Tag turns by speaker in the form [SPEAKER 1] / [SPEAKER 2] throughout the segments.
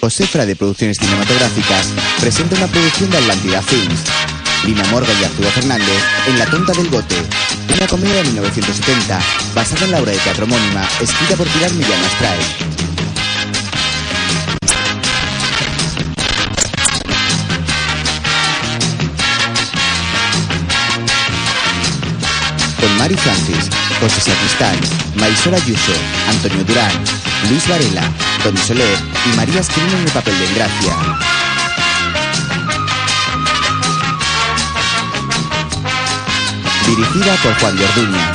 [SPEAKER 1] Osefra de Producciones Cinematográficas presenta una producción de Atlántida Films. Lina Morgan y Arturo Fernández en La Tonta del Bote, una comedia de 1970 basada en la obra de teatro homónima escrita por Pilar Millán Astray. Con Mari Francis, José Sacristán, Marisol Ayuso, Antonio Durán, Luis Varela, Tony Soler y María Esquina en el papel de Engracia. Dirigida por Juan de Orduña.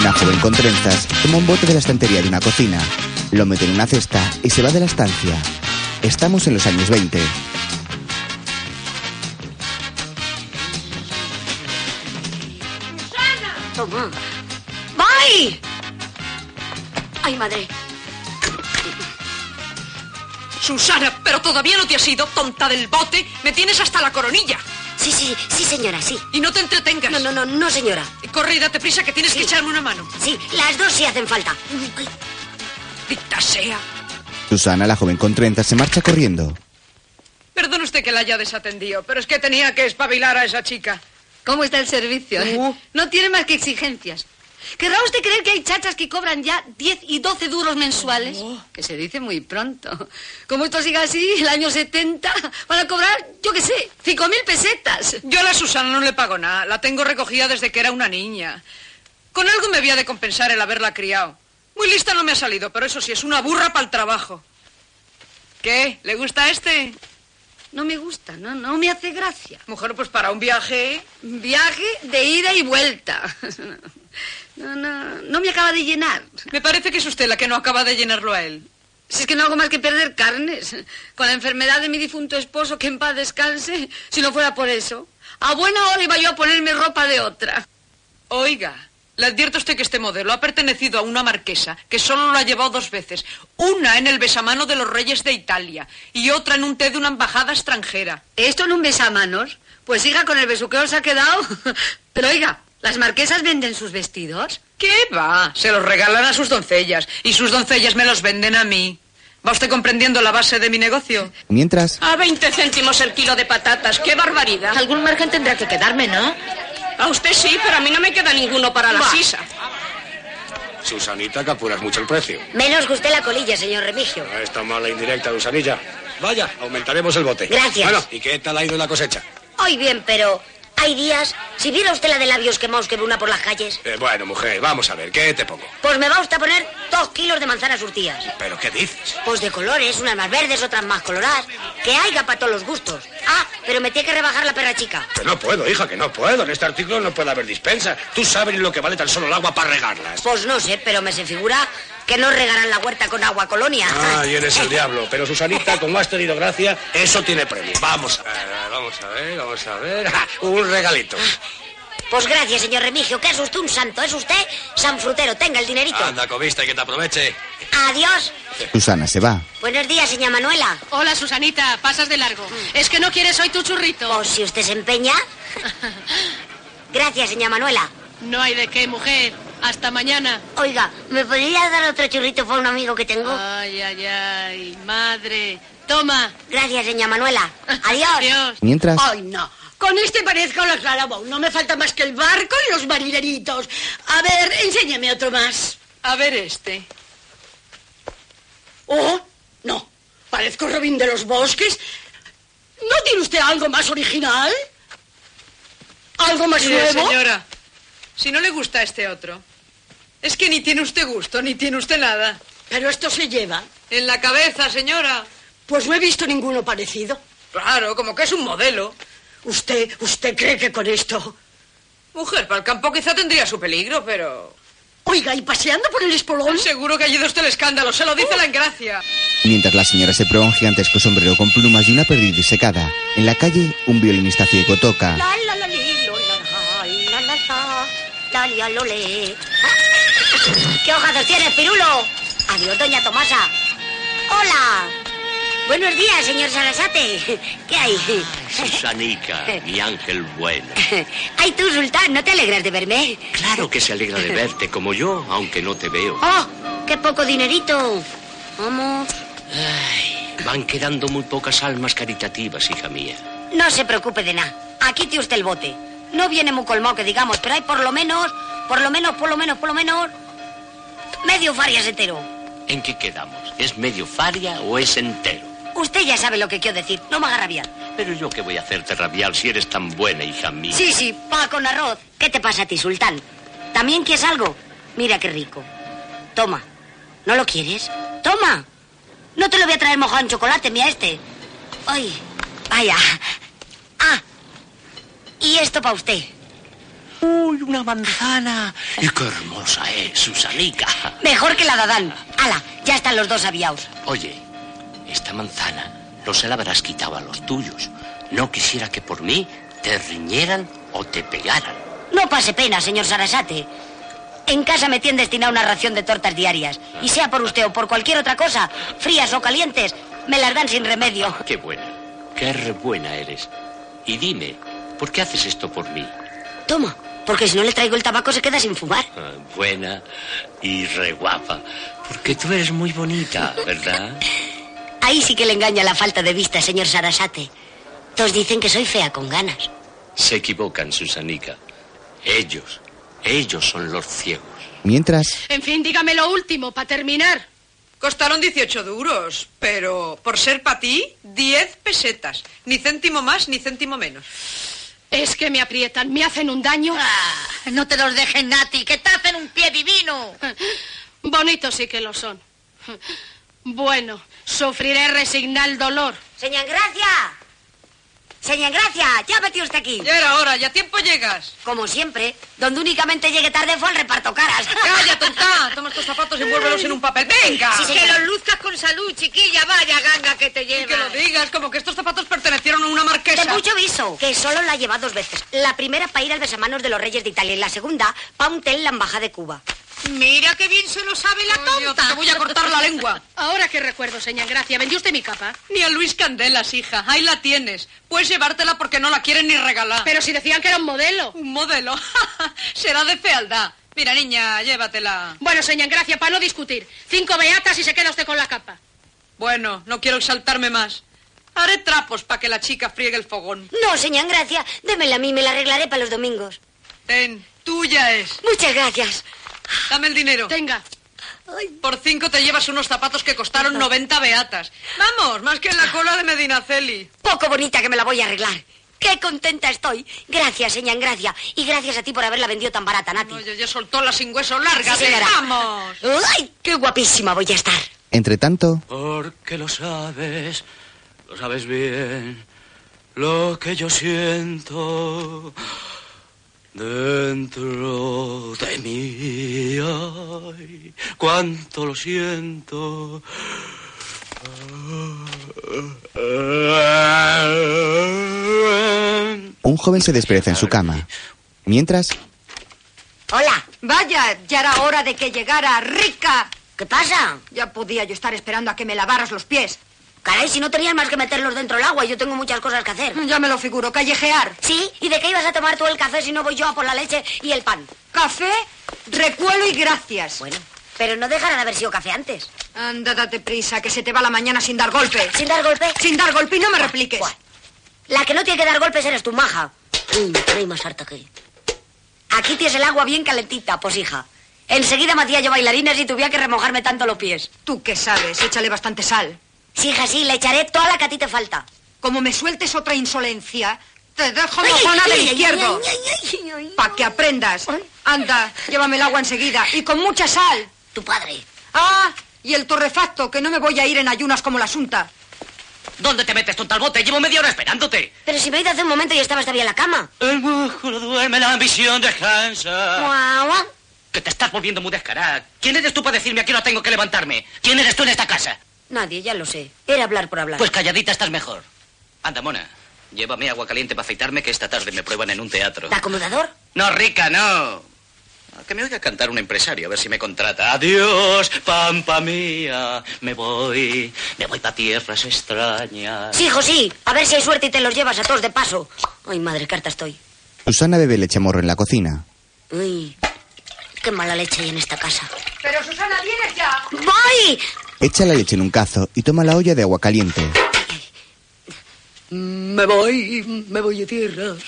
[SPEAKER 1] Una joven con trenzas toma un bote de la estantería de una cocina, lo mete en una cesta y se va de la estancia. Estamos en los años 20.
[SPEAKER 2] ¡Voy! ¡Ay, madre!
[SPEAKER 3] Susana, pero todavía no te has ido, tonta del bote. Me tienes hasta la coronilla.
[SPEAKER 2] Sí, sí, sí, señora, sí.
[SPEAKER 3] Y no te entretengas.
[SPEAKER 2] No, no, no, no, señora.
[SPEAKER 3] Corre y date prisa que tienes que echarme una mano.
[SPEAKER 2] Sí, las dos sí hacen falta. Ay,
[SPEAKER 3] Dicta sea.
[SPEAKER 1] Susana, la joven con trenzas, se marcha corriendo.
[SPEAKER 3] Perdón usted que la haya desatendido, pero es que tenía que espabilar a esa chica.
[SPEAKER 4] ¿Cómo está el servicio? eh?
[SPEAKER 3] Uh.
[SPEAKER 4] No tiene más que exigencias. ¿Querrá usted creer que hay chachas que cobran ya 10 y 12 duros mensuales?
[SPEAKER 5] Oh.
[SPEAKER 4] Que se dice muy pronto. Como esto siga así, el año 70 van a cobrar, yo qué sé, 5.000 pesetas.
[SPEAKER 3] Yo a la Susana no le pago nada. La tengo recogida desde que era una niña. Con algo me había de compensar el haberla criado. Muy lista no me ha salido, pero eso sí, es una burra para el trabajo. ¿Qué? ¿Le gusta este?
[SPEAKER 4] No me gusta, no, no me hace gracia.
[SPEAKER 3] Mujer, pues para un viaje.
[SPEAKER 4] Viaje de ida y vuelta. No, no, no me acaba de llenar.
[SPEAKER 3] Me parece que es usted la que no acaba de llenarlo a él.
[SPEAKER 4] Si es que no hago más que perder carnes. Con la enfermedad de mi difunto esposo, que en paz descanse, si no fuera por eso. A buena hora iba yo a ponerme ropa de otra.
[SPEAKER 3] Oiga, le advierto a usted que este modelo ha pertenecido a una marquesa que solo lo ha llevado dos veces. Una en el besamano de los reyes de Italia y otra en un té de una embajada extranjera.
[SPEAKER 4] ¿Esto en un besamanos? Pues siga con el besuqueo se ha quedado. Pero oiga, ¿las marquesas venden sus vestidos?
[SPEAKER 3] ¿Qué va? Se los regalan a sus doncellas y sus doncellas me los venden a mí. ¿Va usted comprendiendo la base de mi negocio?
[SPEAKER 1] Mientras,
[SPEAKER 3] A 20 céntimos el kilo de patatas. ¡Qué barbaridad!
[SPEAKER 6] Algún margen tendrá que quedarme, ¿no?
[SPEAKER 3] A usted sí, pero a mí no me queda ninguno para la sisa.
[SPEAKER 7] Susanita, que apuras mucho el precio.
[SPEAKER 2] menos que usted la colilla, señor Remigio.
[SPEAKER 7] Esta mala indirecta, Susanilla. Vaya, aumentaremos el bote.
[SPEAKER 2] Gracias.
[SPEAKER 7] Bueno, ¿y qué tal ha ido la cosecha?
[SPEAKER 2] Hoy bien, pero hay días... Si viera usted la de labios quemados que ve una por las calles,
[SPEAKER 7] Eh, bueno, mujer, vamos a ver, ¿qué te pongo?
[SPEAKER 2] pues me va usted a poner dos kilos de manzanas surtidas.
[SPEAKER 7] ¿Pero qué dices?
[SPEAKER 2] Pues de colores, unas más verdes, otras más coloradas. Que haya para todos los gustos. Ah, pero me tiene que rebajar la perra chica.
[SPEAKER 7] Que no puedo, hija, que no puedo. En este artículo no puede haber dispensa. Tú sabes lo que vale tan solo el agua para regarlas.
[SPEAKER 2] Pues no sé, pero me se figura que no regarán la huerta con agua colonia.
[SPEAKER 7] Ay, eres el diablo. Pero Susanita, como has tenido gracia, eso tiene premio. Vamos a ver, vamos a ver, vamos a ver.
[SPEAKER 8] Ah,
[SPEAKER 7] ¡Ja! Un regalito.
[SPEAKER 2] Pues gracias, señor Remigio, que es usted un santo, es usted san frutero, tenga el dinerito.
[SPEAKER 7] Ah, cobista, y que te aproveche.
[SPEAKER 2] Adiós.
[SPEAKER 1] Susana se va.
[SPEAKER 2] Buenos días, señora Manuela.
[SPEAKER 6] Hola, Susanita, pasas de largo. Es que no quieres hoy tu churrito.
[SPEAKER 2] O si usted se empeña. Gracias, señora Manuela.
[SPEAKER 6] No hay de qué, mujer. Hasta mañana.
[SPEAKER 2] Oiga, ¿me podría dar otro churrito para un amigo que tengo?
[SPEAKER 6] Ay, ay, ay, madre. Toma.
[SPEAKER 2] Gracias, señora Manuela. Adiós.
[SPEAKER 6] Adiós.
[SPEAKER 1] Mientras,
[SPEAKER 5] Ay, no. Con este parezco la Clara No me falta más que el barco y los marineritos. A ver, enséñame otro más.
[SPEAKER 3] A ver este.
[SPEAKER 5] Oh, no. Parezco Robin de los Bosques. ¿No tiene usted algo más original? ¿Algo más
[SPEAKER 3] Mire,
[SPEAKER 5] nuevo?
[SPEAKER 3] señora, si no le gusta este otro, es que ni tiene usted gusto, ni tiene usted nada.
[SPEAKER 5] Pero esto se lleva.
[SPEAKER 3] En la cabeza, señora.
[SPEAKER 5] Pues no he visto ninguno parecido.
[SPEAKER 3] Claro, como que es un modelo.
[SPEAKER 5] ¿Usted, usted cree que con esto?
[SPEAKER 3] Mujer, para el campo quizá tendría su peligro, pero...
[SPEAKER 9] Oiga, ¿y paseando por el espolón?
[SPEAKER 3] Seguro que ha ido usted el escándalo, se lo dice la engracia.
[SPEAKER 1] Mientras la señora se prueba un gigantesco sombrero con plumas y una perdiz disecada, en la calle un violinista ciego toca.
[SPEAKER 2] La, la, la, li, lo, la, la, la, la, la, la, li, a, lo, le. Ah. ¿Qué hojazos tienes, Pirulo? Adiós, doña Tomasa. Hola. Buenos días, señor Sarasate. ¿Qué hay?
[SPEAKER 10] Susanica, mi ángel bueno.
[SPEAKER 2] Ay, tú, Sultán, ¿no te alegras de verme?
[SPEAKER 10] Claro que se alegra de verte como yo, aunque no te veo.
[SPEAKER 2] ¡Oh! ¡Qué poco dinerito! Vamos.
[SPEAKER 10] Ay, van quedando muy pocas almas caritativas, hija mía.
[SPEAKER 2] No se preocupe de nada. Aquí tiene usted el bote. No viene muy colmado que digamos, pero hay por lo menos, por lo menos, por lo menos, por lo menos. medio farias entero.
[SPEAKER 10] ¿En qué quedamos? ¿Es medio faria o es entero?
[SPEAKER 2] Usted ya sabe lo que quiero decir. No me haga rabiar.
[SPEAKER 10] Pero yo qué voy a hacerte rabiar si eres tan buena, hija mía.
[SPEAKER 2] Sí, sí, pa con arroz. ¿Qué te pasa a ti, Sultán? ¿También quieres algo? Mira qué rico. Toma. ¿No lo quieres? Toma. No te lo voy a traer mojado en chocolate, mira este. Ay, vaya. Ah. Y esto para usted.
[SPEAKER 10] Uy, una manzana. Y qué hermosa es, Susanica.
[SPEAKER 2] Mejor que la de Adán. Ala, ya están los dos aviados.
[SPEAKER 10] Oye, esta manzana no se la habrás quitado a los tuyos. No quisiera que por mí te riñeran o te pegaran.
[SPEAKER 2] No pase pena, señor Sarasate. En casa me tienen destinada una ración de tortas diarias. Y sea por usted o por cualquier otra cosa, frías o calientes, me las dan sin remedio.
[SPEAKER 10] Ah, Qué buena, qué re buena eres. Y dime, ¿por qué haces esto por mí?
[SPEAKER 2] Toma, porque si no le traigo el tabaco se queda sin fumar.
[SPEAKER 10] Ah, Buena y re guapa. Porque tú eres muy bonita, ¿verdad?
[SPEAKER 2] Ahí sí que le engaña la falta de vista, señor Sarasate. Todos dicen que soy fea con ganas.
[SPEAKER 10] Se equivocan, Susanica. Ellos, ellos son los ciegos.
[SPEAKER 1] Mientras,
[SPEAKER 4] En fin, dígame lo último, para terminar.
[SPEAKER 3] Costaron 18 duros, pero por ser para ti, 10 pesetas. Ni céntimo más, ni céntimo menos.
[SPEAKER 4] Es que me aprietan, me hacen un daño.
[SPEAKER 11] Ah, No te los dejen, Nati, que te hacen un pie divino.
[SPEAKER 4] Bonitos sí que lo son. Bueno, sufriré resignar el dolor.
[SPEAKER 2] Señor Gracia. Señor Gracia, ya metió usted aquí.
[SPEAKER 3] Ya era hora, ya tiempo llegas.
[SPEAKER 2] Como siempre, donde únicamente llegue tarde fue al reparto caras.
[SPEAKER 3] Calla, tonta. Toma estos zapatos y envuélvelos en un papel. ¡Venga!
[SPEAKER 2] Sí,
[SPEAKER 11] Que
[SPEAKER 2] señor.
[SPEAKER 11] los luzcas con salud, chiquilla, vaya ganga que te
[SPEAKER 3] Y que lo
[SPEAKER 11] llevas.
[SPEAKER 3] digas, como que estos zapatos pertenecieron a una marquesa.
[SPEAKER 2] De mucho viso, que solo la lleva dos veces. La primera para ir al besamanos de los Reyes de Italia y la segunda para un té en la Embajada de Cuba.
[SPEAKER 11] Mira qué bien se lo sabe la
[SPEAKER 3] Ay, Dios,
[SPEAKER 11] tonta.
[SPEAKER 3] Te voy a cortar la lengua.
[SPEAKER 4] Ahora que recuerdo, señor Gracia, ¿vendió usted mi capa?
[SPEAKER 3] Ni a Luis Candelas, hija. Ahí la tienes. Puedes llevártela porque no la quieren ni regalar.
[SPEAKER 4] Pero si decían que era un modelo.
[SPEAKER 3] Un modelo. Será de fealdad. Mira, niña, llévatela.
[SPEAKER 4] Bueno, señor Gracia, para no discutir. Cinco beatas y se queda usted con la capa.
[SPEAKER 3] Bueno, no quiero exaltarme más. Haré trapos para que la chica friegue el fogón.
[SPEAKER 2] No, señor Gracia, démela a mí, me la arreglaré para los domingos.
[SPEAKER 3] Ten, tuya es.
[SPEAKER 2] Muchas gracias.
[SPEAKER 3] Dame el dinero.
[SPEAKER 4] Tenga.
[SPEAKER 3] Por cinco te llevas unos zapatos que costaron 90 beatas. Vamos, más que en la cola de Medinaceli.
[SPEAKER 2] Poco bonita que me la voy a arreglar. ¡Qué contenta estoy! Gracias, señor Gracia. Y gracias a ti por haberla vendido tan barata, Nati.
[SPEAKER 3] Oye, ya soltó la sin hueso. Lárgate,
[SPEAKER 2] señora.
[SPEAKER 3] vamos.
[SPEAKER 2] ¡Ay, qué guapísima voy a estar!
[SPEAKER 1] entre tanto,
[SPEAKER 12] Porque lo sabes, lo sabes bien, lo que yo siento dentro de mí. Ay, cuánto lo siento.
[SPEAKER 1] un joven se despereza en su cama. Mientras,
[SPEAKER 2] Hola,
[SPEAKER 13] Vaya, ya era hora de que llegara rica.
[SPEAKER 2] ¿qué pasa?
[SPEAKER 13] Ya podía yo estar esperando a que me lavaras los pies.
[SPEAKER 2] Caray, si no tenías más que meterlos dentro del agua, yo tengo muchas cosas que hacer.
[SPEAKER 13] Ya me lo figuro, callejear.
[SPEAKER 2] ¿Sí? ¿Y de qué ibas a tomar tú el café si no voy yo a por la leche y el pan?
[SPEAKER 13] Café, recuelo y gracias.
[SPEAKER 2] Bueno, pero no dejará de haber sido café antes.
[SPEAKER 13] Anda, date prisa, que se te va la mañana sin dar golpe.
[SPEAKER 2] Sin dar golpe.
[SPEAKER 13] Sin dar golpe y no me repliques.
[SPEAKER 2] Buah. La que no tiene que dar golpes eres tu maja. Uy, me trae más harta que... Aquí tienes el agua bien calentita, pues hija. Enseguida me hacía yo bailarinas y tuviera que remojarme tanto los pies.
[SPEAKER 13] Tú qué sabes, échale bastante sal.
[SPEAKER 2] Sí, hija, sí, le echaré toda la que a ti te falta.
[SPEAKER 13] Como me sueltes otra insolencia, te dejo
[SPEAKER 2] Ay,
[SPEAKER 13] mojona
[SPEAKER 2] ay,
[SPEAKER 13] del
[SPEAKER 2] ay,
[SPEAKER 13] izquierdo.
[SPEAKER 2] ay, ay, ay, ay,
[SPEAKER 13] Pa' que aprendas. Anda, llévame el agua enseguida y con mucha sal.
[SPEAKER 2] Tu padre.
[SPEAKER 13] Ah, y el torrefacto, que no me voy a ir en ayunas como la asunta.
[SPEAKER 10] ¿Dónde te metes, tonta al bote? Llevo media hora esperándote.
[SPEAKER 2] Pero si me he ido hace un momento y estabas todavía en la cama.
[SPEAKER 12] El músculo duerme, la ambición descansa.
[SPEAKER 2] Guau, guau.
[SPEAKER 14] Que te estás volviendo muy descarada. ¿Quién eres tú para decirme a qué hora tengo que levantarme? ¿Quién eres tú en esta casa?
[SPEAKER 2] Nadie, ya lo sé. Era hablar por hablar.
[SPEAKER 14] Pues calladita estás mejor. Anda, mona. Llévame agua caliente para afeitarme que esta tarde me prueban en un teatro.
[SPEAKER 2] ¿De acomodador?
[SPEAKER 14] No, rica, no. A Que me oiga cantar un empresario, a ver si me contrata. Adiós, pampa mía, me voy, me voy para tierras extrañas.
[SPEAKER 2] Sí, hijo, sí. A ver si hay suerte y te los llevas a todos de paso. Ay, madre, carta estoy.
[SPEAKER 1] Susana bebe leche morro en la cocina.
[SPEAKER 2] Ay, qué mala leche hay en esta casa.
[SPEAKER 13] Pero Susana, vienes ya.
[SPEAKER 2] ¡Voy!
[SPEAKER 1] Echa la leche en un cazo y toma la olla de agua caliente.
[SPEAKER 10] Me voy, me voy a tierras.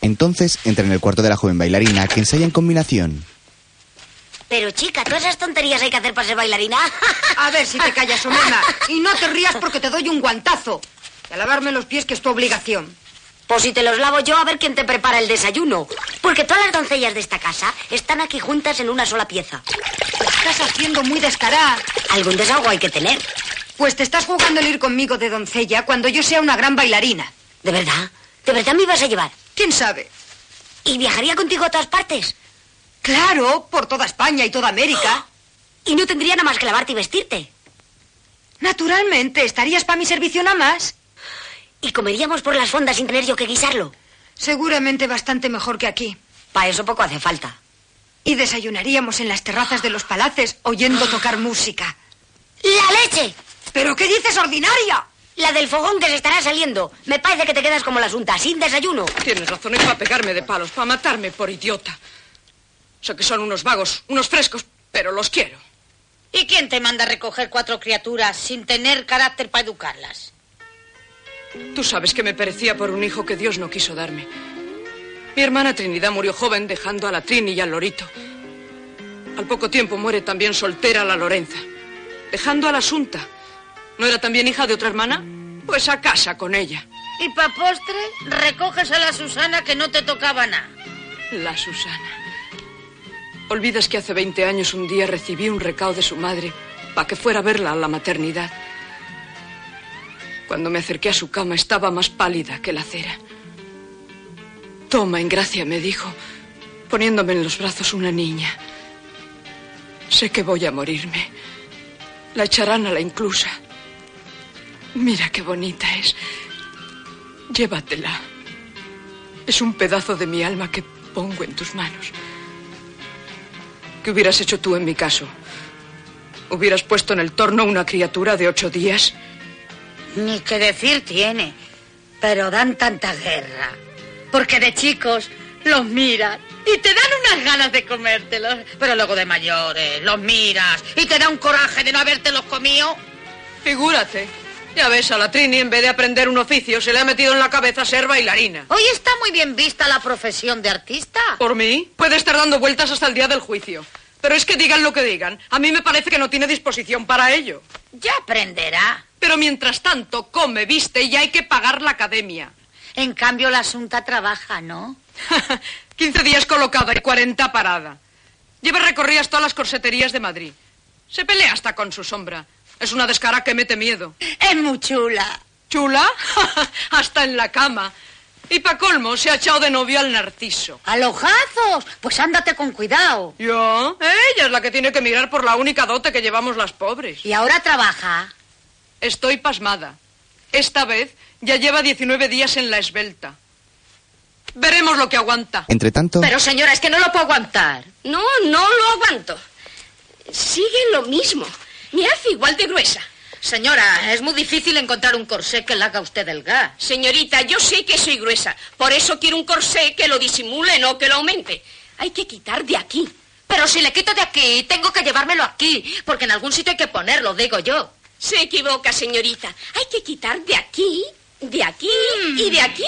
[SPEAKER 1] Entonces entra en el cuarto de la joven bailarina que ensaya en combinación.
[SPEAKER 2] Pero chica, todas esas tonterías hay que hacer para ser bailarina.
[SPEAKER 13] A ver si te callas, Omena. Y no te rías porque te doy un guantazo. Y a lavarme los pies, que es tu obligación.
[SPEAKER 2] Pues si te los lavo yo, a ver quién te prepara el desayuno. Porque todas las doncellas de esta casa están aquí juntas en una sola pieza.
[SPEAKER 13] Estás haciendo muy descarada.
[SPEAKER 2] Algún desahogo hay que tener.
[SPEAKER 13] Pues te estás jugando el ir conmigo de doncella cuando yo sea una gran bailarina.
[SPEAKER 2] ¿De verdad? ¿De verdad me ibas a llevar?
[SPEAKER 13] ¿Quién sabe?
[SPEAKER 2] ¿Y viajaría contigo a todas partes?
[SPEAKER 13] Claro, por toda España y toda América.
[SPEAKER 2] Y no tendría nada más que lavarte y vestirte.
[SPEAKER 13] Naturalmente, estarías para mi servicio nada más.
[SPEAKER 2] Y comeríamos por las fondas sin tener yo que guisarlo.
[SPEAKER 13] Seguramente bastante mejor que aquí.
[SPEAKER 2] Para eso poco hace falta.
[SPEAKER 13] Y desayunaríamos en las terrazas de los palaces oyendo tocar música.
[SPEAKER 2] ¡La leche!
[SPEAKER 13] ¿Pero qué dices, ordinaria?
[SPEAKER 2] La del fogón que se estará saliendo. Me parece que te quedas como la asunta, sin desayuno.
[SPEAKER 3] Tienes razón, es para pegarme de palos, para matarme por idiota. Sé que son unos vagos, unos frescos, pero los quiero.
[SPEAKER 15] ¿Y quién te manda a recoger cuatro criaturas sin tener carácter para educarlas?
[SPEAKER 3] Tú sabes que me perecía por un hijo que Dios no quiso darme. Mi hermana Trinidad murió joven dejando a la Trini y al Lorito. Al poco tiempo muere también soltera la Lorenza, dejando a la Asunta. ¿No era también hija de otra hermana? Pues a casa con ella.
[SPEAKER 15] Y pa' postre, recoges a la Susana que no te tocaba nada.
[SPEAKER 3] La Susana. Olvidas que hace 20 años un día recibí un recado de su madre para que fuera a verla a la maternidad. Cuando me acerqué a su cama estaba más pálida que la cera. Toma, en gracia, me dijo, poniéndome en los brazos una niña. Sé que voy a morirme. La echarán a la inclusa. Mira qué bonita es. Llévatela. Es un pedazo de mi alma que pongo en tus manos. ¿Qué hubieras hecho tú en mi caso? ¿Hubieras puesto en el torno una criatura de ocho días?
[SPEAKER 15] Ni que decir tiene. Pero dan tanta guerra. Porque de chicos los miras y te dan unas ganas de comértelos. Pero luego de mayores los miras y te da un coraje de no habértelos comido.
[SPEAKER 3] Figúrate. Ya ves, a la Trini, en vez de aprender un oficio, se le ha metido en la cabeza ser bailarina.
[SPEAKER 15] Hoy está muy bien vista la profesión de artista.
[SPEAKER 3] ¿Por mí? Puede estar dando vueltas hasta el día del juicio. Pero es que digan lo que digan. A mí me parece que no tiene disposición para ello.
[SPEAKER 15] Ya aprenderá.
[SPEAKER 3] Pero mientras tanto, come, viste y hay que pagar la academia.
[SPEAKER 15] En cambio, la asunta trabaja, ¿no?
[SPEAKER 3] 15 días colocada y 40 parada. Lleva recorridas todas las corseterías de Madrid. Se pelea hasta con su sombra. Es una descara que mete miedo.
[SPEAKER 15] Es muy chula.
[SPEAKER 3] ¿Chula? hasta en la cama. Y pa' colmo, se ha echado de novio al narciso.
[SPEAKER 15] ¡Alojazos! Pues ándate con cuidado.
[SPEAKER 3] ¿Yo? Ella es la que tiene que mirar por la única dote que llevamos las pobres.
[SPEAKER 15] Y ahora trabaja.
[SPEAKER 3] Estoy pasmada. Esta vez ya lleva 19 días en la esbelta. Veremos lo que aguanta.
[SPEAKER 1] Entre tanto,
[SPEAKER 15] Pero señora, es que no lo puedo aguantar.
[SPEAKER 4] No, no lo aguanto. Sigue lo mismo. Me hace igual de gruesa.
[SPEAKER 15] Señora, es muy difícil encontrar un corsé que le haga a usted delgada.
[SPEAKER 4] Señorita, yo sé que soy gruesa. Por eso quiero un corsé que lo disimule, no que lo aumente. Hay que quitar de aquí.
[SPEAKER 15] Pero si le quito de aquí, tengo que llevármelo aquí, porque en algún sitio hay que ponerlo, digo yo.
[SPEAKER 4] Se equivoca, señorita. Hay que quitar de aquí, de aquí
[SPEAKER 15] Mm.
[SPEAKER 4] y de aquí.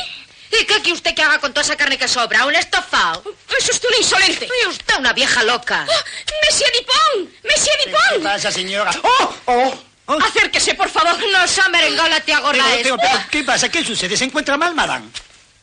[SPEAKER 15] ¿Y qué quiere usted que haga con toda esa carne que sobra? ¿Un estofado?
[SPEAKER 4] ¡Es usted una insolente!
[SPEAKER 15] Y usted una vieja loca.
[SPEAKER 4] ¡Oh! ¡Monsieur Dupont! ¡Monsieur
[SPEAKER 5] ¿Qué
[SPEAKER 4] Dupont!
[SPEAKER 5] pasa, señora? ¡Oh! ¡Oh! oh.
[SPEAKER 4] Acérquese, por favor.
[SPEAKER 15] Nos ha merengado la tía
[SPEAKER 5] Pero,
[SPEAKER 15] gorda
[SPEAKER 5] pero,
[SPEAKER 15] esta.
[SPEAKER 5] pero, ¿Qué pasa? ¿Qué sucede? ¿Se encuentra mal, madame?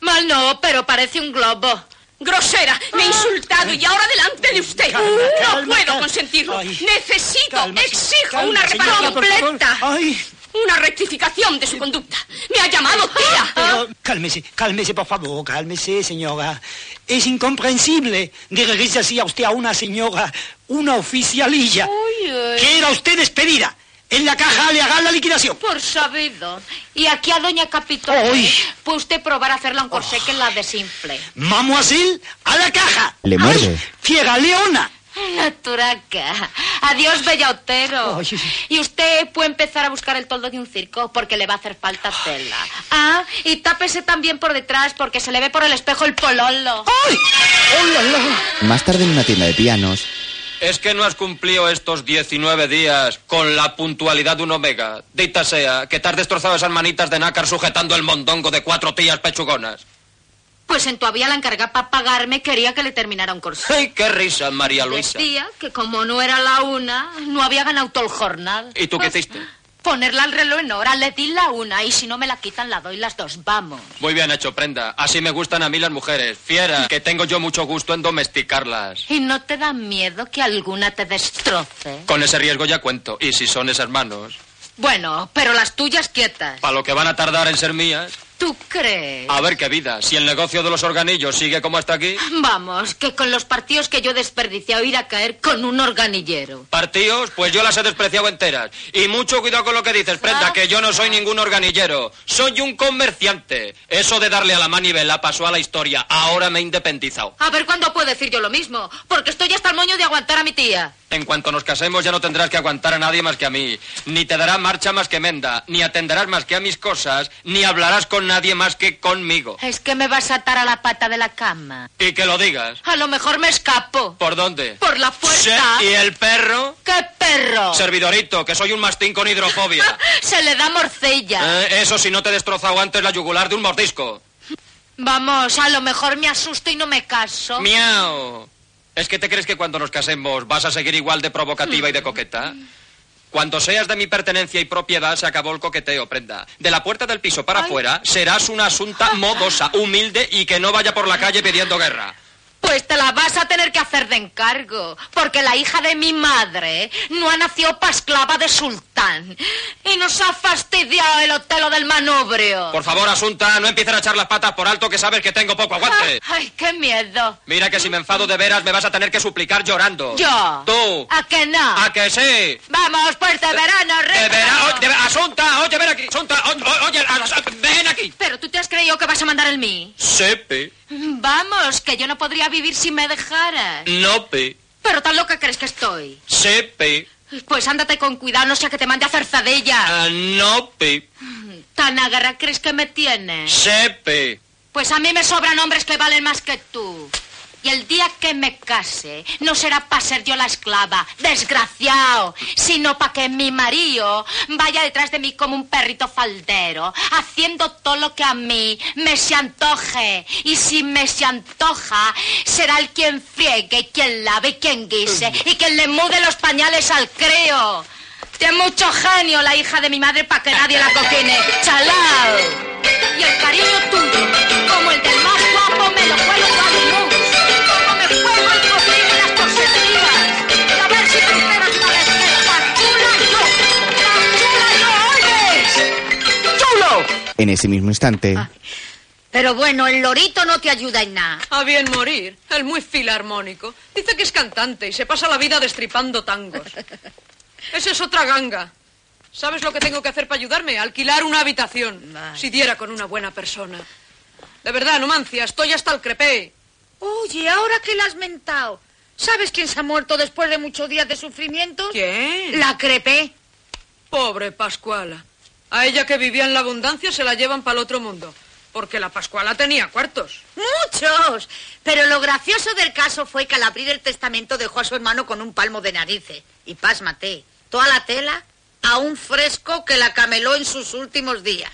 [SPEAKER 15] Mal no, pero parece un globo.
[SPEAKER 4] Grosera, me he insultado y ahora delante de usted.
[SPEAKER 5] Calma,
[SPEAKER 4] no
[SPEAKER 5] calma,
[SPEAKER 4] puedo
[SPEAKER 5] cal-
[SPEAKER 4] consentirlo.
[SPEAKER 5] Ay.
[SPEAKER 4] Necesito,
[SPEAKER 5] Calma,
[SPEAKER 4] exijo
[SPEAKER 5] calma,
[SPEAKER 4] una
[SPEAKER 5] calma, señora,
[SPEAKER 4] reparación
[SPEAKER 5] por favor.
[SPEAKER 4] completa.
[SPEAKER 5] Ay,
[SPEAKER 16] Una rectificación de su conducta. Me ha llamado tía.
[SPEAKER 17] Pero, cálmese, cálmese, por favor, cálmese, señora. Es incomprensible dirigirse así a usted a una señora, una oficialilla. Que era usted despedida. En la caja le hagan la liquidación.
[SPEAKER 4] Por sabido. Y aquí a doña Capitón,
[SPEAKER 17] Ay.
[SPEAKER 4] pues usted probará a hacerla un corsé que la desinfle.
[SPEAKER 17] Mademoiselle, a la caja.
[SPEAKER 1] Le muerde.
[SPEAKER 17] Fiera leona.
[SPEAKER 4] La turaca. Adiós, bellautero. Y usted puede empezar a buscar el toldo de un circo porque le va a hacer falta tela. Ah, y tápese también por detrás porque se le ve por el espejo el pololo.
[SPEAKER 17] ¡Ay!
[SPEAKER 1] Más tarde en una tienda de pianos,
[SPEAKER 18] Es que no has cumplido estos 19 días con la puntualidad de un omega. Dita sea, que te has destrozado esas manitas de nácar sujetando el mondongo de cuatro tías pechugonas.
[SPEAKER 4] Pues en todavía la encargada para pagarme quería que le terminara un corsé.
[SPEAKER 18] ¡Ay, qué risa, María Luisa!
[SPEAKER 4] Decía que como no era la una, no había ganado todo el jornal. Pues
[SPEAKER 18] ¿Y tú qué hiciste?
[SPEAKER 4] Ponerla al reloj en hora, le di la una y si no me la quitan la doy las dos, vamos.
[SPEAKER 18] Muy bien hecho, prenda. Así me gustan a mí las mujeres. Fiera, que tengo yo mucho gusto en domesticarlas.
[SPEAKER 4] ¿Y no te da miedo que alguna te destroce?
[SPEAKER 18] Con ese riesgo ya cuento. Y si son esas manos,
[SPEAKER 4] Bueno, pero las tuyas quietas.
[SPEAKER 18] para lo que van a tardar en ser mías.
[SPEAKER 4] ¿Tú crees?
[SPEAKER 18] A ver qué vida. Si el negocio de los organillos sigue como hasta aquí.
[SPEAKER 4] Vamos, que con los partidos que yo he desperdiciado ir a caer con un organillero.
[SPEAKER 18] Partidos, pues yo las he despreciado enteras. Y mucho cuidado con lo que dices, Prenda, que yo no soy ningún organillero. Soy un comerciante. Eso de darle a la manivela pasó a la historia. Ahora me he independizado.
[SPEAKER 4] A ver cuándo puedo decir yo lo mismo, porque estoy hasta el moño de aguantar a mi tía.
[SPEAKER 18] En cuanto nos casemos ya no tendrás que aguantar a nadie más que a mí. Ni te dará marcha más que menda, ni atenderás más que a mis cosas, ni hablarás con nadie más que conmigo.
[SPEAKER 4] Es que me vas a atar a la pata de la cama.
[SPEAKER 18] Y que lo digas.
[SPEAKER 4] A lo mejor me escapo.
[SPEAKER 18] ¿Por dónde?
[SPEAKER 4] Por la puerta.
[SPEAKER 18] Sí, ¿Y el perro?
[SPEAKER 4] ¡Qué perro!
[SPEAKER 18] Servidorito, que soy un mastín con hidrofobia.
[SPEAKER 4] Se le da morcella.
[SPEAKER 18] Eh, eso si no te he destrozado antes la yugular de un mordisco.
[SPEAKER 4] Vamos, a lo mejor me asusto y no me caso.
[SPEAKER 18] ¡Miau! ¿Es que te crees que cuando nos casemos vas a seguir igual de provocativa y de coqueta? Cuando seas de mi pertenencia y propiedad, se acabó el coqueteo, prenda. De la puerta del piso para afuera, serás una asunta modosa, humilde y que no vaya por la calle pidiendo guerra.
[SPEAKER 4] Pues te la vas a tener que hacer de encargo, porque la hija de mi madre no ha nacido para esclava de sultán y nos ha fastidiado el hotelo del manubrio.
[SPEAKER 18] Por favor, Asunta, no empieces a echar las patas por alto que sabes que tengo poco aguante.
[SPEAKER 4] Ah, Ay, qué miedo.
[SPEAKER 18] Mira que si me enfado de veras me vas a tener que suplicar llorando.
[SPEAKER 4] Yo. Ah.
[SPEAKER 18] Tú.
[SPEAKER 4] ¿A que no?
[SPEAKER 18] ¿A que sí?
[SPEAKER 4] Vamos, pues
[SPEAKER 18] Eh,
[SPEAKER 4] de verano,
[SPEAKER 18] De
[SPEAKER 4] rico.
[SPEAKER 18] vera- o- de- Asunta, oye, ven aquí. Asunta, o- o- oye, As- ven aquí.
[SPEAKER 4] Pero tú te has creído que vas a mandar el mí.
[SPEAKER 18] Sepe,
[SPEAKER 4] Vamos, que yo no podría vivir si me dejaras.
[SPEAKER 18] nope,
[SPEAKER 4] Pero tan loca crees que estoy.
[SPEAKER 18] sepe,
[SPEAKER 4] Pues ándate con cuidado, no sea que te mande a zarzadella.
[SPEAKER 18] nope,
[SPEAKER 4] Tan agarra crees que me tienes.
[SPEAKER 18] sepe.
[SPEAKER 4] Pues a mí me sobran hombres que valen más que tú. Y el día que me case, no será para ser yo la esclava, desgraciado, sino para que mi marido vaya detrás de mí como un perrito faldero, haciendo todo lo que a mí me se antoje. Y si me se antoja, será el quien friegue, quien lave, quien guise y quien le mude los pañales al creo. Tiene mucho genio la hija de mi madre para que nadie la coquine. ¡Chalao! Y el cariño tuyo, como el del más guapo, me lo juego a mi luz. Como me juego el cocino y las corseterías. Y a ver si te enteras una vez que chula yo. ¡Chula yo, oyes!
[SPEAKER 5] ¡Chulo!
[SPEAKER 1] en ese mismo instante,
[SPEAKER 19] Pero bueno, el lorito no te ayuda en nada.
[SPEAKER 3] A bien morir, el muy filarmónico. Dice que es cantante y se pasa la vida destripando tangos. Esa es otra ganga. ¿Sabes lo que tengo que hacer para ayudarme? Alquilar una habitación. Si diera con una buena persona. De verdad, Numancia, estoy hasta el crepé.
[SPEAKER 19] Oye, ahora que la has mentado, ¿sabes quién se ha muerto después de muchos días de sufrimiento?
[SPEAKER 3] ¿Quién?
[SPEAKER 19] La crepé.
[SPEAKER 3] Pobre Pascuala. A ella que vivía en la abundancia se la llevan para el otro mundo. Porque la Pascuala tenía cuartos.
[SPEAKER 19] Muchos. Pero lo gracioso del caso fue que al abrir el testamento dejó a su hermano con un palmo de narices. Y pásmate, toda la tela a un fresco que la cameló en sus últimos días.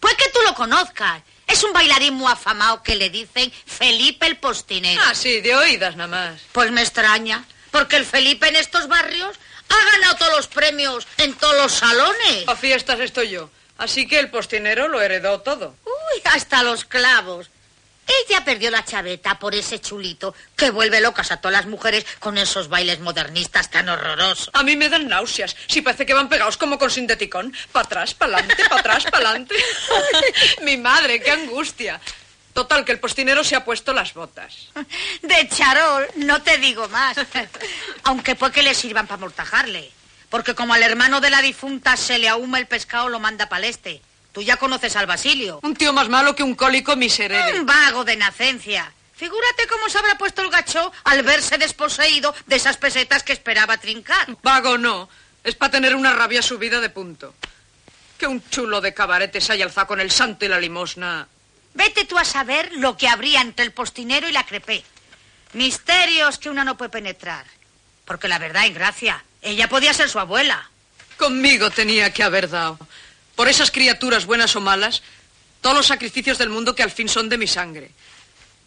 [SPEAKER 19] Pues que tú lo conozcas. Es un bailarín muy afamado que le dicen Felipe el Postinero.
[SPEAKER 3] Ah, sí, de oídas nada más.
[SPEAKER 19] Pues me extraña, porque el Felipe en estos barrios ha ganado todos los premios en todos los salones.
[SPEAKER 3] A fiestas estoy yo. Así que el postinero lo heredó todo.
[SPEAKER 19] Uy, hasta los clavos.
[SPEAKER 4] Ella perdió la chaveta por ese chulito que vuelve locas a todas las mujeres con esos bailes modernistas tan horrorosos.
[SPEAKER 3] A mí me dan náuseas. Si parece que van pegados como con sinteticón. Para atrás, para adelante, para atrás, para adelante. Mi madre, qué angustia. Total, que el postinero se ha puesto las botas.
[SPEAKER 4] De charol, no te digo más. Aunque pues que le sirvan para mortajarle. Porque como al hermano de la difunta se le ahuma el pescado, lo manda para el este. Tú ya conoces al Basilio.
[SPEAKER 3] Un tío más malo que un cólico miserere.
[SPEAKER 4] Un vago de nacencia. Figúrate cómo se habrá puesto el gacho al verse desposeído de esas pesetas que esperaba trincar.
[SPEAKER 3] Vago no. Es para tener una rabia subida de punto. Que un chulo de cabaretes haya alzado con el santo y la limosna.
[SPEAKER 4] Vete tú a saber lo que habría entre el postinero y la crepé. Misterios que una no puede penetrar. Porque la verdad, en gracia, ella podía ser su abuela.
[SPEAKER 3] Conmigo tenía que haber dado. Por esas criaturas buenas o malas, todos los sacrificios del mundo que al fin son de mi sangre.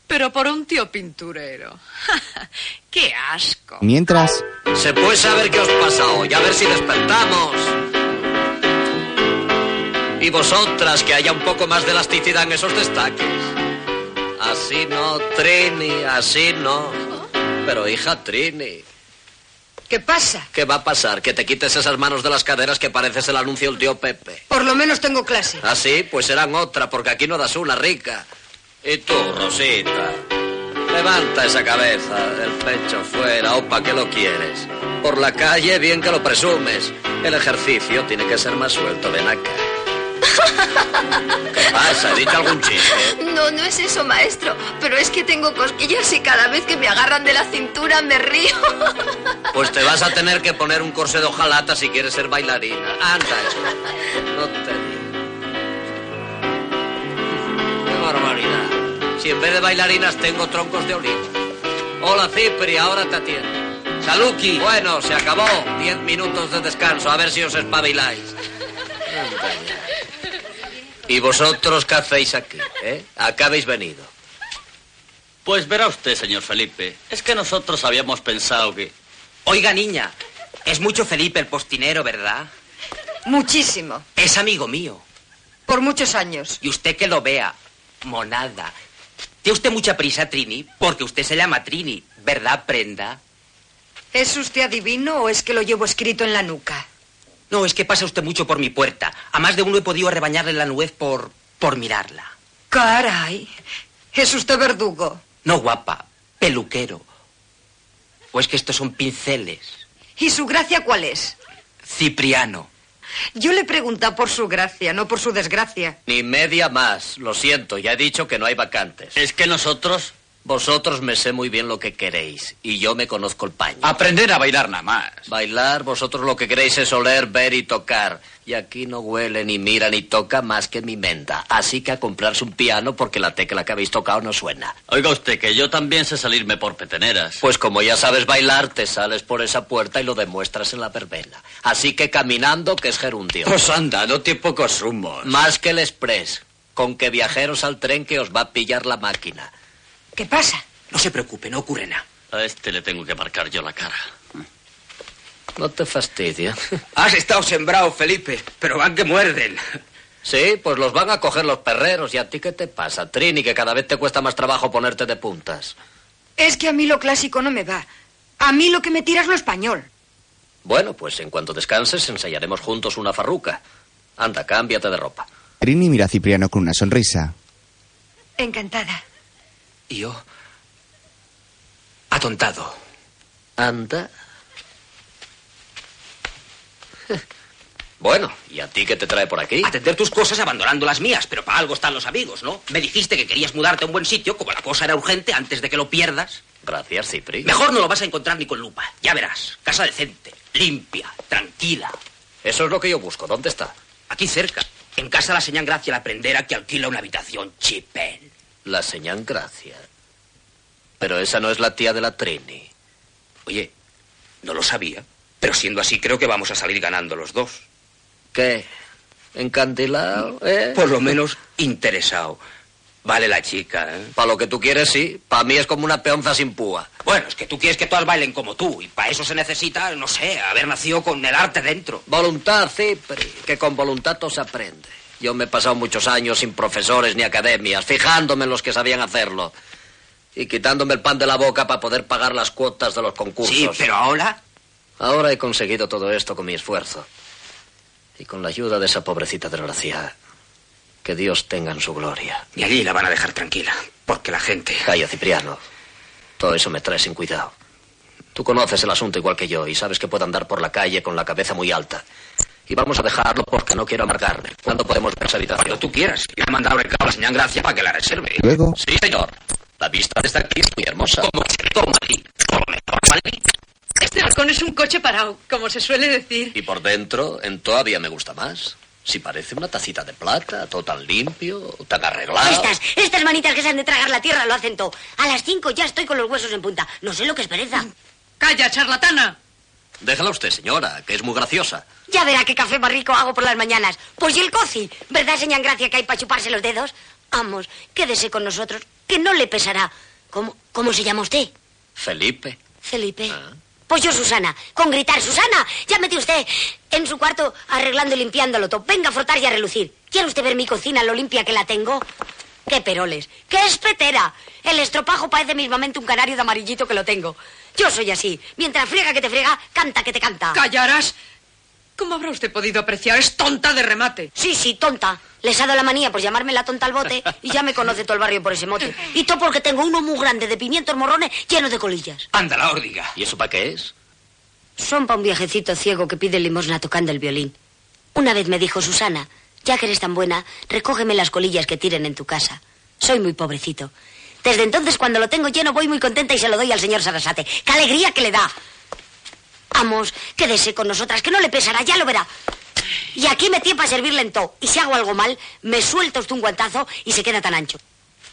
[SPEAKER 3] Pero por un tío pinturero. ¡Qué asco!
[SPEAKER 1] Mientras,
[SPEAKER 20] Se puede saber qué os pasa hoy, a ver si despertamos. Y vosotras, que haya un poco más de elasticidad en esos destaques. Así no, Trini, así no. Pero hija Trini.
[SPEAKER 13] ¿Qué pasa?
[SPEAKER 20] ¿Qué va a pasar? Que te quites esas manos de las caderas que pareces el anuncio del tío Pepe.
[SPEAKER 13] Por lo menos tengo clase.
[SPEAKER 20] Así, pues serán otra, porque aquí no das una rica. Y tú, Rosita, levanta esa cabeza, el pecho fuera, opa, que lo quieres. Por la calle, bien que lo presumes. El ejercicio tiene que ser más suelto, ven acá. ¿Qué pasa? ¿He dicho algún chiste?
[SPEAKER 21] No, no es eso, maestro. Pero es que tengo cosquillas y cada vez que me agarran de la cintura me río.
[SPEAKER 20] Pues te vas a tener que poner un corsé de hojalata si quieres ser bailarina. Anda, esto. No te digo. Qué barbaridad. Si en vez de bailarinas tengo troncos de olivo. Hola, Cipri, ahora te atiendo. Saluki. Bueno, se acabó. Diez minutos de descanso. A ver si os espabiláis. Anda ya. ¿Y vosotros qué hacéis aquí? ¿Eh? ¿A qué habéis venido?
[SPEAKER 14] Pues verá usted, señor Felipe, es que nosotros habíamos pensado que...
[SPEAKER 22] Oiga, niña, es mucho Felipe el postinero, ¿verdad?
[SPEAKER 13] Muchísimo.
[SPEAKER 22] Es amigo mío.
[SPEAKER 13] Por muchos años.
[SPEAKER 22] Y usted que lo vea, monada. Tiene usted mucha prisa, Trini, porque usted se llama Trini, ¿verdad, prenda?
[SPEAKER 13] ¿Es usted adivino o es que lo llevo escrito en la nuca?
[SPEAKER 22] No, es que pasa usted mucho por mi puerta. A más de uno he podido rebañarle la nuez por... por mirarla.
[SPEAKER 13] Caray. Es usted verdugo.
[SPEAKER 22] No guapa, peluquero. O es que estos son pinceles.
[SPEAKER 13] ¿Y su gracia cuál es?
[SPEAKER 22] Cipriano.
[SPEAKER 13] Yo le pregunto por su gracia, no por su desgracia.
[SPEAKER 20] Ni media más. Lo siento, ya he dicho que no hay vacantes.
[SPEAKER 14] Es que nosotros...
[SPEAKER 20] Vosotros me sé muy bien lo que queréis y yo me conozco el paño.
[SPEAKER 14] Aprender a bailar nada más.
[SPEAKER 20] Bailar, vosotros lo que queréis es oler, ver y tocar. Y aquí no huele, ni mira, ni toca más que mi menda. Así que a comprarse un piano porque la tecla que habéis tocado no suena.
[SPEAKER 14] Oiga usted, que yo también sé salirme por peteneras.
[SPEAKER 20] Pues como ya sabes bailar, te sales por esa puerta y lo demuestras en la verbena. Así que caminando, que es gerundio.
[SPEAKER 14] Pues anda, no tiene pocos rumos.
[SPEAKER 20] Más que el express, con que viajeros al tren que os va a pillar la máquina.
[SPEAKER 13] ¿Qué pasa?
[SPEAKER 22] No se preocupe, no ocurre nada.
[SPEAKER 14] A este le tengo que marcar yo la cara.
[SPEAKER 20] No te fastidia.
[SPEAKER 22] Has estado sembrado, Felipe, pero van que muerden.
[SPEAKER 20] Sí, pues los van a coger los perreros. ¿Y a ti qué te pasa, Trini, que cada vez te cuesta más trabajo ponerte de puntas?
[SPEAKER 13] Es que a mí lo clásico no me va. A mí lo que me tira es lo español.
[SPEAKER 20] Bueno, pues en cuanto descanses ensayaremos juntos una farruca. Anda, cámbiate de ropa.
[SPEAKER 1] Trini mira a Cipriano con una sonrisa.
[SPEAKER 13] Encantada.
[SPEAKER 22] Y yo. Atontado.
[SPEAKER 20] Anda. Bueno, ¿y a ti qué te trae por aquí?
[SPEAKER 22] Atender tus cosas abandonando las mías, pero para algo están los amigos, ¿no? Me dijiste que querías mudarte a un buen sitio, como la cosa era urgente, antes de que lo pierdas.
[SPEAKER 20] Gracias, Cipri.
[SPEAKER 22] Mejor no lo vas a encontrar ni con lupa. Ya verás. Casa decente, limpia, tranquila.
[SPEAKER 20] Eso es lo que yo busco. ¿Dónde está?
[SPEAKER 22] Aquí cerca. En casa de la señal Gracia la prendera que alquila una habitación chipén.
[SPEAKER 20] La señal Gracia. Pero esa no es la tía de la Trini.
[SPEAKER 22] Oye, no lo sabía, pero siendo así creo que vamos a salir ganando los dos.
[SPEAKER 20] ¿Qué? ¿Encandilado? ¿Eh?
[SPEAKER 22] Por lo menos interesado. Vale la chica, ¿eh?
[SPEAKER 20] Para lo que tú quieres, sí. Para mí es como una peonza sin púa.
[SPEAKER 22] Bueno, es que tú quieres que todas bailen como tú, y para eso se necesita, no sé, haber nacido con el arte dentro.
[SPEAKER 20] Voluntad, Cipri. Que con voluntad todo se aprende. Yo me he pasado muchos años sin profesores ni academias, fijándome en los que sabían hacerlo. Y quitándome el pan de la boca para poder pagar las cuotas de los concursos.
[SPEAKER 22] Sí, pero ahora...
[SPEAKER 20] Ahora he conseguido todo esto con mi esfuerzo. Y con la ayuda de esa pobrecita desgraciada. Que Dios tenga en su gloria.
[SPEAKER 22] Y allí la van a dejar tranquila, porque la gente...
[SPEAKER 20] Calla, Cipriano. Todo eso me trae sin cuidado. Tú conoces el asunto igual que yo y sabes que puedo andar por la calle con la cabeza muy alta. Y vamos a dejarlo porque no quiero amargarme. ¿Cuándo podemos ver esa habitación?
[SPEAKER 22] Cuando tú quieras. Le ha mandado el cabo la señal gracia para que la reserve.
[SPEAKER 1] Luego.
[SPEAKER 22] Sí, señor.
[SPEAKER 20] La vista desde aquí es muy hermosa.
[SPEAKER 22] Como se toma aquí. Por lo mejor, ¿vale?
[SPEAKER 3] Este balcón es un coche parado, como se suele decir.
[SPEAKER 20] Y por dentro, en todavía me gusta más. Si parece una tacita de plata, todo tan limpio, tan arreglado.
[SPEAKER 2] Estas, estas manitas que se han de tragar la tierra lo hacen todo. A las cinco ya estoy con los huesos en punta. No sé lo que es pereza.
[SPEAKER 3] ¡Calla, charlatana!
[SPEAKER 20] Déjala usted, señora, que es muy graciosa.
[SPEAKER 2] Ya verá qué café más rico hago por las mañanas. Pues y el coci. ¿Verdad, señor Gracia, que hay para chuparse los dedos? Vamos, quédese con nosotros, que no le pesará. ¿Cómo, cómo se llama usted?
[SPEAKER 20] Felipe.
[SPEAKER 2] Felipe. Pues yo, Susana. Con gritar, Susana, ya mete usted en su cuarto arreglando y limpiándolo todo. Venga a frotar y a relucir. ¿Quiere usted ver mi cocina, lo limpia que la tengo? ¡Qué peroles! ¡Qué espetera! El estropajo parece mismamente un canario de amarillito que lo tengo. Yo soy así. Mientras friega que te friega, canta que te canta.
[SPEAKER 3] ¿Callarás? ¿Cómo habrá usted podido apreciar? Es tonta de remate.
[SPEAKER 2] Sí, sí, tonta. Les ha dado la manía por llamarme la tonta al bote y ya me conoce todo el barrio por ese mote. Y todo porque tengo uno muy grande de pimientos morrones llenos de colillas.
[SPEAKER 22] Anda, la órdiga.
[SPEAKER 20] ¿Y eso para qué es?
[SPEAKER 2] Son para un viejecito ciego que pide limosna tocando el violín. Una vez me dijo Susana, ya que eres tan buena, recógeme las colillas que tiren en tu casa. Soy muy pobrecito. Desde entonces, cuando lo tengo lleno, voy muy contenta y se lo doy al señor Sarasate. ¡Qué alegría que le da! Vamos, quédese con nosotras, que no le pesará, ya lo verá. Y aquí me tiene para servirle en todo. Y si hago algo mal, me suelto usted un guantazo y se queda tan ancho.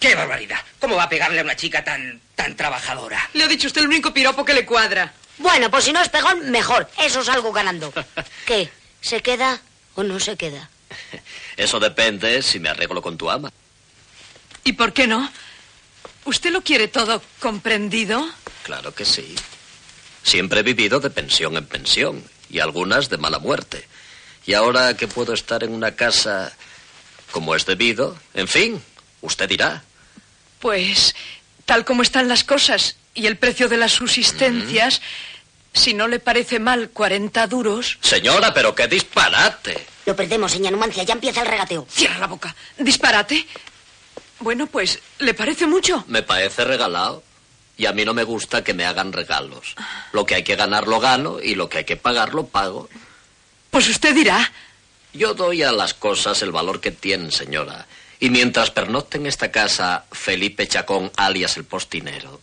[SPEAKER 22] ¡Qué barbaridad! ¿Cómo va a pegarle a una chica tan, tan trabajadora?
[SPEAKER 3] Le ha dicho usted el único piropo que le cuadra.
[SPEAKER 2] Bueno, pues si no es pegón, mejor. Eso salgo ganando. ¿Qué? ¿Se queda o no se queda?
[SPEAKER 20] Eso depende si me arreglo con tu ama.
[SPEAKER 3] ¿Y por qué no? ¿Usted lo quiere todo comprendido?
[SPEAKER 20] Claro que sí. Siempre he vivido de pensión en pensión y algunas de mala muerte. Y ahora que puedo estar en una casa como es debido, en fin, usted dirá.
[SPEAKER 3] Pues, tal como están las cosas y el precio de las subsistencias, si no le parece mal 40 duros.
[SPEAKER 20] Señora, pero qué disparate.
[SPEAKER 2] Lo perdemos, señor Numancia, ya empieza el regateo.
[SPEAKER 3] Cierra la boca. Disparate. Bueno, pues, ¿le parece mucho?
[SPEAKER 20] Me parece regalado. Y a mí no me gusta que me hagan regalos. Lo que hay que ganar lo gano y lo que hay que pagar lo pago.
[SPEAKER 3] Pues usted dirá.
[SPEAKER 20] Yo doy a las cosas el valor que tienen, señora. Y mientras pernocte en esta casa Felipe Chacón, alias el postinero,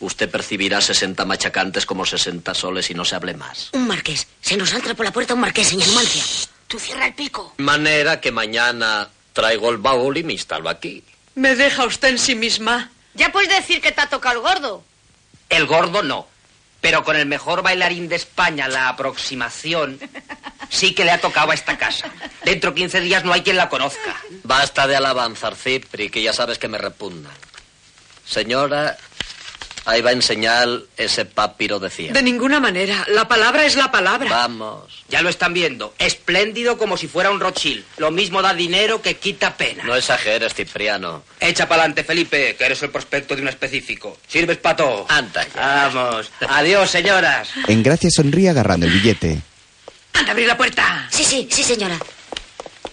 [SPEAKER 20] usted percibirá 60 machacantes como 60 soles y no se hable más.
[SPEAKER 2] Un marqués. Se nos entra por la puerta un marqués, señor Numancia. Tú cierra el pico.
[SPEAKER 20] De manera que mañana traigo el baúl y me instalo aquí.
[SPEAKER 3] Me deja usted en sí misma.
[SPEAKER 4] Ya puedes decir que te ha tocado el gordo.
[SPEAKER 22] El gordo no. Pero con el mejor bailarín de España, la aproximación, sí que le ha tocado a esta casa. Dentro 15 días no hay quien la conozca.
[SPEAKER 20] Basta de alabanzar, Cipri, que ya sabes que me repugna. Señora, ahí va en señal ese papiro de cien.
[SPEAKER 3] De ninguna manera. La palabra es la palabra.
[SPEAKER 20] Vamos.
[SPEAKER 22] Ya lo están viendo. Espléndido como si fuera un Rothschild. Lo mismo da dinero que quita pena.
[SPEAKER 20] No exageres, Cipriano.
[SPEAKER 22] Echa pa'lante, Felipe, que eres el prospecto de un específico. Sirves pa' todo.
[SPEAKER 20] Anda ya.
[SPEAKER 22] Vamos. Adiós, señoras.
[SPEAKER 1] En gracia sonríe agarrando el billete.
[SPEAKER 22] Anda, abrir la puerta.
[SPEAKER 2] Sí, sí, sí, señora.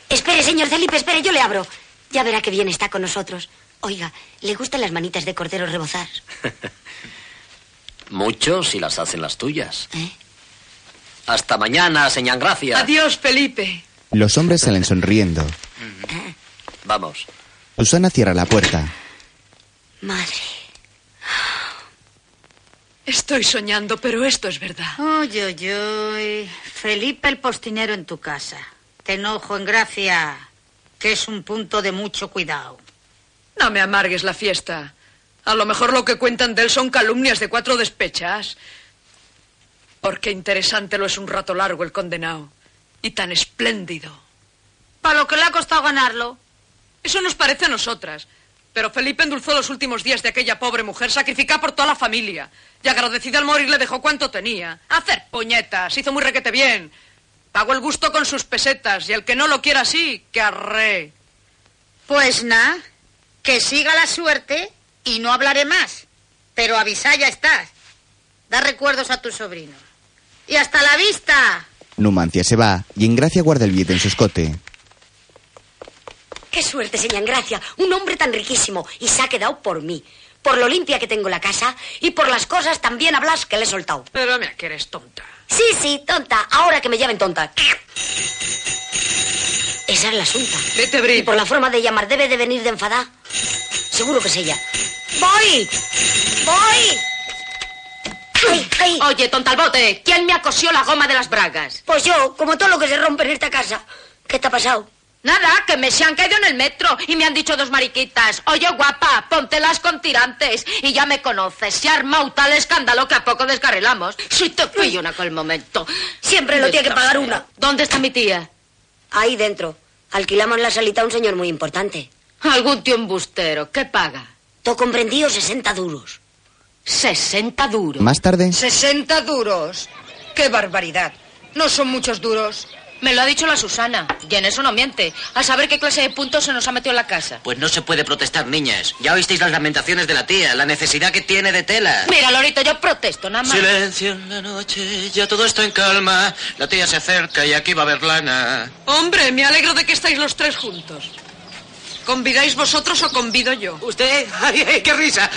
[SPEAKER 2] Espere, señor Felipe, espere, yo le abro. Ya verá qué bien está con nosotros. Oiga, ¿le gustan las manitas de cordero rebozar?
[SPEAKER 20] Mucho si las hacen las tuyas. Hasta mañana, señor Gracia.
[SPEAKER 3] Adiós, Felipe.
[SPEAKER 1] Los hombres salen sonriendo.
[SPEAKER 20] Vamos.
[SPEAKER 1] Susana cierra la puerta.
[SPEAKER 2] Madre.
[SPEAKER 3] Estoy soñando, pero esto es verdad.
[SPEAKER 4] Uy, uy, uy. Felipe el postinero en tu casa. Te enojo en gracia, que es un punto de mucho cuidado.
[SPEAKER 3] No me amargues la fiesta. A lo mejor lo que cuentan de él son calumnias de cuatro despechas. Porque interesante lo es un rato largo el condenado. Y tan espléndido.
[SPEAKER 4] Para lo que le ha costado ganarlo.
[SPEAKER 3] Eso nos parece a nosotras. Pero Felipe endulzó los últimos días de aquella pobre mujer sacrificada por toda la familia. Y agradecida al morir le dejó cuanto tenía. Hacer puñetas. Hizo muy requete bien. Pago el gusto con sus pesetas y el que no lo quiera así, que arre.
[SPEAKER 15] Pues nada, que siga la suerte y no hablaré más. Pero avisa ya estás. Da recuerdos a tu sobrino. Y hasta la vista.
[SPEAKER 1] Numancia se va y Engracia guarda el billete en su escote.
[SPEAKER 2] Qué suerte, señor Gracia. Un hombre tan riquísimo y se ha quedado por mí. Por lo limpia que tengo la casa y por las cosas tan bien hablas que le he soltado.
[SPEAKER 3] Pero mira que eres tonta.
[SPEAKER 2] Sí, sí, tonta. Ahora que me llamen tonta. Esa es la asunta.
[SPEAKER 3] Vete, Brin.
[SPEAKER 2] Y por la forma de llamar debe de venir de enfadar. Seguro que es ella. ¡Voy! ¡Voy!
[SPEAKER 4] Oye, tontalbote, ¿quién me ha cosido la goma de las bragas?
[SPEAKER 2] Pues yo, como todo lo que se rompe en esta casa. ¿Qué te ha pasado?
[SPEAKER 4] Nada, que me se han caído en el metro y me han dicho dos mariquitas. Oye, guapa, póntelas con tirantes. Y ya me conoces, se ha armado tal escándalo que a poco descarrilamos. Si te fui una con el momento.
[SPEAKER 2] Siempre lo
[SPEAKER 4] De
[SPEAKER 2] tiene que pagar
[SPEAKER 4] trasero.
[SPEAKER 2] una.
[SPEAKER 4] ¿Dónde está mi tía?
[SPEAKER 2] Ahí dentro. Alquilamos la salita a un señor muy importante.
[SPEAKER 4] Algún tío embustero. ¿Qué paga?
[SPEAKER 2] Todo comprendido, 60 duros.
[SPEAKER 4] 60 duros.
[SPEAKER 1] Más tarde,
[SPEAKER 13] 60 duros. ¡Qué barbaridad! No son muchos duros.
[SPEAKER 4] Me lo ha dicho la Susana. Y en eso no miente. A saber qué clase de puntos se nos ha metido en la casa.
[SPEAKER 20] Pues no se puede protestar, niñas. Ya oísteis las lamentaciones de la tía, la necesidad que tiene de tela.
[SPEAKER 4] Mira, Lorito, yo protesto, nada más.
[SPEAKER 20] Silencio en la noche, ya todo está en calma. La tía se acerca y aquí va a haber lana.
[SPEAKER 3] Hombre, me alegro de que estáis los tres juntos. ¿Convidáis vosotros o convido yo?
[SPEAKER 20] ¿Usted? ¡Ay, ay, qué risa!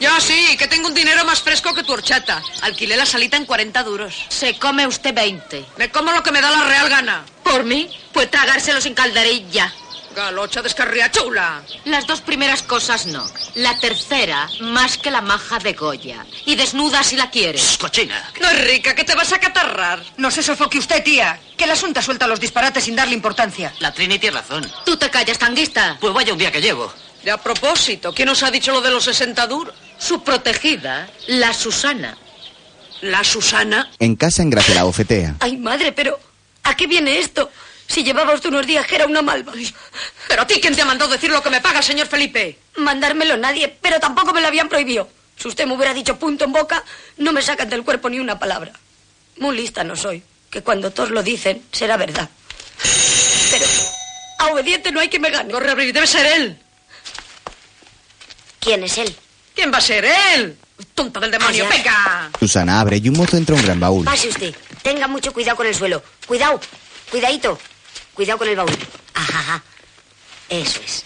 [SPEAKER 3] Yo sí, que tengo un dinero más fresco que tu horchata. Alquilé la salita en 40 duros.
[SPEAKER 4] Se come usted 20.
[SPEAKER 3] Me como lo que me da la real gana.
[SPEAKER 4] ¿Por mí? Pues tragárselo sin calderilla.
[SPEAKER 3] Galocha descarriachula.
[SPEAKER 4] Las dos primeras cosas no. La tercera, más que la maja de Goya. Y desnuda si la quieres.
[SPEAKER 20] ¡Cochina!
[SPEAKER 3] No es rica, que te vas a catarrar.
[SPEAKER 13] No se sofoque usted, tía. Que la asunta suelta los disparates sin darle importancia.
[SPEAKER 20] La Trinity tiene razón.
[SPEAKER 4] Tú te callas, tanguista.
[SPEAKER 20] Pues vaya un día que llevo.
[SPEAKER 3] Y a propósito, ¿quién os ha dicho lo de los 60 duros?
[SPEAKER 4] Su protegida, la Susana.
[SPEAKER 3] ¿La Susana?
[SPEAKER 1] en casa Engracia la ofetea.
[SPEAKER 2] Ay, madre, pero ¿a qué viene esto? Si llevaba usted unos días que era una malva.
[SPEAKER 3] Pero a ti, ¿quién te ha mandado decir lo que me paga, señor Felipe?
[SPEAKER 2] Mandármelo nadie, pero tampoco me lo habían prohibido. Si usted me hubiera dicho punto en boca, no me sacan del cuerpo ni una palabra. Muy lista no soy, que cuando todos lo dicen será verdad. Pero a obediente no hay que me gane.
[SPEAKER 3] Corre, abrir, debe ser él.
[SPEAKER 2] ¿Quién es él?
[SPEAKER 3] ¿Quién va a ser él? Tonto del demonio,
[SPEAKER 2] Calla.
[SPEAKER 3] venga.
[SPEAKER 1] Susana abre y un mozo entra a un gran baúl.
[SPEAKER 2] Pase usted. Tenga mucho cuidado con el suelo. Cuidado. Cuidadito. Cuidado con el baúl. Ajá, ajá. Eso es.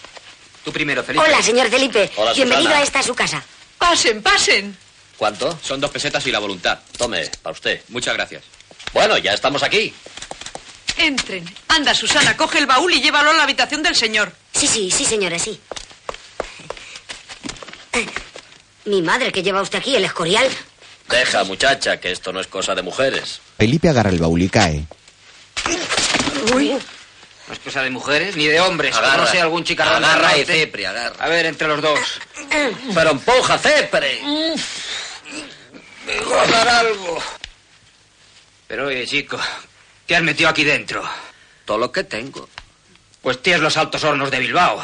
[SPEAKER 20] Tú primero, Felipe.
[SPEAKER 2] Hola, señor Felipe.
[SPEAKER 20] Hola,
[SPEAKER 2] Bienvenido
[SPEAKER 20] Susana.
[SPEAKER 2] a este- esta su casa.
[SPEAKER 3] Pasen, pasen.
[SPEAKER 20] ¿Cuánto?
[SPEAKER 18] Son dos pesetas y la voluntad.
[SPEAKER 20] Tome, para usted.
[SPEAKER 18] Muchas gracias.
[SPEAKER 20] Bueno, ya estamos aquí.
[SPEAKER 3] Entren. Anda, Susana, coge el baúl y llévalo a la habitación del señor.
[SPEAKER 2] Sí, sí, sí, señora, sí. Mi madre que lleva usted aquí, el escorial.
[SPEAKER 20] Deja, muchacha, que esto no es cosa de mujeres.
[SPEAKER 1] Felipe agarra el baúl y cae.
[SPEAKER 20] No es cosa de mujeres ni de hombres.
[SPEAKER 18] como
[SPEAKER 20] Agarra,
[SPEAKER 18] no sea algún chicarrón
[SPEAKER 20] Agarra
[SPEAKER 18] del
[SPEAKER 20] y
[SPEAKER 18] norte.
[SPEAKER 20] cepre, agarra.
[SPEAKER 18] A ver, entre los dos.
[SPEAKER 20] Pero empuja, cepre. Joder, algo.
[SPEAKER 18] Pero oye, chico, ¿qué has metido aquí dentro?
[SPEAKER 20] Todo lo que tengo.
[SPEAKER 18] Pues tienes los altos hornos de Bilbao.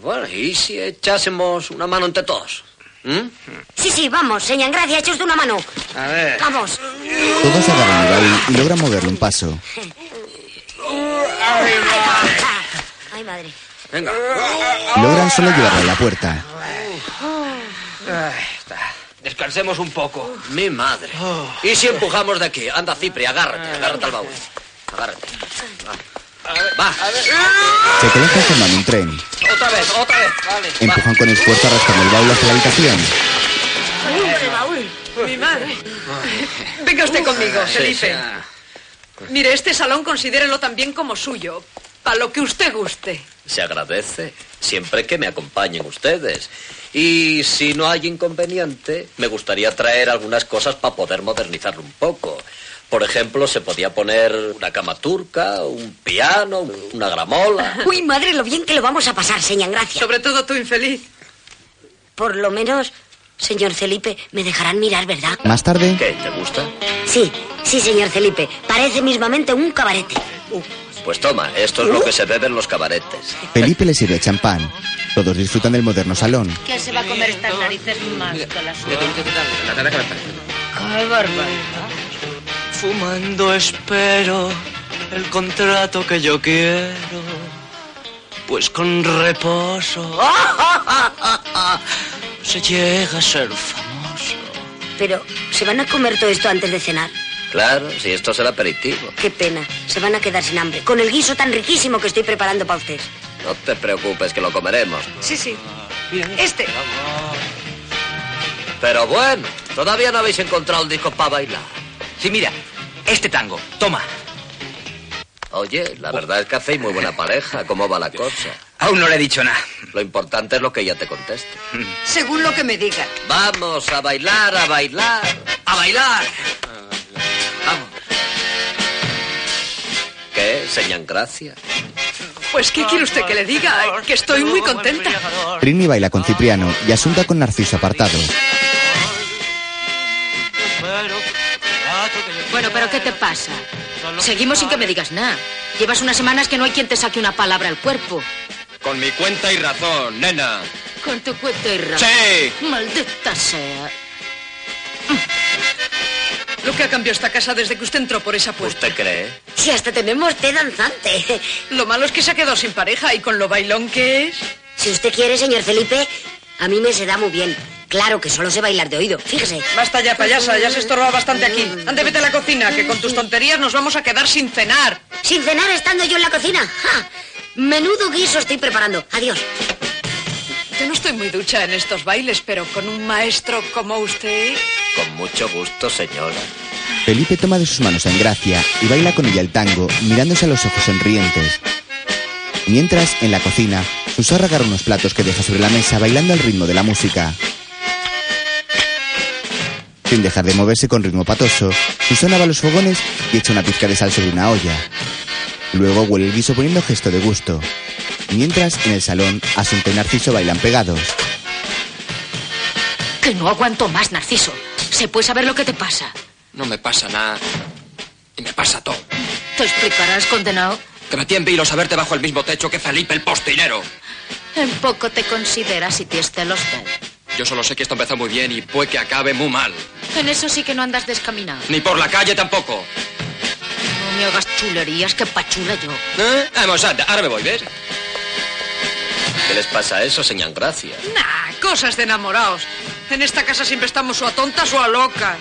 [SPEAKER 20] Bueno, ¿y si echásemos una mano entre todos? ¿Mm?
[SPEAKER 2] Sí, sí, vamos, señor Gracia, eche usted una mano.
[SPEAKER 20] A ver.
[SPEAKER 2] Vamos.
[SPEAKER 1] Todos agarran el baúl y logran moverlo un paso.
[SPEAKER 20] Ah,
[SPEAKER 2] Ay, madre.
[SPEAKER 20] Venga.
[SPEAKER 1] Logran solo llevarlo a la puerta.
[SPEAKER 18] Descansemos un poco.
[SPEAKER 20] Mi madre. ¿Y si empujamos de aquí? Anda, Cipri, agárrate,
[SPEAKER 18] Ah,
[SPEAKER 20] agárrate al baúl. Agárrate. Va.
[SPEAKER 1] Se colocan formando un tren.
[SPEAKER 20] Otra vez, otra vez. Vale.
[SPEAKER 1] Empujan con esfuerzo arrastrando el baúl hacia la habitación.
[SPEAKER 3] Mi madre. Venga usted conmigo, Felipe. Mire, este salón considérelo también como suyo, para lo que usted guste.
[SPEAKER 20] Se agradece siempre que me acompañen ustedes. Y si no hay inconveniente, me gustaría traer algunas cosas para poder modernizarlo un poco. Por ejemplo, se podía poner una cama turca, un piano, una gramola.
[SPEAKER 2] Uy, madre, lo bien que lo vamos a pasar, señor Gracia.
[SPEAKER 3] Sobre todo tú, infeliz.
[SPEAKER 2] Por lo menos, señor Felipe, me dejarán mirar, ¿verdad?
[SPEAKER 1] Más tarde,
[SPEAKER 20] ¿Qué? ¿Te gusta?
[SPEAKER 2] Sí, sí, señor Felipe. Parece mismamente un cabarete.
[SPEAKER 20] Pues toma, esto es
[SPEAKER 18] ¿Uh?
[SPEAKER 20] lo que se bebe en los cabaretes.
[SPEAKER 1] Felipe le sirve champán. Todos disfrutan del moderno salón.
[SPEAKER 15] ¿Quién se va a comer estas narices más que las
[SPEAKER 12] Fumando espero el contrato que yo quiero. Pues con reposo
[SPEAKER 20] ¡Ah!
[SPEAKER 12] se llega a ser famoso.
[SPEAKER 2] Pero, ¿se van a comer todo esto antes de cenar?
[SPEAKER 20] Claro, si esto es el aperitivo.
[SPEAKER 2] Qué pena, se van a quedar sin hambre. Con el guiso tan riquísimo que estoy preparando para usted.
[SPEAKER 20] No te preocupes que lo comeremos.
[SPEAKER 2] Sí, sí.
[SPEAKER 12] Ah,
[SPEAKER 2] Este.
[SPEAKER 20] Pero bueno, todavía no habéis encontrado un disco para bailar. Sí, mira, este tango, toma. Oye, la verdad es que hacéis muy buena pareja. ¿Cómo va la cosa? Aún no le he dicho nada. Lo importante es lo que ella te conteste.
[SPEAKER 13] Según lo que me diga.
[SPEAKER 20] Vamos a bailar, a bailar, a bailar. Vamos. ¿Qué? ¿Señan gracia?
[SPEAKER 3] Pues, ¿qué quiere usted que le diga? Que estoy muy contenta.
[SPEAKER 1] Trini baila con Cipriano y Asunta con Narciso apartado.
[SPEAKER 4] Bueno, pero ¿qué te pasa? Seguimos sin que me digas nada. Llevas unas semanas que no hay quien te saque una palabra al cuerpo.
[SPEAKER 23] Con mi cuenta y razón, nena.
[SPEAKER 4] Con tu cuento y razón.
[SPEAKER 23] Sí.
[SPEAKER 4] Maldita sea.
[SPEAKER 3] Mm. Lo que ha cambiado esta casa desde que usted entró por esa puerta.
[SPEAKER 20] ¿Usted cree?
[SPEAKER 2] Si hasta tenemos té danzante.
[SPEAKER 3] Lo malo es que se ha quedado sin pareja y con lo bailón que es.
[SPEAKER 2] Si usted quiere, señor Felipe, a mí me se da muy bien. Claro que solo sé bailar de oído, fíjese.
[SPEAKER 3] Basta ya, payasa, ya se estorba bastante aquí. Ande, vete a la cocina, que con tus tonterías nos vamos a quedar sin cenar.
[SPEAKER 2] Sin cenar estando yo en la cocina. ¡Ja! Menudo guiso estoy preparando. Adiós.
[SPEAKER 3] Yo no estoy muy ducha en estos bailes, pero con un maestro como usted...
[SPEAKER 20] Con mucho gusto, señora.
[SPEAKER 1] Felipe toma de sus manos a Engracia y baila con ella el tango, mirándose a los ojos sonrientes. Mientras, en la cocina, Susa agarra unos platos que deja sobre la mesa bailando al ritmo de la música. Sin dejar de moverse con ritmo patoso, Susana va a los fogones y echa una pizca de sal sobre una olla. Luego huele el guiso poniendo gesto de gusto. Mientras, en el salón, Asunta y Narciso bailan pegados.
[SPEAKER 4] Que no aguanto más, Narciso. ¿Se puede saber lo que te pasa?
[SPEAKER 18] No me pasa nada. Y me pasa todo.
[SPEAKER 4] ¿Te explicarás, condenado?
[SPEAKER 18] Que metí en vilo saberte bajo el mismo techo que Felipe el postinero.
[SPEAKER 4] En poco te consideras si tienes celos de él.
[SPEAKER 18] Yo solo sé que esto empezó muy bien y puede que acabe muy mal.
[SPEAKER 4] En eso sí que no andas descaminado.
[SPEAKER 18] Ni por la calle tampoco.
[SPEAKER 4] No me hagas chulerías que pachula yo.
[SPEAKER 18] ¿Eh? Vamos, anda, ahora me voy, ¿ves?
[SPEAKER 20] ¿Qué les pasa a eso, señan gracia?
[SPEAKER 3] Nah, cosas de enamorados. En esta casa siempre estamos o a tontas o a locas.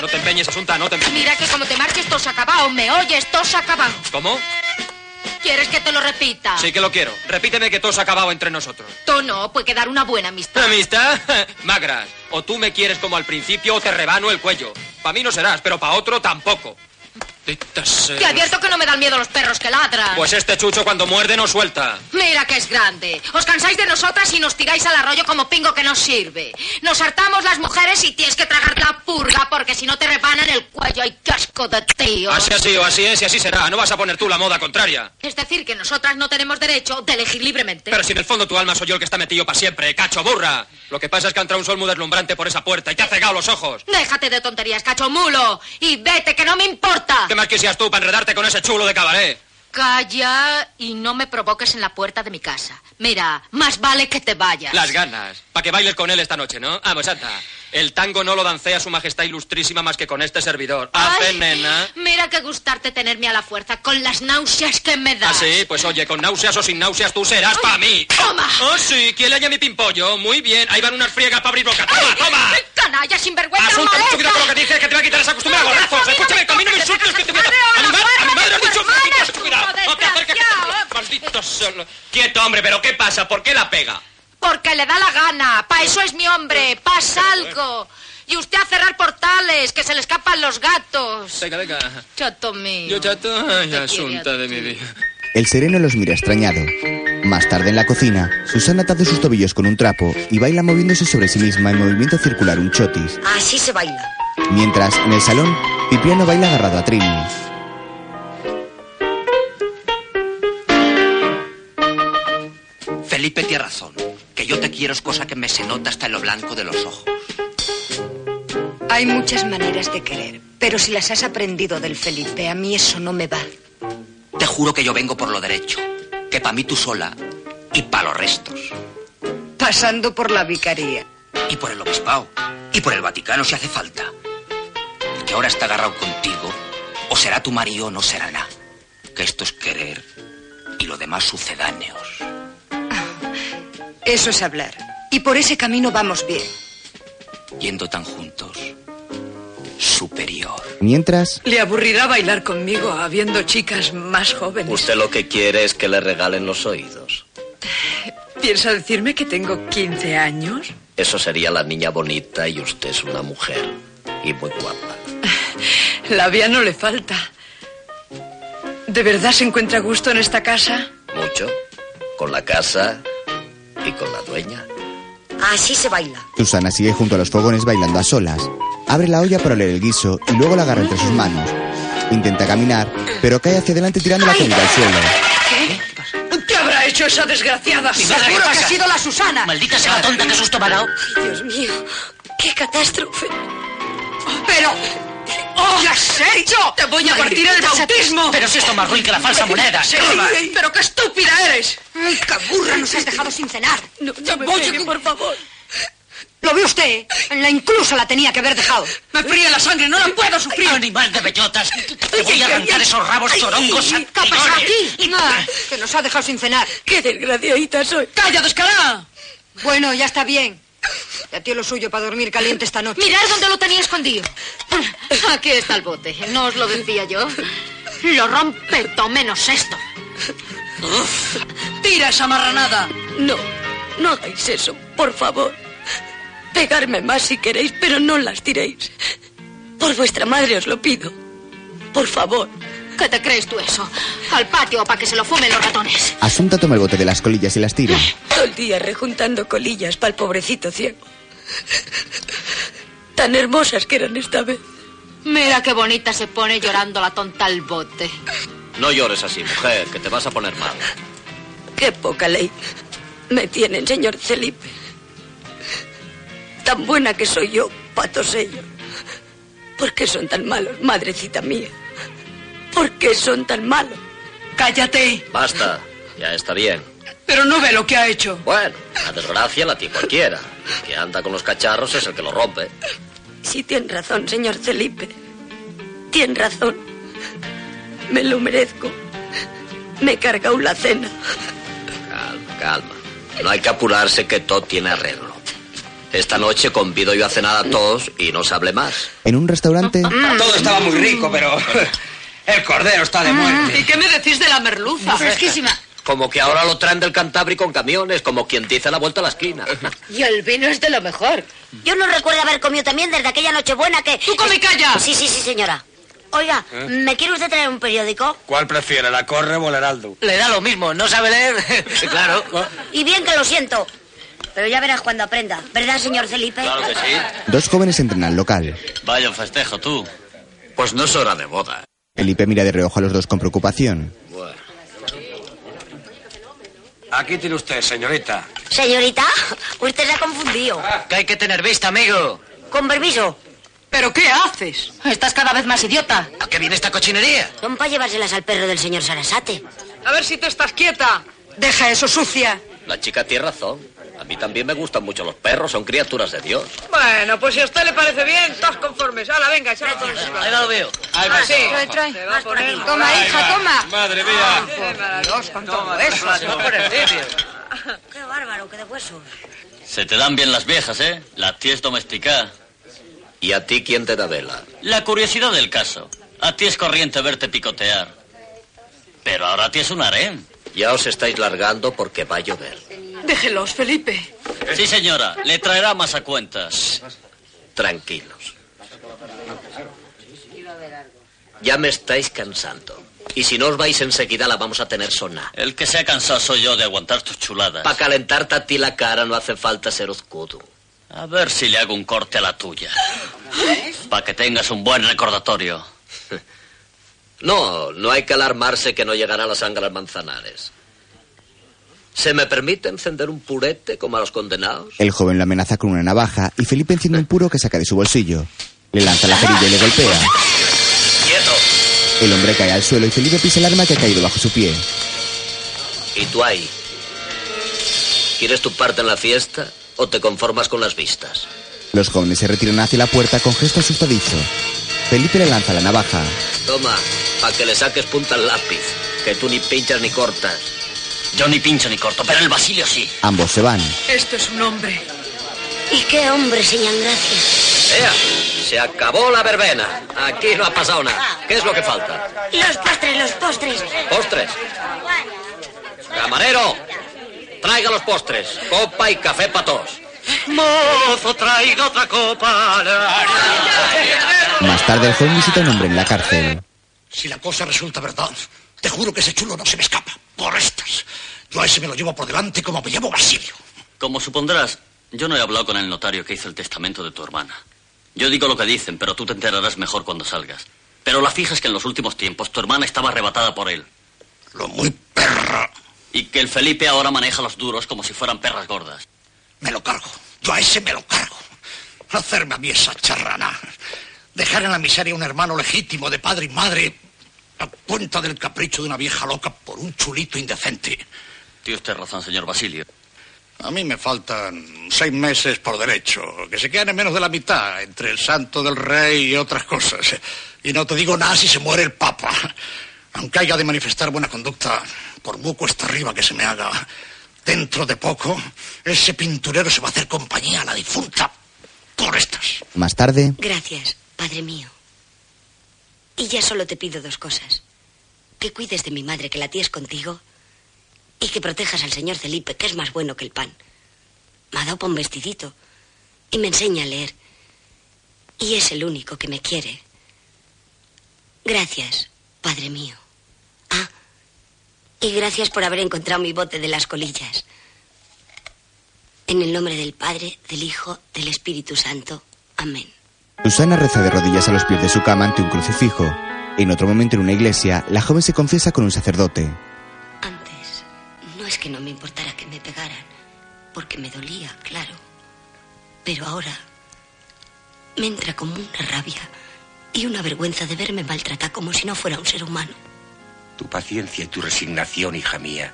[SPEAKER 18] No te empeñes, Asunta, no te empeñes.
[SPEAKER 4] Mira que como te marches, todo se ha acabado. ¿Me oyes? Todo se ha acabado.
[SPEAKER 18] ¿Cómo?
[SPEAKER 4] ¿Quieres que te lo repita?
[SPEAKER 18] Sí que lo quiero. Repíteme que todo se ha acabado entre nosotros.
[SPEAKER 4] Tú no, puede quedar una buena amistad.
[SPEAKER 18] ¿Amistad? Magras, o tú me quieres como al principio o te rebano el cuello. Para mí no serás, pero para otro tampoco. Maldita sea.
[SPEAKER 4] Te advierto que no me dan miedo los perros que ladran.
[SPEAKER 18] Pues este chucho cuando muerde no suelta.
[SPEAKER 4] Mira que es grande. Os cansáis de nosotras y nos tiráis al arroyo como pingo que no sirve. Nos hartamos las mujeres y tienes que tragar la purga porque si no te repanan el cuello hay casco de tío.
[SPEAKER 18] Así ha sido, así es y así será. No vas a poner tú la moda contraria.
[SPEAKER 4] Es decir, que nosotras no tenemos derecho de elegir libremente.
[SPEAKER 18] Pero si en el fondo tu alma soy yo el que está metido para siempre, cacho burra. Lo que pasa es que ha entrado un sol muy deslumbrante por esa puerta y te ha cegado los ojos.
[SPEAKER 4] Déjate de tonterías, cachomulo. Y vete, que no me importa.
[SPEAKER 18] ¿Qué más quisieras tú para enredarte con ese chulo de cabaret?
[SPEAKER 4] Calla y no me provoques en la puerta de mi casa. Mira, más vale que te vayas.
[SPEAKER 18] Las ganas. Para que bailes con él esta noche, ¿no? Vamos, anda. El tango no lo dancea su majestad ilustrísima más que con este servidor. Hace,
[SPEAKER 4] Ay,
[SPEAKER 18] nena.
[SPEAKER 4] Mira que gustarte tenerme a la fuerza con las náuseas que me das.
[SPEAKER 18] Ah, sí, pues oye, con náuseas o sin náuseas tú serás para mí.
[SPEAKER 4] ¡Toma!
[SPEAKER 18] Oh, sí, ¿quién le haya mi pimpollo? Muy bien, ahí van unas friegas para abrir boca. ¡Toma, toma!
[SPEAKER 4] ¡Ay, ¡Canalla, sinvergüenza,
[SPEAKER 18] Asunta, mucho
[SPEAKER 4] maleta!
[SPEAKER 18] cuidado con lo que dices, que te va a quitar esa costumbre a
[SPEAKER 4] No,
[SPEAKER 18] gorrazos.
[SPEAKER 4] a mí no
[SPEAKER 18] Escúchame,
[SPEAKER 4] me
[SPEAKER 18] que a mí no me
[SPEAKER 4] toques,
[SPEAKER 18] insultes, que te voy a...
[SPEAKER 4] te dejas
[SPEAKER 18] ¡A mi madre, a mi
[SPEAKER 4] amarrado
[SPEAKER 18] madre
[SPEAKER 4] de
[SPEAKER 18] has dicho
[SPEAKER 4] tu hermana,
[SPEAKER 18] friegas,
[SPEAKER 4] tú,
[SPEAKER 18] cuidado! ¡No te acerques, que
[SPEAKER 4] desgraciado!
[SPEAKER 18] te... ¡Maldito solo! Quieto, hombre, ¿pero qué pasa? ¿Por qué la pega?
[SPEAKER 4] Porque le da la gana. Pa' eso es mi hombre. Pasa algo. Y usted a cerrar portales, que se le escapan los gatos.
[SPEAKER 18] Venga, venga.
[SPEAKER 4] Chato mío.
[SPEAKER 18] Yo chato, ay,
[SPEAKER 4] Te
[SPEAKER 18] asunta de mi vida.
[SPEAKER 1] El sereno los mira extrañado. Más tarde en la cocina, Susana tapa sus tobillos con un trapo y baila moviéndose sobre sí misma en movimiento circular un chotis.
[SPEAKER 2] Así se baila.
[SPEAKER 1] Mientras, en el salón, Cipriano baila agarrado a Trini.
[SPEAKER 22] Felipe tiene razón. Que yo te quiero es cosa que me se nota hasta en lo blanco de los ojos.
[SPEAKER 13] Hay muchas maneras de querer, pero si las has aprendido del Felipe, a mí eso no me va.
[SPEAKER 22] Te juro que yo vengo por lo derecho. Que para mí tú sola y para los restos.
[SPEAKER 13] Pasando por la vicaría.
[SPEAKER 22] Y por el obispado. Y por el Vaticano si hace falta. El que ahora está agarrado contigo, o será tu marido o no será nada. que esto es querer y lo demás sucedáneos.
[SPEAKER 13] Eso es hablar. Y por ese camino vamos bien.
[SPEAKER 22] Yendo tan juntos, superior.
[SPEAKER 1] Mientras,
[SPEAKER 3] Le aburrirá bailar conmigo habiendo chicas más jóvenes.
[SPEAKER 20] Usted lo que quiere es que le regalen los oídos.
[SPEAKER 3] ¿Piensa decirme que tengo 15 años?
[SPEAKER 20] Eso sería la niña bonita y usted es una mujer. Y muy guapa.
[SPEAKER 3] La vía no le falta. ¿De verdad se encuentra a gusto en esta casa?
[SPEAKER 20] Mucho. Con la casa y con la dueña.
[SPEAKER 10] Así se baila.
[SPEAKER 1] Susana sigue junto a los fogones bailando a solas. Abre la olla para oler el guiso y luego la agarra entre sus manos. Intenta caminar, pero cae hacia adelante tirando la comida al suelo.
[SPEAKER 3] ¿Qué habrá hecho esa desgraciada?
[SPEAKER 13] Seguro que ha sido la Susana.
[SPEAKER 3] Maldita sea la tonta, qué susto me ha dado.
[SPEAKER 10] Ay, Dios mío, qué catástrofe.
[SPEAKER 3] Pero... ¿Qué has hecho? Oh, Te voy a partir el bautismo.
[SPEAKER 22] Pero si esto es más ruin que la falsa moneda.
[SPEAKER 3] Sí,
[SPEAKER 22] Toma.
[SPEAKER 3] pero qué estúpida eres.
[SPEAKER 13] Ay, caburra, nos has dejado sin cenar.
[SPEAKER 3] No,
[SPEAKER 13] me pegue,
[SPEAKER 3] por favor.
[SPEAKER 13] Lo ve usted, ¿eh? en la incluso la tenía que haber dejado.
[SPEAKER 3] Me fría la sangre, no la puedo sufrir.
[SPEAKER 22] Animal de bellotas. Te voy a arrancar esos rabos chorongos.
[SPEAKER 13] ¿Qué ha pasado aquí? Ah, que nos ha dejado sin cenar.
[SPEAKER 3] Qué desgraciadita soy. ¡Calla, descarada!
[SPEAKER 13] Bueno, ya está bien. Ya tiene lo suyo para dormir caliente esta noche.
[SPEAKER 24] Mirad dónde lo tenía escondido. Aquí está el bote. No os lo decía yo. Lo rompe todo menos esto.
[SPEAKER 3] Tira esa marranada.
[SPEAKER 10] No, no hagáis eso, por favor. Pegarme más si queréis, pero no las tiréis. Por vuestra madre os lo pido. Por favor.
[SPEAKER 24] ¿Qué te crees tú eso? Al patio para que se lo fumen los ratones.
[SPEAKER 1] Asunta toma el bote de las colillas y las tira.
[SPEAKER 10] Todo el día rejuntando colillas para el pobrecito ciego. Tan hermosas que eran esta vez.
[SPEAKER 24] Mira qué bonita se pone llorando la tonta al bote.
[SPEAKER 20] No llores así, mujer, que te vas a poner mal.
[SPEAKER 10] Qué poca ley me tienen, señor Felipe. Tan buena que soy yo, patos ellos. ¿Por qué son tan malos, madrecita mía? ¿Por qué son tan malos?
[SPEAKER 3] Cállate.
[SPEAKER 20] Basta, ya está bien.
[SPEAKER 3] Pero no ve lo que ha hecho.
[SPEAKER 20] Bueno, la desgracia la tiene cualquiera. El que anda con los cacharros es el que lo rompe.
[SPEAKER 10] Sí, tiene razón, señor Felipe. Tiene razón. Me lo merezco. Me he cargado la cena.
[SPEAKER 20] Calma, calma. No hay que apurarse que todo tiene arreglo. Esta noche convido yo a cenar a todos y no se hable más.
[SPEAKER 1] En un restaurante,
[SPEAKER 25] Todo estaba muy rico, pero el cordero está de muerte.
[SPEAKER 3] Mm. ¿Y qué me decís de la merluza?
[SPEAKER 15] Fresquísima.
[SPEAKER 20] Como que ahora lo traen del Cantábrico en camiones, como quien dice la vuelta a la esquina.
[SPEAKER 4] Y el vino es de lo mejor.
[SPEAKER 2] Yo no recuerdo haber comido también desde aquella nochebuena que...
[SPEAKER 3] ¡Tú come y calla!
[SPEAKER 2] Sí, sí, sí, señora. Oiga, ¿me quiere usted traer un periódico?
[SPEAKER 25] ¿Cuál prefiere, la corre o el heraldo?
[SPEAKER 22] Le da lo mismo, no sabe leer. claro.
[SPEAKER 2] Y bien que lo siento. Pero ya verás cuando aprenda. ¿Verdad, señor Felipe?
[SPEAKER 20] Claro que sí.
[SPEAKER 1] dos jóvenes entran al local.
[SPEAKER 14] Vaya festejo tú.
[SPEAKER 20] Pues no es hora de boda.
[SPEAKER 1] Felipe mira de reojo a los dos con preocupación.
[SPEAKER 25] Aquí tiene usted, señorita.
[SPEAKER 2] Señorita, usted se ha confundido.
[SPEAKER 22] Que hay que tener vista, amigo.
[SPEAKER 2] Con permiso,
[SPEAKER 3] ¿Pero qué haces?
[SPEAKER 4] Estás cada vez más idiota.
[SPEAKER 22] ¿A qué viene esta cochinería?
[SPEAKER 2] son para llevárselas al perro del señor Sarasate.
[SPEAKER 3] A ver si te estás quieta.
[SPEAKER 13] Deja eso, sucia.
[SPEAKER 20] La chica tiene razón. A mí también me gustan mucho los perros, son criaturas de Dios.
[SPEAKER 3] Bueno, pues si a usted le parece bien, todos conformes. Hala, venga, echad
[SPEAKER 22] Ahí va, lo veo.
[SPEAKER 25] Ahí va.
[SPEAKER 3] Sí.
[SPEAKER 13] Trae, trae.
[SPEAKER 3] Se va a poner...
[SPEAKER 13] Toma, hija, toma.
[SPEAKER 25] Madre mía.
[SPEAKER 13] Dios, con todo
[SPEAKER 25] Toma,
[SPEAKER 13] eso.
[SPEAKER 25] macho.
[SPEAKER 2] Qué bárbaro, qué de hueso.
[SPEAKER 14] Se te dan bien las viejas, ¿eh? Las tienes domesticadas.
[SPEAKER 20] ¿Y a ti quién te da vela?
[SPEAKER 14] La curiosidad del caso. A ti es corriente verte picotear. Pero ahora a ti es un harén.
[SPEAKER 20] Ya os estáis largando porque va a llover.
[SPEAKER 3] Déjelos, Felipe.
[SPEAKER 14] Sí, señora, le traerá más a cuentas.
[SPEAKER 20] Tranquilos. Ya me estáis cansando. Y si no os vais enseguida la vamos a tener soná.
[SPEAKER 14] El que se ha cansado soy yo de aguantar tus chuladas.
[SPEAKER 20] Para calentarte a ti la cara no hace falta ser oscuro.
[SPEAKER 14] A ver si le hago un corte a la tuya. Para que tengas un buen recordatorio.
[SPEAKER 20] No, no hay que alarmarse que no llegará la sangre al manzanares. ¿Se me permite encender un purete como a los condenados?
[SPEAKER 1] El joven lo amenaza con una navaja y Felipe enciende un puro que saca de su bolsillo. Le lanza la cerilla y le golpea.
[SPEAKER 20] ¡Quieto!
[SPEAKER 1] El hombre cae al suelo y Felipe pisa el arma que ha caído bajo su pie.
[SPEAKER 20] ¿Y tú ahí? ¿Quieres tu parte en la fiesta o te conformas con las vistas?
[SPEAKER 1] Los jóvenes se retiran hacia la puerta con gesto asustadizo. Felipe le lanza la navaja.
[SPEAKER 20] Toma, para que le saques punta al lápiz, que tú ni pinchas ni cortas.
[SPEAKER 22] Yo ni pincho ni corto, pero el Basilio sí.
[SPEAKER 1] Ambos se van.
[SPEAKER 3] Esto es un hombre.
[SPEAKER 2] ¿Y qué hombre, señor Gracias?
[SPEAKER 20] Ea, se acabó la verbena. Aquí no ha pasado nada. ¿Qué es lo que falta?
[SPEAKER 2] Los postres, los postres.
[SPEAKER 20] Postres. Camarero, traiga los postres. Copa y café para todos.
[SPEAKER 22] Mozo, traiga otra copa.
[SPEAKER 1] Más tarde el joven visita a un hombre en la cárcel.
[SPEAKER 8] Si la cosa resulta verdad, te juro que ese chulo no se me escapa. Por estas. Yo a ese me lo llevo por delante como me llevo Basilio.
[SPEAKER 14] Como supondrás, yo no he hablado con el notario que hizo el testamento de tu hermana. Yo digo lo que dicen, pero tú te enterarás mejor cuando salgas. Pero la fija es que en los últimos tiempos tu hermana estaba arrebatada por él.
[SPEAKER 8] Lo muy perra.
[SPEAKER 14] Y que el Felipe ahora maneja los duros como si fueran perras gordas.
[SPEAKER 8] Me lo cargo. Yo a ese me lo cargo. Hacerme a mí esa charrana. Dejar en la miseria un hermano legítimo de padre y madre a cuenta del capricho de una vieja loca por un chulito indecente.
[SPEAKER 14] Tiene usted razón, señor Basilio.
[SPEAKER 8] A mí me faltan seis meses por derecho, que se quedan en menos de la mitad, entre el santo del rey y otras cosas. Y no te digo nada si se muere el papa. Aunque haya de manifestar buena conducta, por muy cuesta arriba que se me haga, dentro de poco, ese pinturero se va a hacer compañía a la difunta por estas.
[SPEAKER 1] Más tarde,
[SPEAKER 2] Gracias, padre mío. Y ya solo te pido dos cosas. Que cuides de mi madre, que la tienes contigo, y que protejas al señor Felipe, que es más bueno que el pan. Me ha dado pa' un vestidito y me enseña a leer. Y es el único que me quiere. Gracias, padre mío. Ah, y gracias por haber encontrado mi bote de las colillas. En el nombre del Padre, del Hijo, del Espíritu Santo. Amén.
[SPEAKER 1] Susana reza de rodillas a los pies de su cama ante un crucifijo. En otro momento en una iglesia, la joven se confiesa con un sacerdote.
[SPEAKER 2] No es que no me importara que me pegaran, porque me dolía, claro. Pero ahora me entra como una rabia y una vergüenza de verme maltratada como si no fuera un ser humano.
[SPEAKER 26] Tu paciencia y tu resignación, hija mía,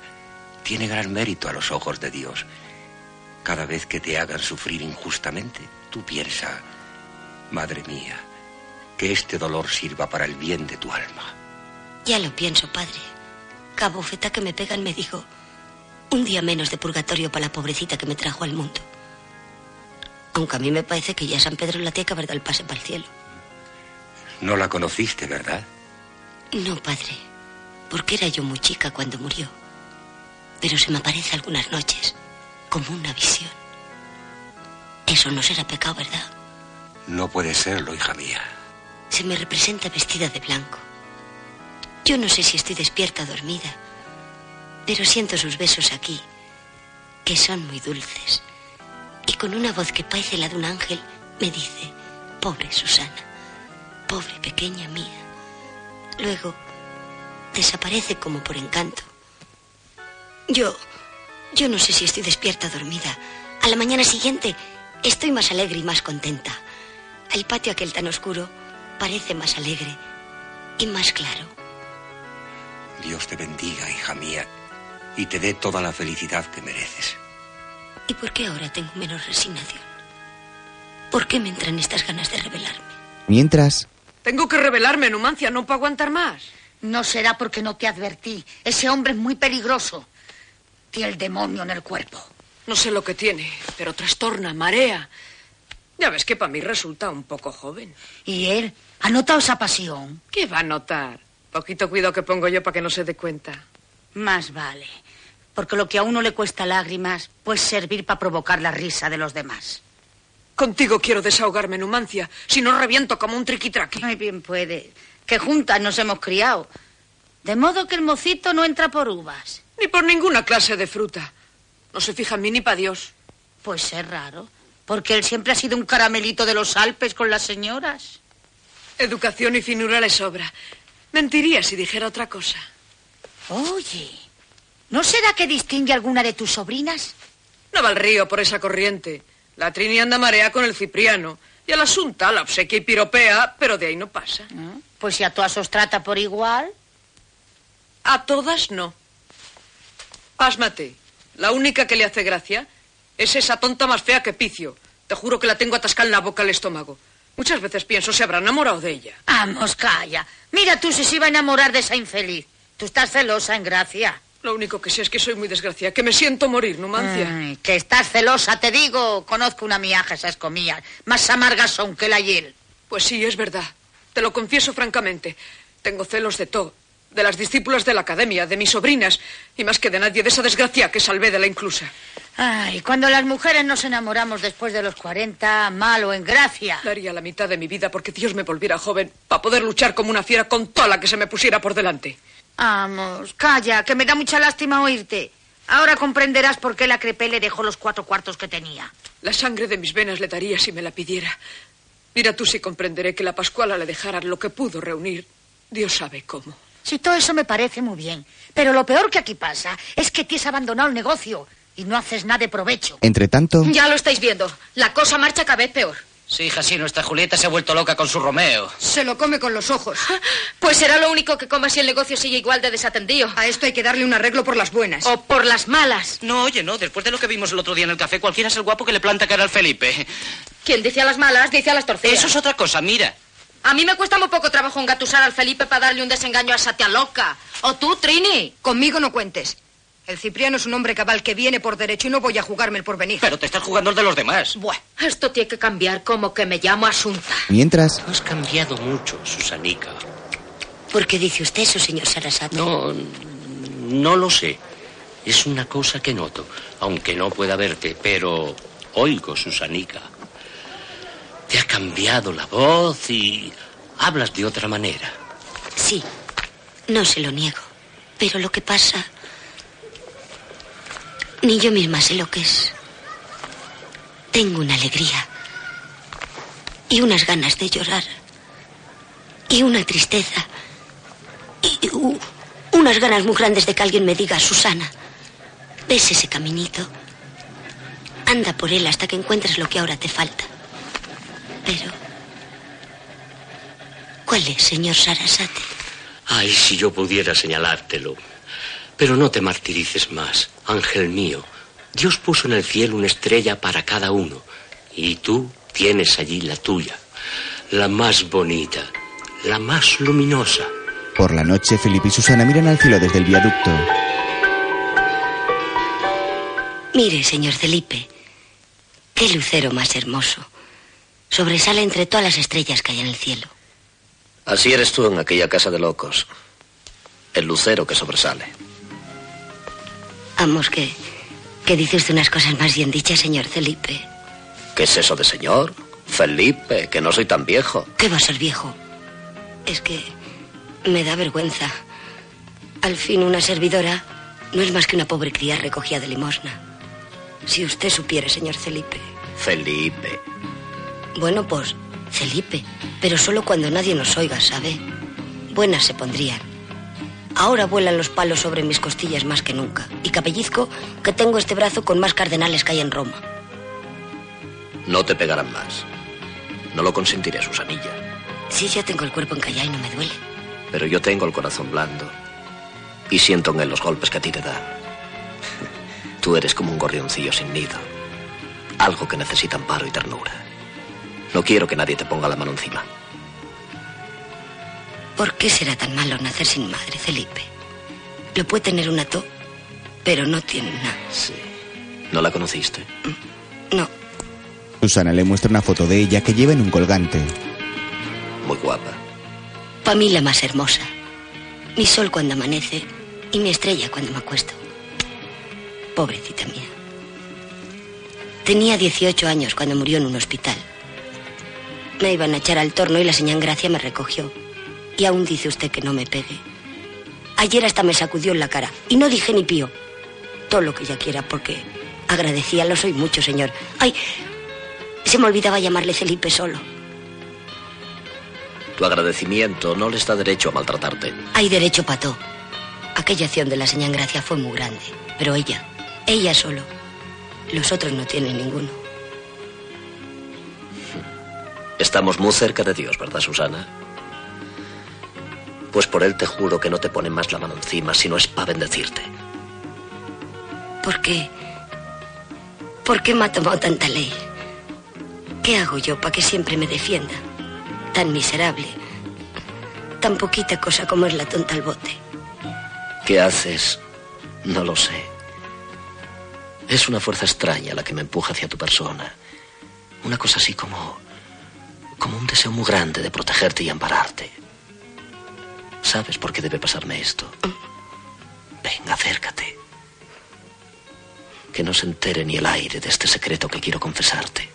[SPEAKER 26] tiene gran mérito a los ojos de Dios. Cada vez que te hagan sufrir injustamente, tú piensa, madre mía, que este dolor sirva para el bien de tu alma.
[SPEAKER 2] Ya lo pienso, padre. Cada bofeta que me pegan me digo, un día menos de purgatorio para la pobrecita que me trajo al mundo. Aunque a mí me parece que ya San Pedro la tiene que haber dado el pase para el cielo.
[SPEAKER 26] No la conociste, ¿verdad?
[SPEAKER 2] No, padre, porque era yo muy chica cuando murió. Pero se me aparece algunas noches, como una visión. Eso no será pecado, ¿verdad?
[SPEAKER 26] No puede serlo, hija mía.
[SPEAKER 2] Se me representa vestida de blanco. Yo no sé si estoy despierta o dormida, pero siento sus besos aquí, que son muy dulces. Y con una voz que parece la de un ángel, me dice, pobre Susana, pobre pequeña mía. Luego, desaparece como por encanto. Yo, yo no sé si estoy despierta o dormida. A la mañana siguiente, estoy más alegre y más contenta. El patio aquel tan oscuro parece más alegre y más claro.
[SPEAKER 26] Dios te bendiga, hija mía, y te dé toda la felicidad que mereces.
[SPEAKER 2] ¿Y por qué ahora tengo menos resignación? ¿Por qué me entran estas ganas de rebelarme?
[SPEAKER 1] Mientras,
[SPEAKER 3] Tengo que rebelarme, Numancia, no para aguantar más.
[SPEAKER 15] No será porque no te advertí. Ese hombre es muy peligroso. Tiene el demonio en el cuerpo.
[SPEAKER 3] No sé lo que tiene, pero trastorna, marea. Ya ves que para mí resulta un poco joven.
[SPEAKER 15] ¿Y él? ¿Ha notado esa pasión?
[SPEAKER 3] ¿Qué va a notar? Poquito cuidado que pongo yo para que no se dé cuenta.
[SPEAKER 15] Más vale. Porque lo que a uno le cuesta lágrimas puede servir para provocar la risa de los demás.
[SPEAKER 3] Contigo quiero desahogarme, Numancia. Si no, reviento como un triquitraqui.
[SPEAKER 15] Ay, bien puede. Que juntas nos hemos criado. De modo que el mocito no entra por uvas.
[SPEAKER 3] Ni por ninguna clase de fruta. No se fija en mí ni para Dios.
[SPEAKER 15] Pues es raro. Porque él siempre ha sido un caramelito de los Alpes con las señoras.
[SPEAKER 3] Educación y finura le sobra. Mentiría si dijera otra cosa.
[SPEAKER 15] Oye, ¿no será que distingue alguna de tus sobrinas?
[SPEAKER 3] No va al río por esa corriente. La Trini anda marea con el Cipriano. Y a la Asunta la obsequia y piropea, pero de ahí no pasa.
[SPEAKER 15] Pues si a todas os trata por igual.
[SPEAKER 3] A todas no. Pásmate. La única que le hace gracia es esa tonta más fea que Picio. Te juro que la tengo atascada en la boca el estómago. Muchas veces pienso, se habrá enamorado de ella.
[SPEAKER 4] Vamos, calla. Mira tú si se iba a enamorar de esa infeliz. Tú estás celosa, en gracia.
[SPEAKER 3] Lo único que sé es que soy muy desgraciada, que me siento morir, Numancia.
[SPEAKER 4] Ay, que estás celosa, te digo. Conozco una miaja esas comillas. Más amargas son que la hiel.
[SPEAKER 3] Pues sí, es verdad. Te lo confieso francamente. Tengo celos de todo. De las discípulas de la academia, de mis sobrinas. Y más que de nadie, de esa desgracia que salvé de la inclusa.
[SPEAKER 4] Ay, cuando las mujeres nos enamoramos después de los 40, malo en gracia.
[SPEAKER 3] Daría la mitad de mi vida porque Dios me volviera joven para poder luchar como una fiera con toda la que se me pusiera por delante.
[SPEAKER 4] Vamos, calla, que me da mucha lástima oírte. Ahora comprenderás por qué la crepé le dejó los cuatro cuartos que tenía.
[SPEAKER 3] La sangre de mis venas le daría si me la pidiera. Mira tú si comprenderé que la Pascuala le dejara lo que pudo reunir. Dios sabe cómo.
[SPEAKER 4] Si todo eso me parece muy bien, pero lo peor que aquí pasa es que te has abandonado el negocio y no haces nada de provecho.
[SPEAKER 1] Entre tanto,
[SPEAKER 27] Ya lo estáis viendo. La cosa marcha cada vez peor.
[SPEAKER 28] Sí, hija, sí, nuestra Julieta se ha vuelto loca con su Romeo.
[SPEAKER 13] Se lo come con los ojos.
[SPEAKER 27] Pues será lo único que coma si el negocio sigue igual de desatendido.
[SPEAKER 13] A esto hay que darle un arreglo por las buenas.
[SPEAKER 27] O por las malas.
[SPEAKER 17] No, oye, no. Después de lo que vimos el otro día en el café, cualquiera es el guapo que le planta cara al Felipe.
[SPEAKER 27] Quien dice a las malas, dice a las torcidas.
[SPEAKER 17] Eso es otra cosa, mira.
[SPEAKER 27] A mí me cuesta muy poco trabajo engatusar al Felipe para darle un desengaño a esa tía loca. O tú, Trini.
[SPEAKER 13] Conmigo no cuentes. El Cipriano es un hombre cabal que viene por derecho y no voy a jugarme el porvenir.
[SPEAKER 17] Pero te estás jugando el de los demás.
[SPEAKER 27] Buah, esto tiene que cambiar como que me llamo Asunta.
[SPEAKER 1] mientras,
[SPEAKER 20] Has cambiado mucho, Susanica.
[SPEAKER 2] ¿Por qué dice usted eso, señor Sarasate?
[SPEAKER 20] No, no lo sé. Es una cosa que noto, aunque no pueda verte, pero oigo, Susanica. Te ha cambiado la voz y hablas de otra manera.
[SPEAKER 2] Sí, no se lo niego. Pero lo que pasa... Ni yo misma sé lo que es. Tengo una alegría. Y unas ganas de llorar. Y una tristeza. Y u- unas ganas muy grandes de que alguien me diga, Susana, ves ese caminito. Anda por él hasta que encuentres lo que ahora te falta. Pero... ¿Cuál es, señor Sarasate?
[SPEAKER 20] Ay, si yo pudiera señalártelo. Pero no te martirices más, ángel mío. Dios puso en el cielo una estrella para cada uno. Y tú tienes allí la tuya. La más bonita, la más luminosa.
[SPEAKER 1] por la noche, Felipe y Susana miran al cielo desde el viaducto.
[SPEAKER 2] Mire, señor Felipe, qué lucero más hermoso. Sobresale entre todas las estrellas que hay en el cielo.
[SPEAKER 20] Así eres tú en aquella casa de locos. El lucero que sobresale.
[SPEAKER 2] Vamos, que, que dice usted unas cosas más bien dichas, señor Felipe.
[SPEAKER 20] ¿Qué es eso de señor? Felipe, que no soy tan viejo.
[SPEAKER 2] ¿Qué va a ser viejo? Es que me da vergüenza. Al fin, una servidora no es más que una pobre cría recogida de limosna. Si usted supiera, señor Felipe.
[SPEAKER 20] Felipe.
[SPEAKER 2] Bueno, pues, Felipe, pero solo cuando nadie nos oiga, ¿sabe? Buenas se pondrían. Ahora vuelan los palos sobre mis costillas más que nunca. Y capellizco que tengo este brazo con más cardenales que hay en Roma.
[SPEAKER 20] No te pegarán más. No lo consentiré, Susanilla.
[SPEAKER 2] Sí, ya tengo el cuerpo encallado y no me duele.
[SPEAKER 20] Pero yo tengo el corazón blando. Y siento en él los golpes que a ti te dan. Tú eres como un gorrioncillo sin nido. Algo que necesita amparo y ternura. No quiero que nadie te ponga la mano encima.
[SPEAKER 2] ¿Por qué será tan malo nacer sin madre, Felipe? Lo puede tener una to, pero no tiene una.
[SPEAKER 20] Sí. ¿No la conociste?
[SPEAKER 2] No,
[SPEAKER 1] Susana le muestra una foto de ella que lleva en un colgante.
[SPEAKER 20] Muy guapa.
[SPEAKER 2] para mí la más hermosa. Mi sol cuando amanece y mi estrella cuando me acuesto. Pobrecita mía. Tenía 18 años cuando murió en un hospital. Me iban a echar al torno y la señal Gracia me recogió. Y aún dice usted que no me pegue. Ayer hasta me sacudió en la cara y no dije ni pío. Todo lo que ella quiera porque agradecía lo soy mucho, señor. Ay, se me olvidaba llamarle Felipe solo.
[SPEAKER 20] Tu agradecimiento no les da derecho a maltratarte.
[SPEAKER 2] Hay derecho, Pato. Aquella acción de la señal Gracia fue muy grande, pero ella, ella solo. Los otros no tienen ninguno.
[SPEAKER 20] Estamos muy cerca de Dios, ¿verdad, Susana? Pues por Él te juro que no te ponen más la mano encima si no es para bendecirte.
[SPEAKER 2] ¿Por qué? ¿Por qué me ha tomado tanta ley?
[SPEAKER 10] ¿Qué hago yo para que siempre me defienda? Tan miserable. Tan poquita cosa como es la tonta al bote.
[SPEAKER 20] ¿Qué haces? No lo sé. Es una fuerza extraña la que me empuja hacia tu persona. Una cosa así como. como un deseo muy grande de protegerte y ampararte. ¿Sabes por qué debe pasarme esto? Venga, acércate. Que no se entere ni el aire de este secreto que quiero confesarte.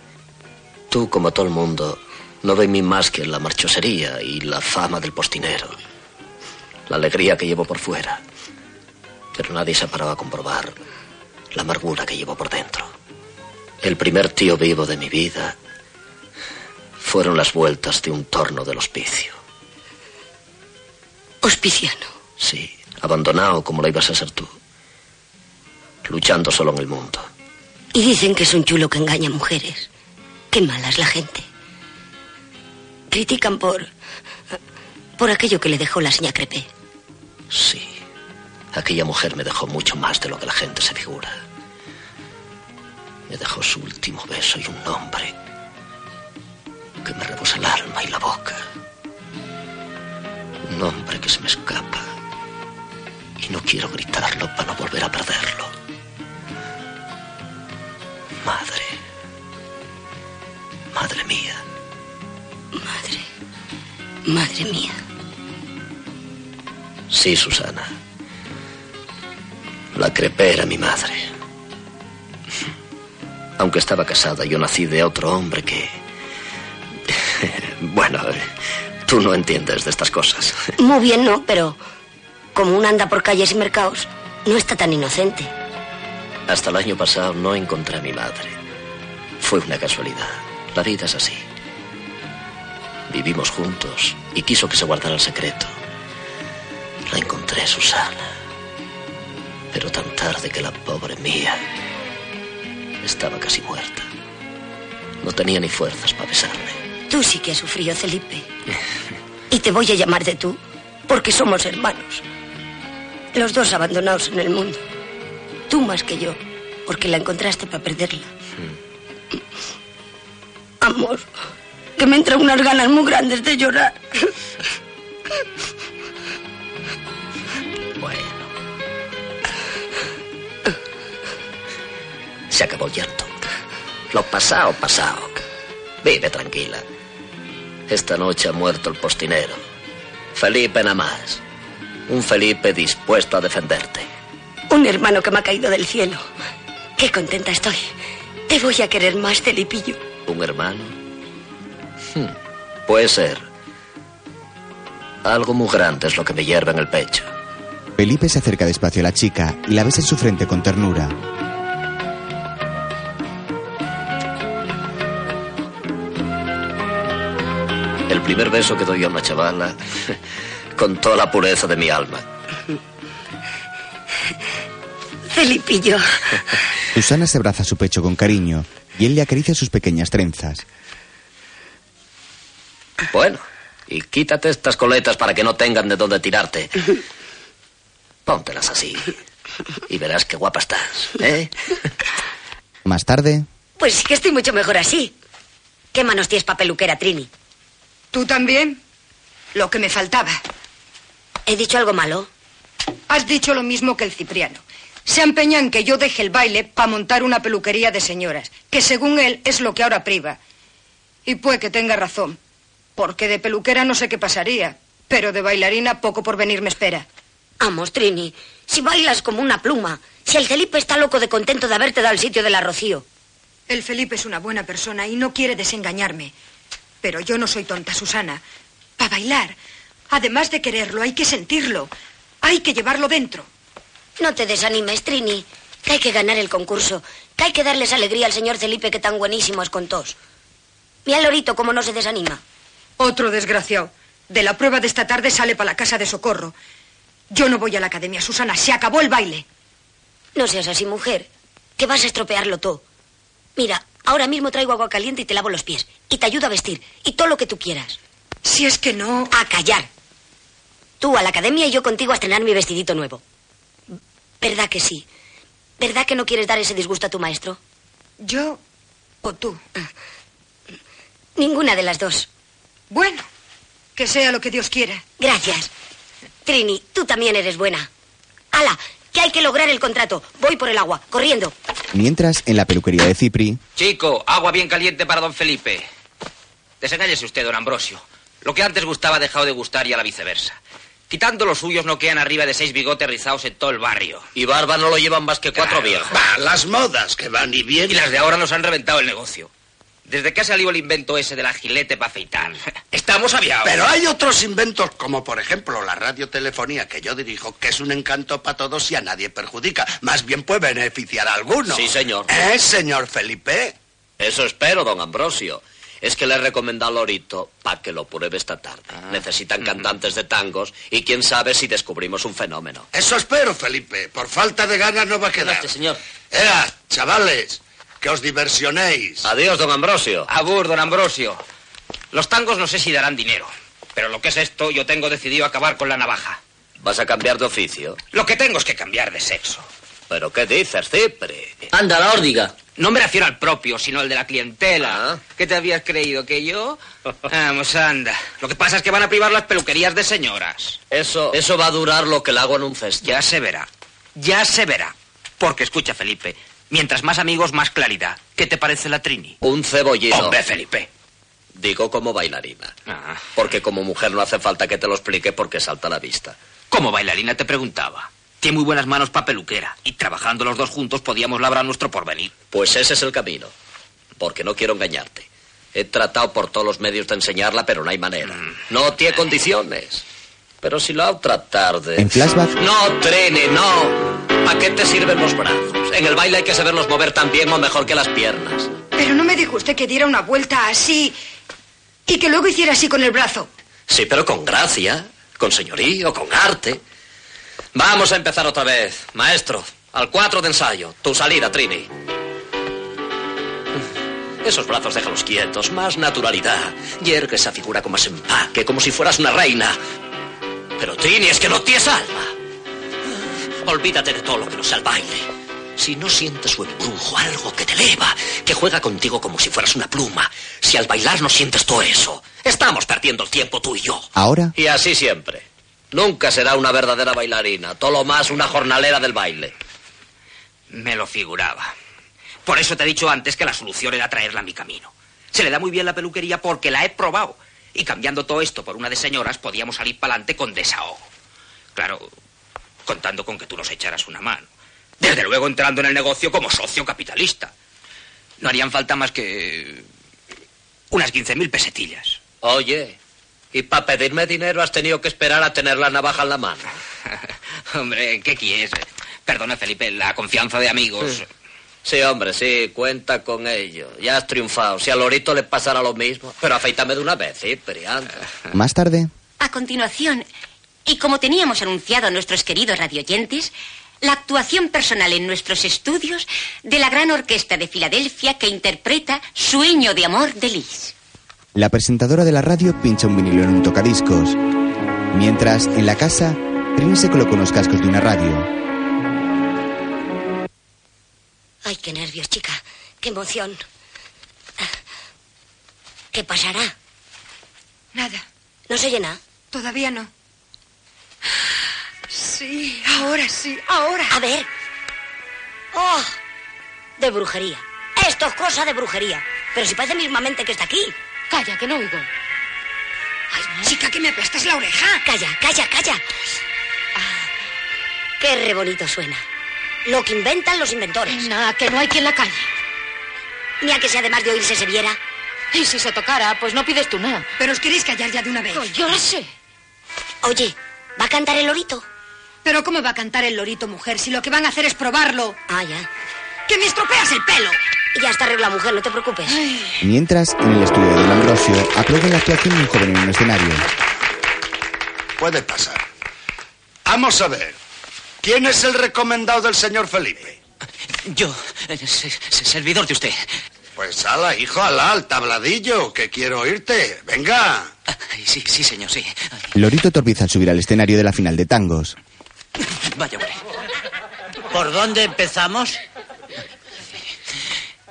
[SPEAKER 20] Tú, como todo el mundo, no ve en mí más que la marchosería y la fama del postinero. La alegría que llevo por fuera. Pero nadie se ha parado a comprobar la amargura que llevo por dentro. El primer tío vivo de mi vida fueron las vueltas de un torno del hospicio.
[SPEAKER 10] Hospiciano.
[SPEAKER 20] Sí, abandonado como lo ibas a ser tú. Luchando solo en el mundo.
[SPEAKER 10] Y dicen que es un chulo que engaña a mujeres. Qué mala es la gente. Critican por. por aquello que le dejó la señá Crepé.
[SPEAKER 20] Sí. Aquella mujer me dejó mucho más de lo que la gente se figura. Me dejó su último beso y un nombre que me rebosa el alma y la boca. Un nombre que se me escapa y no quiero gritarlo para no volver a perderlo. Madre. Madre mía.
[SPEAKER 10] Madre. Madre mía.
[SPEAKER 20] Sí, Susana. La crepé era mi madre. Aunque estaba casada, yo nací de otro hombre que... bueno, tú no entiendes de estas cosas.
[SPEAKER 10] Muy bien, no, pero. Como uno anda por calles y mercados, no está tan inocente.
[SPEAKER 20] Hasta el año pasado no encontré a mi madre. Fue una casualidad. La vida es así. Vivimos juntos y quiso que se guardara el secreto. La encontré, Susana. Pero tan tarde que la pobre mía estaba casi muerta. No tenía ni fuerzas para besarme.
[SPEAKER 10] Tú sí que has sufrido, Felipe. Y te voy a llamar de tú, porque somos hermanos. Los dos abandonados en el mundo. Tú más que yo, porque la encontraste para perderla. Amor, que me entran unas ganas muy grandes de llorar.
[SPEAKER 20] Se acabó el llanto. Lo pasado, pasado. Vive tranquila. Esta noche ha muerto el postinero. Felipe nada más. Un Felipe dispuesto a defenderte.
[SPEAKER 10] Un hermano que me ha caído del cielo. Qué contenta estoy. Te voy a querer más, Felipillo.
[SPEAKER 20] ¿Un hermano? Hmm, Puede ser. Algo muy grande es lo que me hierve en el pecho.
[SPEAKER 1] Felipe se acerca despacio a la chica y la besa en su frente con ternura.
[SPEAKER 20] El primer beso que doy a una chavala con toda la pureza de mi alma.
[SPEAKER 10] Felipillo.
[SPEAKER 1] Susana se abraza a su pecho con cariño y él le acaricia sus pequeñas trenzas.
[SPEAKER 20] Bueno, y quítate estas coletas para que no tengan de dónde tirarte. Póntelas así y verás qué guapa estás, ¿eh?
[SPEAKER 1] Más tarde,
[SPEAKER 2] Pues sí que estoy mucho mejor así. ¿Qué manos tienes para peluquera, Trini?
[SPEAKER 13] ¿Tú también? Lo que me faltaba.
[SPEAKER 2] ¿He dicho algo malo?
[SPEAKER 13] Has dicho lo mismo que el Cipriano. Se empeña en que yo deje el baile para montar una peluquería de señoras, que según él es lo que ahora priva. Y puede que tenga razón, porque de peluquera no sé qué pasaría, pero de bailarina poco por venir me espera.
[SPEAKER 2] Vamos, Trini, si bailas como una pluma, si el Felipe está loco de contento de haberte dado el sitio de la Rocío.
[SPEAKER 13] El Felipe es una buena persona y no quiere desengañarme. Pero yo no soy tonta, Susana. Para bailar, además de quererlo, hay que sentirlo. Hay que llevarlo dentro.
[SPEAKER 2] No te desanimes, Trini. Que hay que ganar el concurso. Que hay que darles alegría al señor Felipe, que tan buenísimo es con tos. Mira al lorito cómo no se desanima.
[SPEAKER 13] Otro desgraciado. De la prueba de esta tarde sale para la casa de socorro. Yo no voy a la academia, Susana. Se acabó el baile.
[SPEAKER 2] No seas así, mujer. Que vas a estropearlo todo. Mira, ahora mismo traigo agua caliente y te lavo los pies. Y te ayudo a vestir. Y todo lo que tú quieras.
[SPEAKER 13] Si es que no...
[SPEAKER 2] A callar. Tú a la academia y yo contigo a estrenar mi vestidito nuevo. ¿Verdad que sí? ¿Verdad que no quieres dar ese disgusto a tu maestro?
[SPEAKER 13] Yo o tú.
[SPEAKER 10] Ninguna de las dos.
[SPEAKER 13] Bueno, que sea lo que Dios quiera.
[SPEAKER 10] Gracias. Trini, tú también eres buena. Ala, que hay que lograr el contrato. Voy por el agua, corriendo.
[SPEAKER 1] Mientras, en la peluquería de Cipri,
[SPEAKER 22] Chico, agua bien caliente para don Felipe. Desengáñese usted, don Ambrosio. Lo que antes gustaba ha dejado de gustar y a la viceversa. Quitando los suyos no quedan arriba de seis bigotes rizados en todo el barrio.
[SPEAKER 20] Y barba no lo llevan más que cuatro viejos.
[SPEAKER 22] Va, las modas que van y vienen. Y las de ahora nos han reventado el negocio. Desde que ha salido el invento ese de la gilete para afeitar. Estamos aviados.
[SPEAKER 7] Pero hay otros inventos, como por ejemplo la radiotelefonía que yo dirijo, que es un encanto para todos y a nadie perjudica. Más bien puede beneficiar a alguno.
[SPEAKER 20] Sí, señor.
[SPEAKER 7] ¿Eh, señor Felipe?
[SPEAKER 20] Eso espero, don Ambrosio. Es que le he recomendado a Lorito para que lo pruebe esta tarde.
[SPEAKER 22] Ah.
[SPEAKER 20] Necesitan cantantes de tangos y quién sabe si descubrimos un fenómeno.
[SPEAKER 7] Eso espero, Felipe. Por falta de ganas no va a quedar.
[SPEAKER 20] señor.
[SPEAKER 7] ¡Ea, chavales! Que os diversionéis.
[SPEAKER 20] Adiós, don Ambrosio.
[SPEAKER 22] Abur, don Ambrosio. Los tangos no sé si darán dinero. Pero lo que es esto, yo tengo decidido acabar con la navaja.
[SPEAKER 20] ¿Vas a cambiar de oficio?
[SPEAKER 22] Lo que tengo es que cambiar de sexo.
[SPEAKER 20] ¿Pero qué dices, Cipre?
[SPEAKER 22] Anda, la órdiga. No me refiero al propio, sino al de la clientela.
[SPEAKER 20] Ah.
[SPEAKER 22] ¿Qué te habías creído? ¿Que yo? Vamos, anda. Lo que pasa es que van a privar las peluquerías de señoras.
[SPEAKER 20] Eso, eso va a durar lo que el hago en un cesto.
[SPEAKER 22] Ya se verá. Ya se verá. Porque escucha, Felipe, mientras más amigos, más claridad. ¿Qué te parece la Trini?
[SPEAKER 20] Un cebollino.
[SPEAKER 22] Hombre, Felipe. Ah.
[SPEAKER 20] Digo como bailarina. Porque como mujer no hace falta que te lo explique porque salta a la vista.
[SPEAKER 22] Como bailarina te preguntaba. Tiene muy buenas manos para peluquera. Y trabajando los dos juntos pues, podíamos labrar nuestro porvenir.
[SPEAKER 20] Pues ese es el camino. Porque no quiero engañarte. He tratado por todos los medios de enseñarla, pero no hay manera.
[SPEAKER 22] Mm.
[SPEAKER 20] No tiene condiciones. Pero si lo hago tratar de...
[SPEAKER 1] en flashback,
[SPEAKER 20] No, Trini, no. ¿Para qué te sirven los brazos? En el baile hay que saberlos mover tan bien o mejor que las piernas.
[SPEAKER 13] Pero no me dijo usted que diera una vuelta así y que luego hiciera así con el brazo.
[SPEAKER 20] Sí, pero con gracia, con señorío, con arte. Vamos a empezar otra vez. Maestro, al cuatro de ensayo. Tu salida, Trini. Esos brazos déjalos quietos, más naturalidad. Y ergue esa figura con más empaque, como si fueras una reina. Pero Trini, es que no tienes alma. Olvídate de todo lo que nos al baile. Si no sientes su embrujo, algo que te eleva, que juega contigo como si fueras una pluma, si al bailar no sientes todo eso, estamos perdiendo el tiempo tú y yo.
[SPEAKER 1] ahora,
[SPEAKER 20] Y así siempre. Nunca será una verdadera bailarina, todo lo más una jornalera del baile.
[SPEAKER 22] Me lo figuraba. Por eso te he dicho antes que la solución era traerla a mi camino. Se le da muy bien la peluquería porque la he probado. Y cambiando todo esto por una de señoras, podíamos salir para adelante con desahogo. Claro, contando con que tú nos echaras una mano. Desde luego entrando en el negocio como socio capitalista. No harían falta más que. unas 15.000 pesetillas.
[SPEAKER 20] Oye, y para pedirme dinero has tenido que esperar a tener la navaja en la mano.
[SPEAKER 22] Hombre, ¿qué quieres? Perdona, Felipe, la confianza de amigos.
[SPEAKER 20] Sí, hombre, sí, cuenta con ello. Ya has triunfado. Si a Lorito le pasara lo mismo. Pero afeítame de una vez, ¿eh?
[SPEAKER 1] más tarde,
[SPEAKER 10] A continuación, y como teníamos anunciado a nuestros queridos radioyentes, la actuación personal en nuestros estudios de la gran orquesta de Filadelfia que interpreta Sueño de amor de Liz.
[SPEAKER 1] la presentadora de la radio pincha un vinilo en un tocadiscos. Mientras, en la casa, Trini se colocó unos cascos de una radio.
[SPEAKER 10] Ay, qué nervios, chica. Qué emoción. ¿Qué pasará?
[SPEAKER 13] Nada.
[SPEAKER 10] ¿No se llena?
[SPEAKER 13] Todavía no. Sí, ahora sí, ahora.
[SPEAKER 10] A ver. ¡Oh! De brujería. Esto es cosa de brujería. Pero si parece mismamente que está aquí. Calla, que no oigo. Ay, chica, que me aplastas la oreja. Calla, calla, calla. Ah, qué re bonito suena. Lo que inventan los inventores. Nada, que no hay quien la calle. Ni a que si además de oírse se viera.
[SPEAKER 24] Y si se tocara, pues no pides tú nada.
[SPEAKER 13] Pero os queréis callar ya de una vez.
[SPEAKER 24] yo lo sé.
[SPEAKER 10] Oye, ¿va a cantar el lorito?
[SPEAKER 13] Pero ¿cómo va a cantar el lorito, mujer, si lo que van a hacer es probarlo?
[SPEAKER 10] Ah, ya.
[SPEAKER 13] ¡Que me estropeas el pelo!
[SPEAKER 10] Ya está arregla, mujer, no te preocupes.
[SPEAKER 1] Mientras, en el estudio de Don Ambrosio, aplauden la actuación de un joven en un escenario.
[SPEAKER 7] Puede pasar. Vamos a ver. ¿Quién es el recomendado del señor Felipe?
[SPEAKER 22] Yo, eh, se- se- servidor de usted.
[SPEAKER 7] Pues ala, hijo, ala, al tabladillo, que quiero oírte. Venga.
[SPEAKER 22] Ay, sí, sí, señor, sí. Ay,
[SPEAKER 1] Lorito torpiza al subir al escenario de la final de tangos.
[SPEAKER 22] vaya, hombre.
[SPEAKER 17] ¿Por dónde empezamos?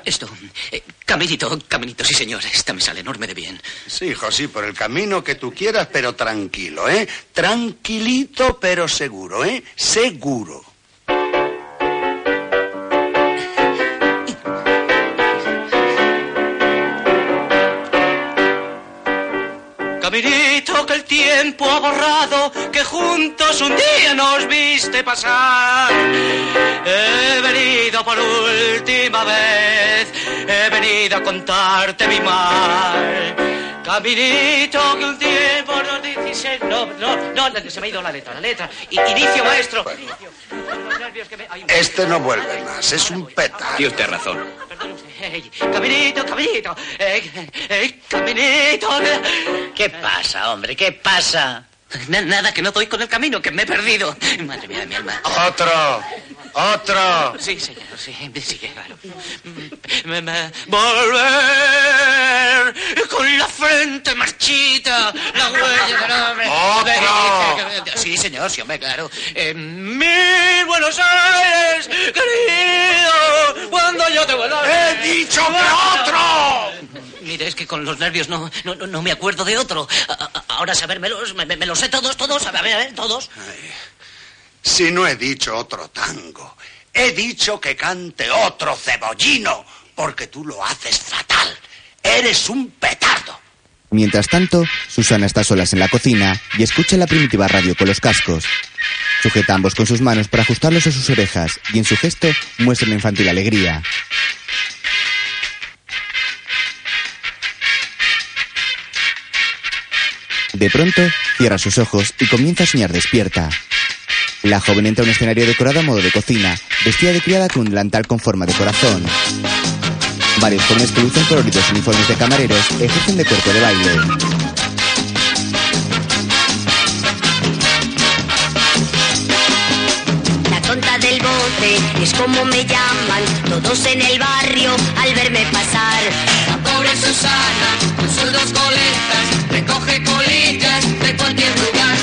[SPEAKER 17] Esto, eh, caminito, caminito, sí señor, esta me sale enorme de bien.
[SPEAKER 7] Sí, hijo, sí, por el camino que tú quieras, pero tranquilo, ¿eh? Tranquilito, pero seguro, ¿eh? Seguro.
[SPEAKER 17] Caminito que el tiempo ha borrado, que juntos un día nos viste pasar. He venido por última vez, he venido a contarte mi mal. Caminito que un tiempo nos dice... No, no, no, no, se me ha ido la letra, la letra. I- Inicio, maestro. Inicio. Los nervios que me- Ay,
[SPEAKER 7] Este no vuelve más, es un peta.
[SPEAKER 17] Tiene usted razón. Ey, Caminito, caminito. Ey, ey, caminito. ¿Qué pasa, hombre? ¿Qué pasa? nada, que no doy con el camino, que me he perdido. Madre mía de mi alma.
[SPEAKER 7] Otro, otro.
[SPEAKER 17] Sí, señor, sí, sí, claro. Me- me- Volver con la frente marchita, la huella del hombre.
[SPEAKER 5] ¡Otro!
[SPEAKER 17] Sí, señor, sí, hombre, claro. Eh, mil Buenos Aires, querido, cuando yo te vuelva.
[SPEAKER 7] ¡He dicho que otro!
[SPEAKER 17] Mire, es que con los nervios no, no, no- no me acuerdo de otro. A- a- ahora sabérmelos, me, me- me los sé todos, todos, a ver, a ver, todos.
[SPEAKER 7] Si no he dicho otro tango, he dicho que cante otro cebollino, porque tú lo haces fatal. Eres un petardo.
[SPEAKER 1] Mientras tanto, Susana está solas en la cocina y escucha la primitiva radio con los cascos. Sujeta ambos con sus manos para ajustarlos a sus orejas y en su gesto muestra una infantil alegría. De pronto, cierra sus ojos y comienza a soñar despierta. La joven entra a un escenario decorado a modo de cocina, vestida de criada con un delantal con forma de corazón. Varios jóvenes que lucen coloridos uniformes de camareros ejercen de cuerpo de baile.
[SPEAKER 2] La tonta del bote es como me llaman todos en el barrio al verme pasar. La pobre Susana con sus dos coletas recoge colillas de cualquier lugar.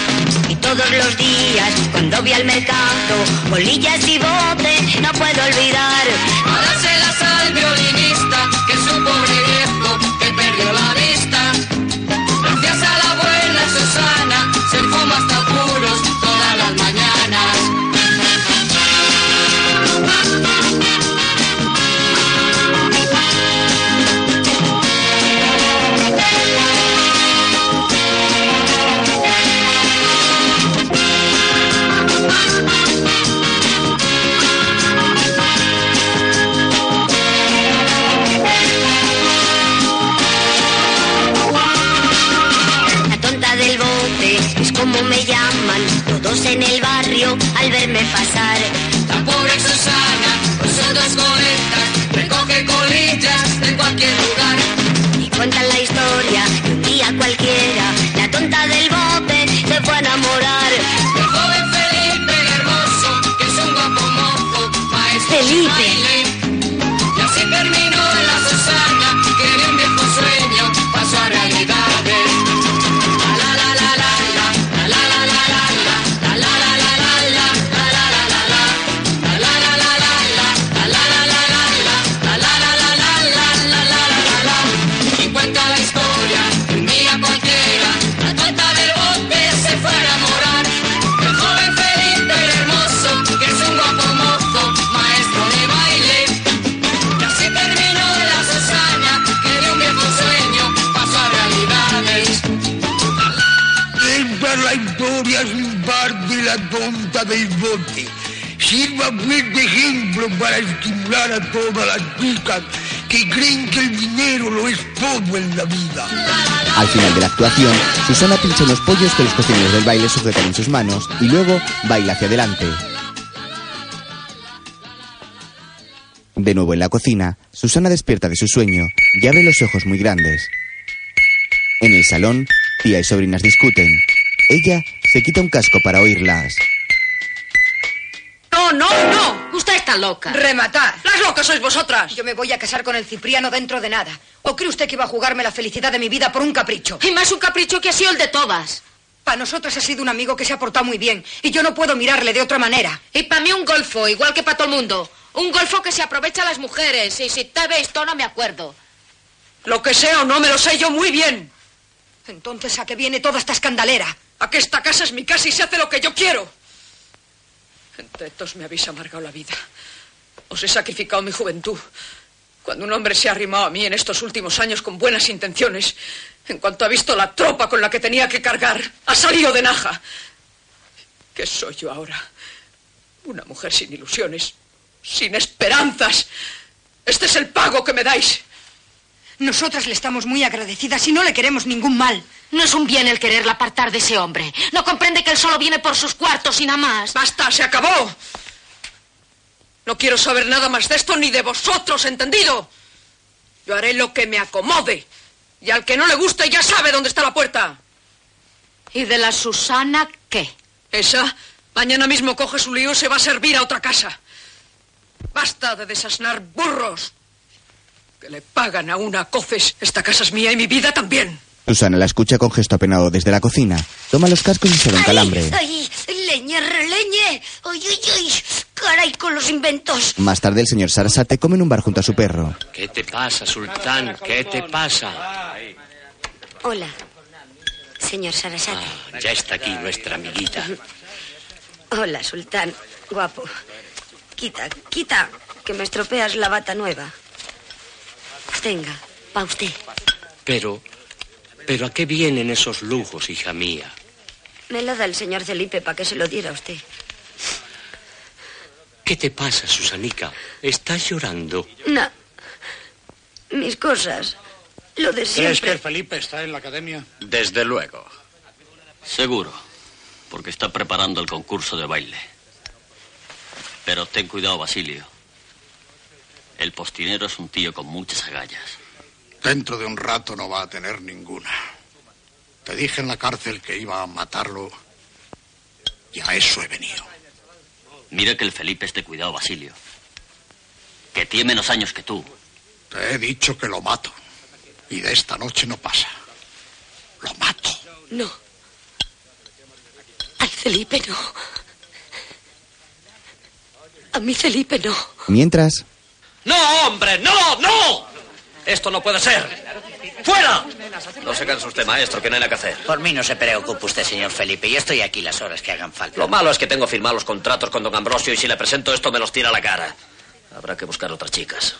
[SPEAKER 2] Y todos los días cuando voy al mercado, colillas y bote no puedo olvidar.
[SPEAKER 5] Ahora se las al violinista, que es un pobre viejo que perdió la vista. Gracias a la abuela Susana, se fuma hasta puros todas las mañanas.
[SPEAKER 2] La tonta del bote es como me llaman todos en el barrio al verme pasar.
[SPEAKER 5] La pobre Susana, con sus dos coletas, recoge colillas de cualquier lugar.
[SPEAKER 2] Y cuentan la historia que un día cualquiera, la tonta del bote se fue a enamorar.
[SPEAKER 5] El joven Felipe el hermoso, que es un guapo mozo, maestro
[SPEAKER 2] Felipe.
[SPEAKER 5] de baile. Y así terminó la Susana, que de un viejo sueño pasó a realidades. La, la, la, la, la, la, la, la, la, la, la, la, la, la, la, la, la, la, la, la, la, la. Y cuenta la historia, que un día cualquiera, la tonta del bote se fue a enamorar. El joven Felipe el hermoso, que es un guapo mozo, maestro de baile. Y así terminó la Susana, que de un viejo sueño pasó a realidades.
[SPEAKER 29] Esta la historia sin par de la tonta del bote. Sirva pues de ejemplo para estimular a todas las chicas que creen que el dinero lo es todo en la vida.
[SPEAKER 1] Al final de la actuación, Susana pincha unos pollos que los cocineros del baile sujetan en sus manos y luego baila hacia adelante. De nuevo en la cocina, Susana despierta de su sueño y abre los ojos muy grandes. En el salón, tía y sobrinas discuten. Ella se quita un casco para oírlas.
[SPEAKER 13] No, no, no.
[SPEAKER 4] Usted está loca.
[SPEAKER 13] Rematar. Las locas sois vosotras. Yo me voy a casar con el Cipriano dentro de nada. ¿O cree usted que iba a jugarme la felicidad de mi vida por un capricho?
[SPEAKER 4] Y más un capricho que ha sido el de todas.
[SPEAKER 13] Para nosotras ha sido un amigo que se ha portado muy bien y yo no puedo mirarle de otra manera.
[SPEAKER 4] Y para mí un golfo, igual que para todo el mundo. Un golfo que se aprovecha a las mujeres. Y si te veis, no me acuerdo.
[SPEAKER 3] Lo que sea o no, me lo sé yo muy bien.
[SPEAKER 13] Entonces, ¿a qué viene toda esta escandalera?
[SPEAKER 3] A que esta casa es mi casa y se hace lo que yo quiero. Entre estos me habéis amargado la vida. Os he sacrificado mi juventud. Cuando un hombre se ha arrimado a mí en estos últimos años con buenas intenciones, en cuanto ha visto la tropa con la que tenía que cargar, ha salido de naja. ¿Qué soy yo ahora? Una mujer sin ilusiones, sin esperanzas. Este es el pago que me dais.
[SPEAKER 13] Nosotras le estamos muy agradecidas y no le queremos ningún mal.
[SPEAKER 30] No es un bien el quererla apartar de ese hombre. No comprende que él solo viene por sus cuartos y nada más.
[SPEAKER 3] ¡Basta! ¡Se acabó! No quiero saber nada más de esto ni de vosotros, ¿entendido? Yo haré lo que me acomode. Y al que no le guste ya sabe dónde está la puerta.
[SPEAKER 4] ¿Y de la Susana qué?
[SPEAKER 3] Esa mañana mismo coge su lío y se va a servir a otra casa. Basta de desasnar burros. Que le pagan a una coces. Esta casa es mía y mi vida también.
[SPEAKER 1] Susana la escucha con gesto apenado desde la cocina, toma los cascos y se da un calambre.
[SPEAKER 2] ¡Ay! ¡Leñe, releñe! ¡Ay, ay, ay! ¡Caray con los inventos!
[SPEAKER 1] Más tarde el señor Sarasate come en un bar junto a su perro.
[SPEAKER 10] ¿Qué te pasa, Sultán? ¿Qué te pasa?
[SPEAKER 2] Hola, señor Sarasate.
[SPEAKER 10] Ya está aquí nuestra amiguita.
[SPEAKER 2] Hola, sultán. Guapo. Quita, quita, que me estropeas la bata nueva. Tenga, pa' usted.
[SPEAKER 10] Pero, pero ¿a qué vienen esos lujos, hija mía?
[SPEAKER 2] Me la da el señor Felipe para que se lo diera a usted.
[SPEAKER 10] ¿Qué te pasa, Susanica? ¿Estás llorando?
[SPEAKER 2] No. Mis cosas. Lo de
[SPEAKER 8] ¿Crees
[SPEAKER 2] siempre.
[SPEAKER 8] que Felipe está en la academia?
[SPEAKER 14] Desde luego. Seguro, porque está preparando el concurso de baile. Pero ten cuidado, Basilio. El postinero es un tío con muchas agallas.
[SPEAKER 8] Dentro de un rato no va a tener ninguna. Te dije en la cárcel que iba a matarlo y a eso he venido.
[SPEAKER 14] Mira que el Felipe es de cuidado, Basilio. Que tiene menos años que tú.
[SPEAKER 8] Te he dicho que lo mato y de esta noche no pasa.
[SPEAKER 2] No. Al Felipe no. A mi Felipe no.
[SPEAKER 1] Mientras,
[SPEAKER 18] ¡No, hombre! ¡No! ¡No! Esto no puede ser. ¡Fuera!
[SPEAKER 20] No se canse usted, maestro, que no hay nada que hacer.
[SPEAKER 17] Por mí no se preocupe usted, señor Felipe. Yo estoy aquí las horas que hagan falta.
[SPEAKER 20] Lo malo es que tengo firmados los contratos con don Ambrosio y si le presento esto me los tira a la cara. Habrá que buscar otras chicas.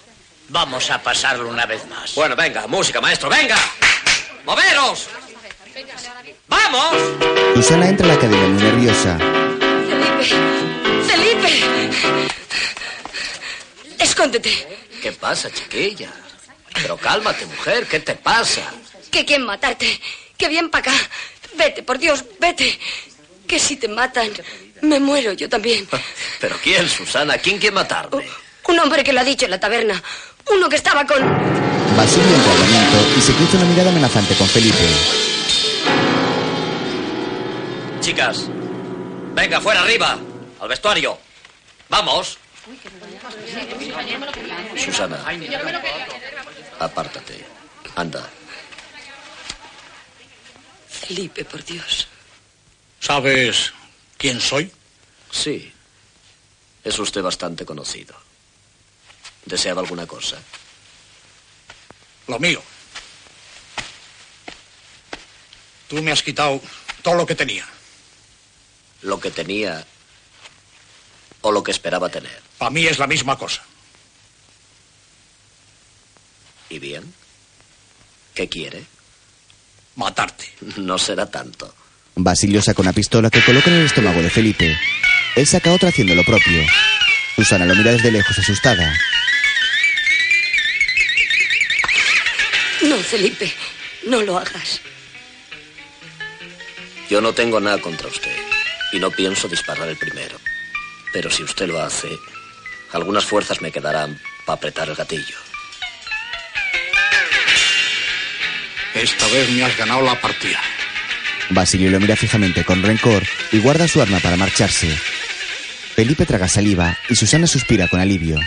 [SPEAKER 17] Vamos a pasarlo una vez más.
[SPEAKER 20] Bueno, venga, música, maestro, venga. ¡Moveros! ¡Vamos!
[SPEAKER 1] Susana entra a la academia muy nerviosa.
[SPEAKER 2] Felipe. Felipe. Escóndete.
[SPEAKER 20] ¿Qué pasa, chiquilla? Pero cálmate, mujer, ¿qué te pasa?
[SPEAKER 2] Que quieren matarte. Que bien para acá. Vete, por Dios, vete. Que si te matan, me muero yo también.
[SPEAKER 20] ¿Pero quién, Susana? ¿Quién quiere matarme?
[SPEAKER 2] Un hombre que lo ha dicho en la taberna. Uno que estaba con...
[SPEAKER 1] Basilio entra al momento y se cruza una mirada amenazante con Felipe.
[SPEAKER 20] Chicas, venga, fuera arriba, al vestuario. Vamos. Susana, apártate. Anda.
[SPEAKER 2] Felipe, por Dios.
[SPEAKER 8] ¿Sabes quién soy?
[SPEAKER 20] Sí. Es usted bastante conocido. ¿Deseaba alguna cosa?
[SPEAKER 8] Lo mío. Tú me has quitado todo lo que tenía.
[SPEAKER 20] Lo que tenía o lo que esperaba tener.
[SPEAKER 8] Para mí es la misma cosa.
[SPEAKER 20] ¿Y bien? ¿Qué quiere?
[SPEAKER 8] Matarte.
[SPEAKER 20] No será tanto.
[SPEAKER 1] Basilio saca una pistola que coloca en el estómago de Felipe. Él saca otra haciendo lo propio. Susana lo mira desde lejos asustada.
[SPEAKER 2] No, Felipe. No lo hagas.
[SPEAKER 20] Yo no tengo nada contra usted y no pienso disparar el primero. Pero si usted lo hace, algunas fuerzas me quedarán para apretar el gatillo.
[SPEAKER 8] Esta vez me has ganado la partida.
[SPEAKER 1] Basilio lo mira fijamente con rencor y guarda su arma para marcharse. Felipe traga saliva y Susana suspira con alivio.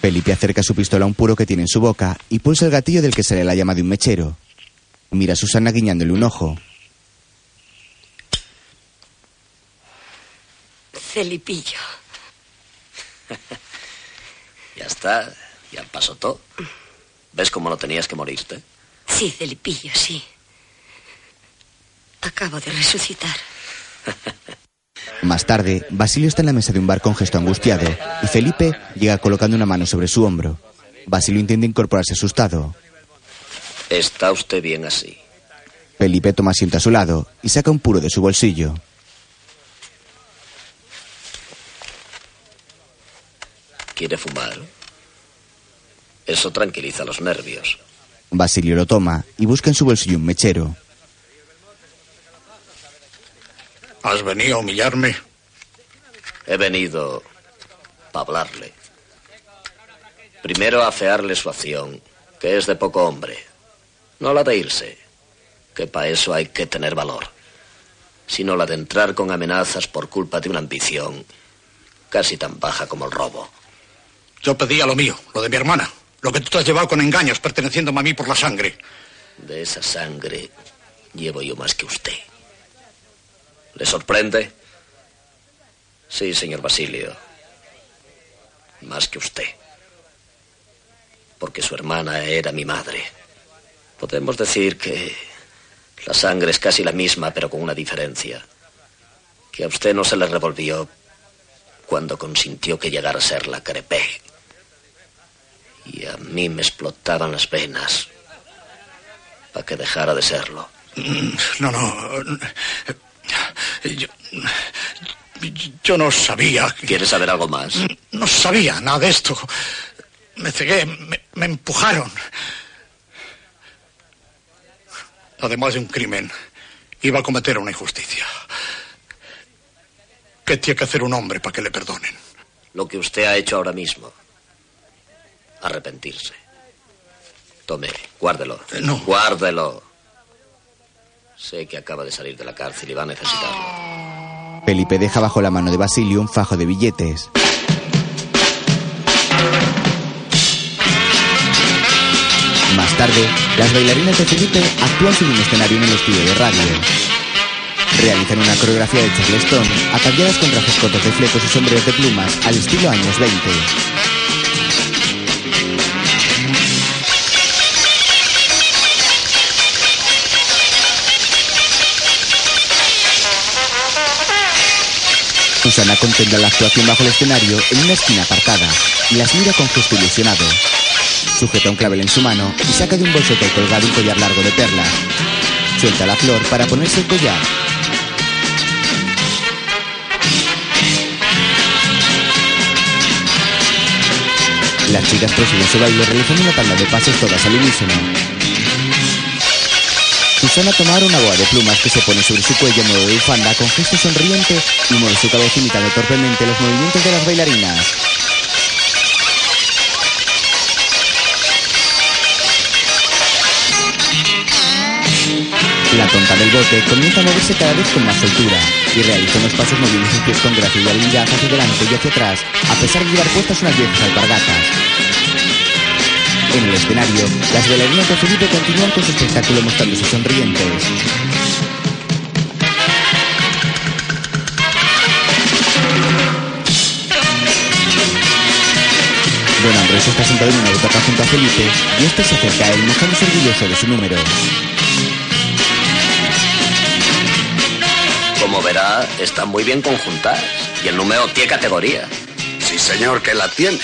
[SPEAKER 1] Felipe acerca su pistola a un puro que tiene en su boca y pulsa el gatillo del que sale la llama de un mechero. Mira a Susana guiñándole un ojo.
[SPEAKER 10] Felipillo.
[SPEAKER 20] Ya está, ya pasó todo. ¿Ves cómo no tenías que morirte?
[SPEAKER 10] Sí, Felipillo, sí. Acabo de resucitar.
[SPEAKER 1] Más tarde, Basilio está en la mesa de un bar con gesto angustiado y Felipe llega colocando una mano sobre su hombro. Basilio intenta incorporarse asustado.
[SPEAKER 20] Está usted bien así.
[SPEAKER 1] Felipe toma asiento a su lado y saca un puro de su bolsillo.
[SPEAKER 20] ¿Quiere fumar? Eso tranquiliza los nervios.
[SPEAKER 1] Basilio lo toma y busca en su bolsillo un mechero.
[SPEAKER 8] ¿Has venido a humillarme?
[SPEAKER 20] He venido para hablarle. Primero a afearle su acción, que es de poco hombre. No la de irse, que para eso hay que tener valor, sino la de entrar con amenazas por culpa de una ambición casi tan baja como el robo.
[SPEAKER 8] Yo pedía lo mío, lo de mi hermana, lo que tú te has llevado con engaños, perteneciéndome a mí por la sangre.
[SPEAKER 20] De esa sangre llevo yo más que usted. ¿Le sorprende? Sí, señor Basilio. Más que usted. Porque su hermana era mi madre. Podemos decir que la sangre es casi la misma, pero con una diferencia. Que a usted no se le revolvió cuando consintió que llegara a ser la crepé. Y a mí me explotaban las venas para que dejara de serlo.
[SPEAKER 8] Mm, No, no. no, eh, Yo, yo no sabía.
[SPEAKER 20] ¿Quiere saber algo más?
[SPEAKER 8] No sabía nada de esto. Me cegué, me, me empujaron. Además de un crimen, iba a cometer una injusticia. ¿Qué tiene que hacer un hombre para que le perdonen?
[SPEAKER 20] Lo que usted ha hecho ahora mismo. Arrepentirse. Tome, guárdelo. No. Guárdelo. Sé que acaba de salir de la cárcel y va a necesitarlo.
[SPEAKER 1] Felipe deja bajo la mano de Basilio un fajo de billetes. Más tarde, las bailarinas de Felipe actúan sobre un escenario en el estudio de radio. Realizan una coreografía de Charleston, ataviadas con trajes cortos de flecos y sombreros de plumas al estilo años 20. Susana contempla la actuación bajo el escenario en una esquina apartada y las mira con gesto ilusionado. Sujeta un clavel en su mano y saca de un bolso que hay colgado un collar largo de perlas. Suelta la flor para ponerse el collar. Las chicas prosiguen su baile realizando una tanda de pasos todas al unísono. Susana toma ahora una boa de plumas que se pone sobre su cuello en modo de bufanda con gesto sonriente y mueve su cabeza imitando torpemente los movimientos de las bailarinas. La tonta del bote comienza a moverse cada vez con más soltura y realiza unos pasos moviendo sus pies con gracia y habilidad hacia adelante y hacia atrás, a pesar de llevar puestas unas viejas alpargatas. En el escenario, las bailarinas de Felipe continúan con su espectáculo mostrándose sonrientes. Don Andrés está sentado en una butaca junto a Felipe y este se acerca a él mostrándose orgulloso de su número.
[SPEAKER 20] Como verá, están muy bien conjuntadas. Y el número tiene categoría.
[SPEAKER 7] Sí, señor, que la tiene.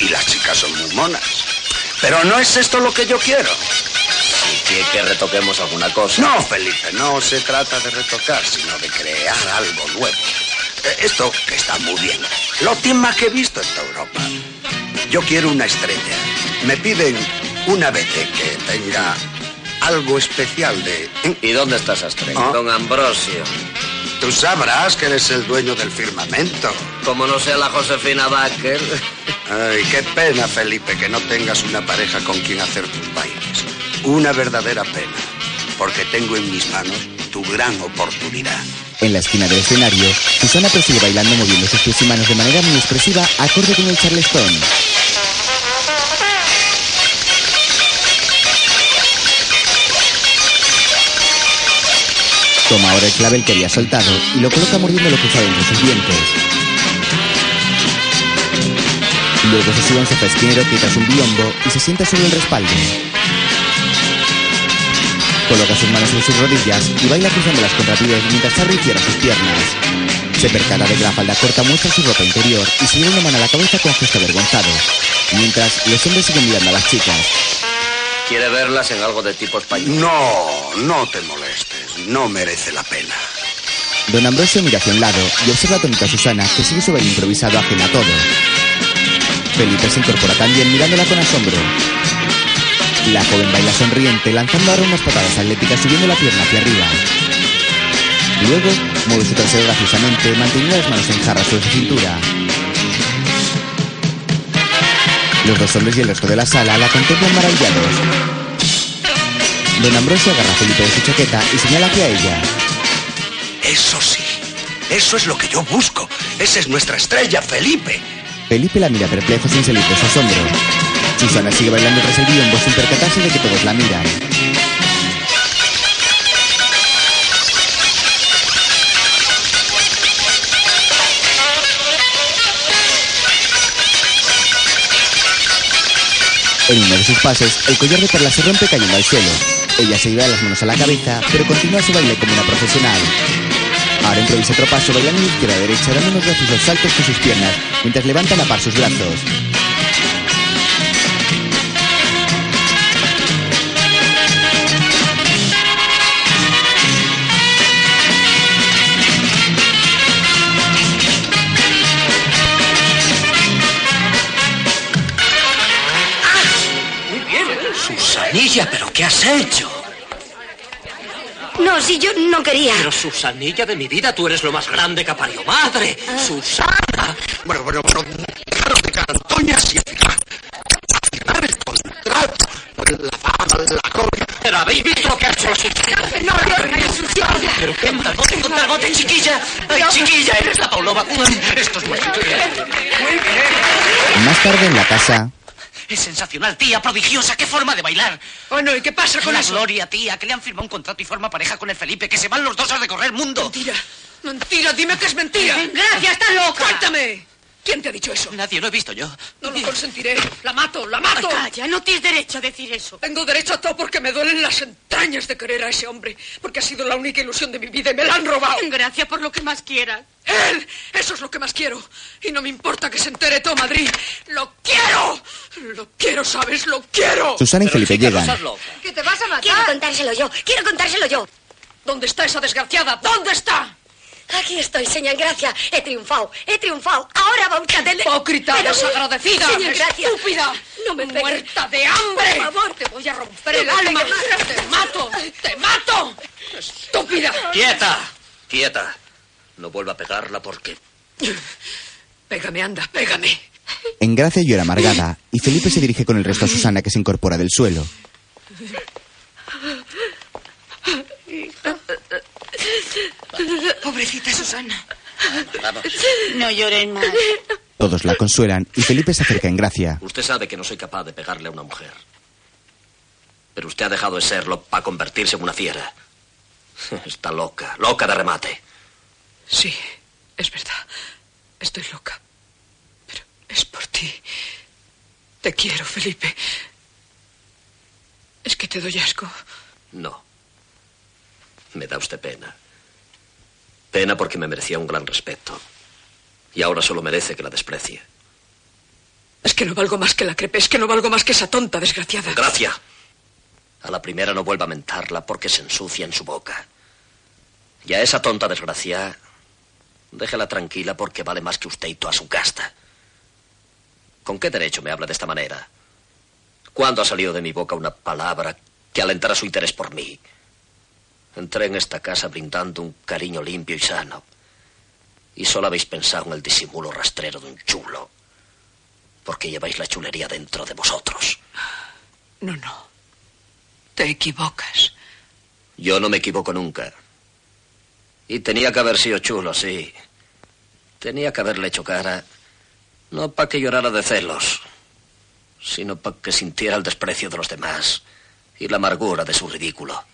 [SPEAKER 7] Y las chicas son muy monas. Pero no es esto lo que yo quiero.
[SPEAKER 20] ¿Quiere que retoquemos alguna cosa?
[SPEAKER 7] No, Felipe, no se trata de retocar, sino de crear algo nuevo. Eh, Esto que está muy bien. Lo tiene más que he visto en toda Europa. Yo quiero una estrella. Me piden una vez que tenga algo especial de...
[SPEAKER 20] ¿Eh?
[SPEAKER 7] ¿Ah?
[SPEAKER 20] ¿Y dónde está esa estrella? Don Ambrosio.
[SPEAKER 7] Tú sabrás que eres el dueño del firmamento.
[SPEAKER 20] Como no sea la Josefina Baker.
[SPEAKER 7] Ay, qué pena, Felipe, que no tengas una pareja con quien hacer tus bailes. Una verdadera pena, porque tengo en mis manos tu gran oportunidad.
[SPEAKER 1] En la esquina del escenario, Susana prosigue bailando moviendo sus pies y manos de manera muy expresiva acorde con el charleston. Toma ahora el clavel que había soltado y lo coloca mordiendo lo que sale entre sus dientes. Luego se sube en su pesquero, quita un biombo y se sienta sobre el respaldo. Coloca sus manos en sus rodillas y baila cruzando las contrapiés mientras abre y cierra sus piernas. Se percata de que la falda corta muestra su ropa interior y se lleva una mano a la cabeza con gesto avergonzado. Mientras, los hombres siguen mirando a las chicas.
[SPEAKER 20] ¿Quiere verlas en algo de tipo español?
[SPEAKER 7] No, no te molestes. No merece la pena.
[SPEAKER 1] Don Ambrosio mira hacia un lado y observa atónita a Susana, que sigue sobre el improvisado ajena a todo. Felipe se incorpora también mirándola con asombro. La joven baila sonriente, lanzando ahora unas patadas atléticas subiendo la pierna hacia arriba. Luego, mueve su trasero graciosamente, manteniendo las manos en jarra sobre su cintura. Los dos hombres y el resto de la sala la contemplan maravillados. Don Ambrosio agarra a Felipe de su chaqueta y señala hacia ella.
[SPEAKER 7] Eso sí. Eso es lo que yo busco. Esa es nuestra estrella, Felipe.
[SPEAKER 1] Felipe la mira perplejo sin salir de su asombro. Susana sigue bailando tras el biombo sin percatarse de que todos la miran. En uno de sus pasos, el collar de perlas se rompe cayendo al suelo. Ella se lleva las manos a la cabeza, pero continúa su baile como una profesional. Ahora improvisa otro paso bailando de izquierda a derecha, dando unos graciosos saltos con sus piernas, mientras levanta a la par sus brazos.
[SPEAKER 5] Muy bien,
[SPEAKER 7] Susanilla, ¿pero qué has hecho?
[SPEAKER 2] No, si yo no quería.
[SPEAKER 31] Pero Susanilla de mi vida, tú eres lo más grande que ha parido madre.
[SPEAKER 2] Ah.
[SPEAKER 31] Susana.
[SPEAKER 7] Bueno, bueno, bueno. dejaros de carantoñas y a firmar. A firmar el contrato. La fama, la gloria.
[SPEAKER 31] Pero habéis visto lo que ha hecho la Susana.
[SPEAKER 5] No, no, no, Susana.
[SPEAKER 31] Pero qué malgote contra el bote, chiquilla. Ay, chiquilla, eres la Paulova. Esto es muy
[SPEAKER 1] Más tarde en la casa,
[SPEAKER 31] Es sensacional, tía, prodigiosa, qué forma de bailar.
[SPEAKER 3] Bueno, Oh, ¿y qué pasa con
[SPEAKER 31] la
[SPEAKER 3] eso?
[SPEAKER 31] Gloria, tía, que le han firmado un contrato y forma pareja con el Felipe, que se van los dos a recorrer el mundo. Mentira,
[SPEAKER 3] mentira, dime que es mentira.
[SPEAKER 31] Gracias,
[SPEAKER 3] estás loca. Cuéntame. ¿Quién te ha dicho eso?
[SPEAKER 31] Nadie, lo he visto yo.
[SPEAKER 3] No lo consentiré. La mato, la mato. Pues calla, no tienes derecho a decir eso. Tengo derecho a todo porque me duelen las entrañas de querer a ese hombre, porque ha sido la única ilusión de mi vida y me la han robado. Gracias por lo que más quieras. Él, eso es lo que más quiero. Y no me importa que se entere todo Madrid. Lo quiero. Lo quiero, ¿sabes? Lo quiero.
[SPEAKER 1] Susana y Felipe llegan.
[SPEAKER 3] ¿Que te vas a matar? Quiero contárselo yo, quiero contárselo yo. ¿Dónde está esa desgraciada? ¿Dónor está?
[SPEAKER 2] Aquí estoy, señor Gracia. He triunfado, he triunfado. Ahora va usted del...
[SPEAKER 3] Hipócrita,
[SPEAKER 2] Pero-
[SPEAKER 3] desagradecida,
[SPEAKER 2] Señor Gracia.
[SPEAKER 3] estúpida,
[SPEAKER 2] No me pegue.
[SPEAKER 3] muerta de hambre.
[SPEAKER 2] Por favor.
[SPEAKER 3] Te voy a romper
[SPEAKER 2] No
[SPEAKER 3] el
[SPEAKER 2] me
[SPEAKER 3] alma.
[SPEAKER 2] pegues.
[SPEAKER 3] Te mato, te mato. Estúpida.
[SPEAKER 20] ¡Quieta! ¡Quieta! No vuelva a pegarla porque.
[SPEAKER 3] Pégame, anda, pégame.
[SPEAKER 1] En Gracia llora amargada y Felipe se dirige con el resto a Susana que se incorpora del suelo.
[SPEAKER 15] Pobrecita Susana.
[SPEAKER 20] Vamos.
[SPEAKER 15] No lloren más.
[SPEAKER 1] Todos la consuelan y Felipe se acerca en Gracia.
[SPEAKER 20] Usted sabe que no soy capaz de pegarle a una mujer. Pero usted ha dejado de serlo para convertirse en una fiera. Está loca, loca de remate.
[SPEAKER 3] Sí, es verdad. Estoy loca. Pero es por ti. Te quiero, Felipe. Es que te doy asco.
[SPEAKER 20] No. Me da usted pena. Pena porque me merecía un gran respeto. Y ahora solo merece que la desprecie.
[SPEAKER 3] Es que no valgo más que la crepe. Es que no valgo más que esa tonta desgraciada.
[SPEAKER 20] Gracia. A la primera no vuelva a mentarla porque se ensucia en su boca. Y a esa tonta desgracia, déjela tranquila porque vale más que usted y toda su casta. ¿Con qué derecho me habla de esta manera? ¿Cuándo ha salido de mi boca una palabra que alentara su interés por mí? Entré en esta casa brindando un cariño limpio y sano. Y solo habéis pensado en el disimulo rastrero de un chulo. Porque lleváis la chulería dentro de vosotros.
[SPEAKER 3] No, no. Te equivocas.
[SPEAKER 20] Yo no me equivoco nunca. Y tenía que haber sido chulo, sí. Tenía que haberle hecho cara. No para que llorara de celos, sino para que sintiera el desprecio de los demás y la amargura de su ridículo.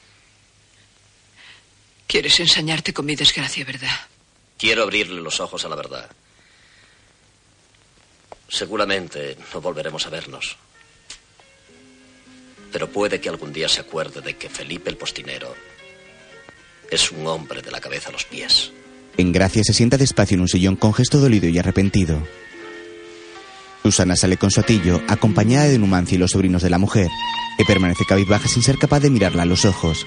[SPEAKER 3] Quieres ensañarte con mi desgracia, ¿verdad?
[SPEAKER 20] Quiero abrirle los ojos a la verdad. Seguramente no volveremos a vernos. Pero puede que algún día se acuerde de que Felipe el Postinero es un hombre de la cabeza a los pies.
[SPEAKER 1] Engracia se sienta despacio en un sillón con gesto dolido y arrepentido. Susana sale con su atillo, acompañada de Numancia y los sobrinos de la mujer, que permanece cabizbaja sin ser capaz de mirarla a los ojos.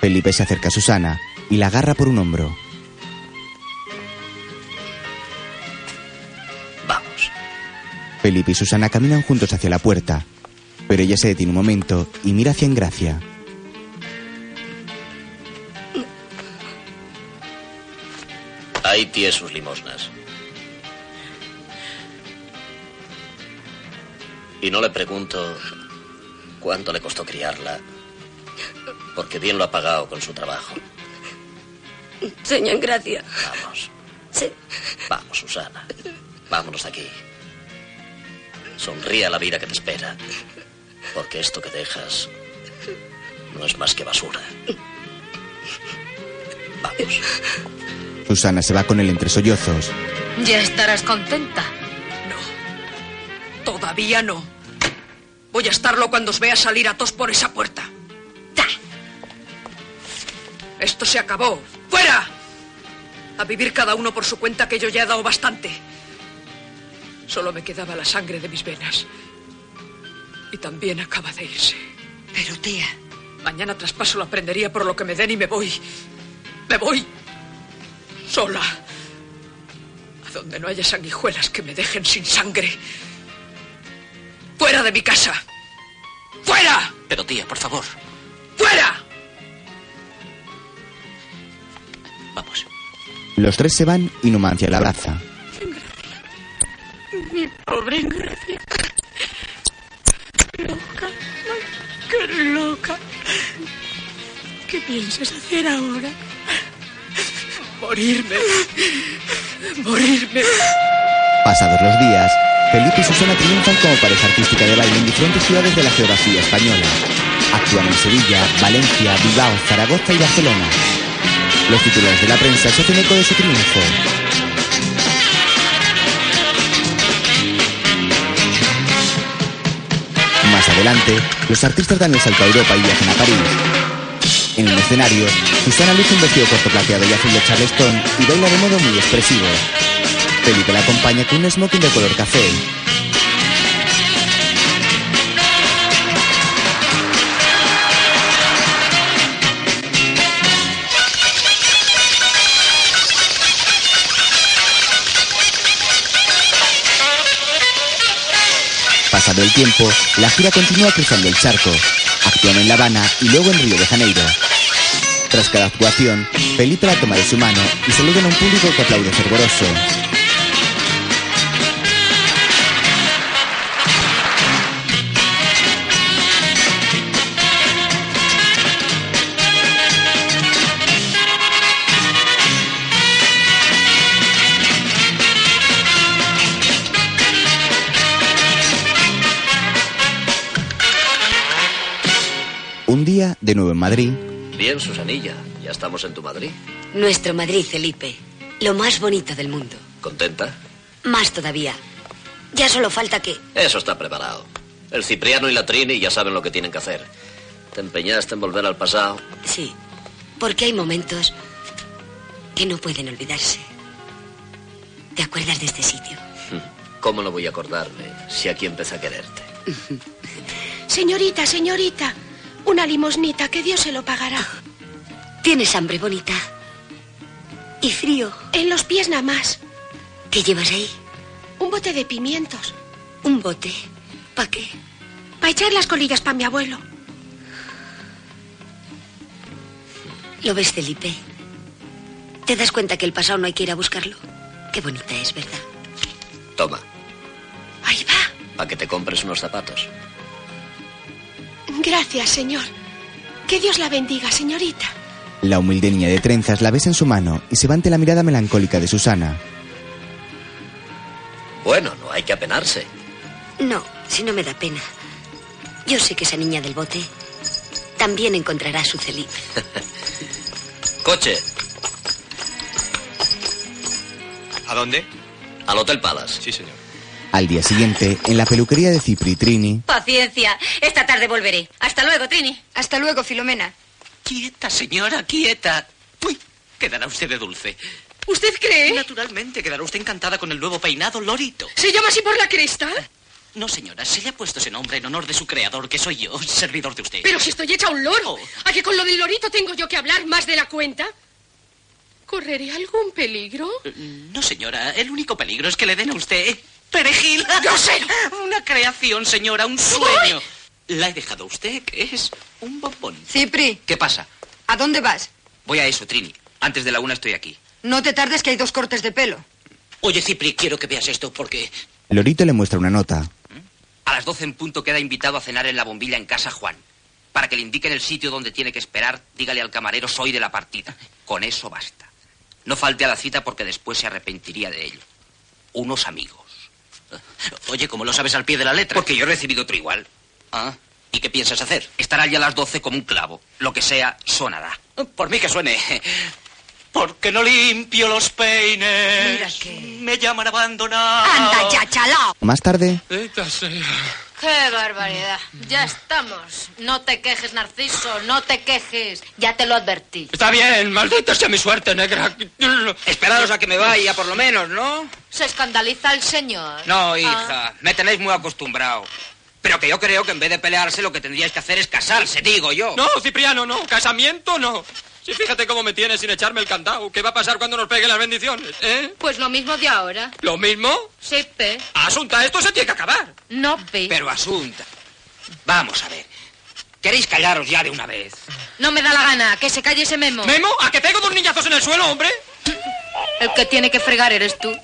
[SPEAKER 1] Felipe se acerca a Susana y la agarra por un hombro.
[SPEAKER 20] Vamos.
[SPEAKER 1] Felipe y Susana caminan juntos hacia la puerta, pero ella se detiene un momento y mira hacia Engracia.
[SPEAKER 20] Ahí tiene sus limosnas. Y no le pregunto cuánto le costó criarla, porque bien lo ha pagado con su trabajo.
[SPEAKER 10] Señor, gracias.
[SPEAKER 20] Vamos,
[SPEAKER 10] Se-
[SPEAKER 20] vamos, Susana. Vámonos de aquí. Sonríe a la vida que te espera, porque esto que dejas no es más que basura. Vamos.
[SPEAKER 1] Susana se va con él entre sollozos.
[SPEAKER 4] Ya estarás contenta.
[SPEAKER 3] Todavía no. Voy a estarlo cuando os vea salir a tos por esa puerta. ¡Ya! Esto se acabó. ¡Fuera! A vivir cada uno por su cuenta que yo ya he dado bastante. Solo me quedaba la sangre de mis venas. Y también acaba de irse. Pero tía. Mañana traspaso la prendería por lo que me den y me voy. Me voy. Sola. A donde no haya sanguijuelas que me dejen sin sangre. ¡Fuera de mi casa! ¡Fuera!
[SPEAKER 17] Pero tía, por favor.
[SPEAKER 3] ¡Fuera!
[SPEAKER 17] Vamos.
[SPEAKER 1] Los tres se van y Numancia la abraza.
[SPEAKER 5] Mi pobre Gracia. Loca. Ay, qué loca. ¿Qué piensas hacer ahora?
[SPEAKER 3] Morirme. Morirme.
[SPEAKER 1] Pasados los días, Felipe y Susana triunfan como pareja artística de baile en diferentes ciudades de la geografía española. Actúan en Sevilla, Valencia, Bilbao, Zaragoza y Barcelona. Los titulares de la prensa se hacen eco de su triunfo. Más adelante, los artistas dan el salto a Europa y viajan a París. En el escenario, Susana luce un vestido corto plateado y azul de Charleston y baila de modo muy expresivo. Felipe la acompaña con un smoking de color café. Pasado el tiempo, la gira continúa cruzando el charco. Actúan en La Habana y luego en Río de Janeiro. Tras cada actuación, Felipe la toma de su mano y saludan a un público que aplaude fervoroso. Un día, de nuevo en Madrid,
[SPEAKER 20] Bien, Susanilla, ya estamos en tu Madrid.
[SPEAKER 10] Nuestro Madrid, Felipe. Lo más bonito del mundo.
[SPEAKER 20] ¿Contenta?
[SPEAKER 10] Más todavía. Ya solo falta que...
[SPEAKER 20] Eso está preparado. El Cipriano y la Trini ya saben lo que tienen que hacer. Te empeñaste en volver al pasado.
[SPEAKER 10] Sí. Porque hay momentos que no pueden olvidarse. ¿Te acuerdas de este sitio?
[SPEAKER 20] ¿Cómo no voy a acordarme si aquí empecé a quererte?
[SPEAKER 10] Señorita, señorita. Una limosnita que Dios se lo pagará. Tienes hambre bonita. Y frío. En los pies nada más. ¿Qué llevas ahí?
[SPEAKER 18] Un bote de pimientos.
[SPEAKER 10] Un bote. ¿Para qué?
[SPEAKER 18] Para echar las colillas para mi abuelo.
[SPEAKER 10] ¿Lo ves, Felipe? ¿Te das cuenta que el pasado no hay que ir a buscarlo? Qué bonita es, ¿verdad?
[SPEAKER 20] Toma,
[SPEAKER 18] Ahí va.
[SPEAKER 20] para que te compres unos zapatos.
[SPEAKER 18] Gracias, señor. Que Dios la bendiga, señorita.
[SPEAKER 1] la humilde niña de trenzas la besa en su mano y se va ante la mirada melancólica de Susana.
[SPEAKER 20] Bueno, no hay que apenarse.
[SPEAKER 10] No, si no me da pena. Yo sé que esa niña del bote también encontrará a su Felipe.
[SPEAKER 20] Coche,
[SPEAKER 18] ¿A dónde?
[SPEAKER 20] al Hotel Palace.
[SPEAKER 18] Sí, señor.
[SPEAKER 1] Al día siguiente, en la peluquería de Cipri y Trini,
[SPEAKER 32] Paciencia, esta tarde volveré. Hasta luego, Trini. Hasta luego, Filomena.
[SPEAKER 17] Quieta, señora, quieta. Uy, quedará usted de dulce.
[SPEAKER 33] ¿Usted cree?
[SPEAKER 17] Naturalmente, quedará usted encantada con el nuevo peinado Lorito.
[SPEAKER 33] ¿Se llama así por la cresta?
[SPEAKER 17] No, señora, se le ha puesto ese nombre en honor de su creador, que soy yo, servidor de usted.
[SPEAKER 3] Pero si estoy hecha un loro. ¿A que con lo del lorito tengo yo que hablar más de la cuenta? ¿Correré algún peligro?
[SPEAKER 4] Eh,
[SPEAKER 17] No, señora, el único peligro es que le den a usted perejil. ¡Grosero! Una creación, señora, un sueño. La he dejado a usted, que es un bombón.
[SPEAKER 13] Cipri,
[SPEAKER 22] ¿Qué pasa?
[SPEAKER 13] ¿a dónde vas?
[SPEAKER 22] Voy a eso, Trini. Antes de la una estoy aquí.
[SPEAKER 13] No te tardes que hay dos cortes de pelo.
[SPEAKER 22] Oye, Cipri, quiero que veas esto porque
[SPEAKER 1] Lorito le muestra una nota.
[SPEAKER 22] a las doce en punto queda invitado a cenar en la bombilla en casa Juan. Para que le indiquen el sitio donde tiene que esperar, dígale al camarero soy de la partida. Con eso basta. No falte a la cita porque después se arrepentiría de ello. Unos amigos.
[SPEAKER 17] Oye, ¿cómo lo sabes al pie de la letra?
[SPEAKER 22] Porque yo he recibido otro igual.
[SPEAKER 17] Ah,
[SPEAKER 22] ¿y qué piensas hacer? Estar allí a las doce como un clavo. Lo que sea, sonará.
[SPEAKER 17] Por mí que suene. Porque no limpio los peines. Mira Me llaman abandonado.
[SPEAKER 5] Anda ya, chalao.
[SPEAKER 1] Más tarde,
[SPEAKER 5] ¡Qué barbaridad! Ya estamos. No te quejes, Narciso, no te quejes. Ya te lo advertí.
[SPEAKER 18] Está bien, maldita sea mi suerte, negra.
[SPEAKER 22] Esperados a que me vaya, por lo menos, ¿no?
[SPEAKER 5] Se escandaliza el señor. Ah,
[SPEAKER 22] No, hija, me tenéis muy acostumbrado. Pero que yo creo que en vez de pelearse lo que tendríais que hacer es casarse, digo yo.
[SPEAKER 18] No, Cipriano, no. Casamiento, no. Sí, fíjate cómo me tienes sin echarme el candado. ¿Qué va a pasar cuando nos peguen las bendiciones? ¿Eh?
[SPEAKER 5] Pues lo mismo de ahora.
[SPEAKER 18] ¿Lo mismo?
[SPEAKER 5] Sí, pe.
[SPEAKER 18] Asunta, esto se tiene que acabar.
[SPEAKER 5] No, pe.
[SPEAKER 22] Pero asunta. Vamos a ver. ¿Queréis callaros ya de una vez?
[SPEAKER 5] No me da la gana. Que se calle ese memo.
[SPEAKER 18] ¿Memo?
[SPEAKER 22] Ah.
[SPEAKER 18] ¿A que pego dos niñazos en el suelo, hombre?
[SPEAKER 5] El que tiene que fregar eres tú.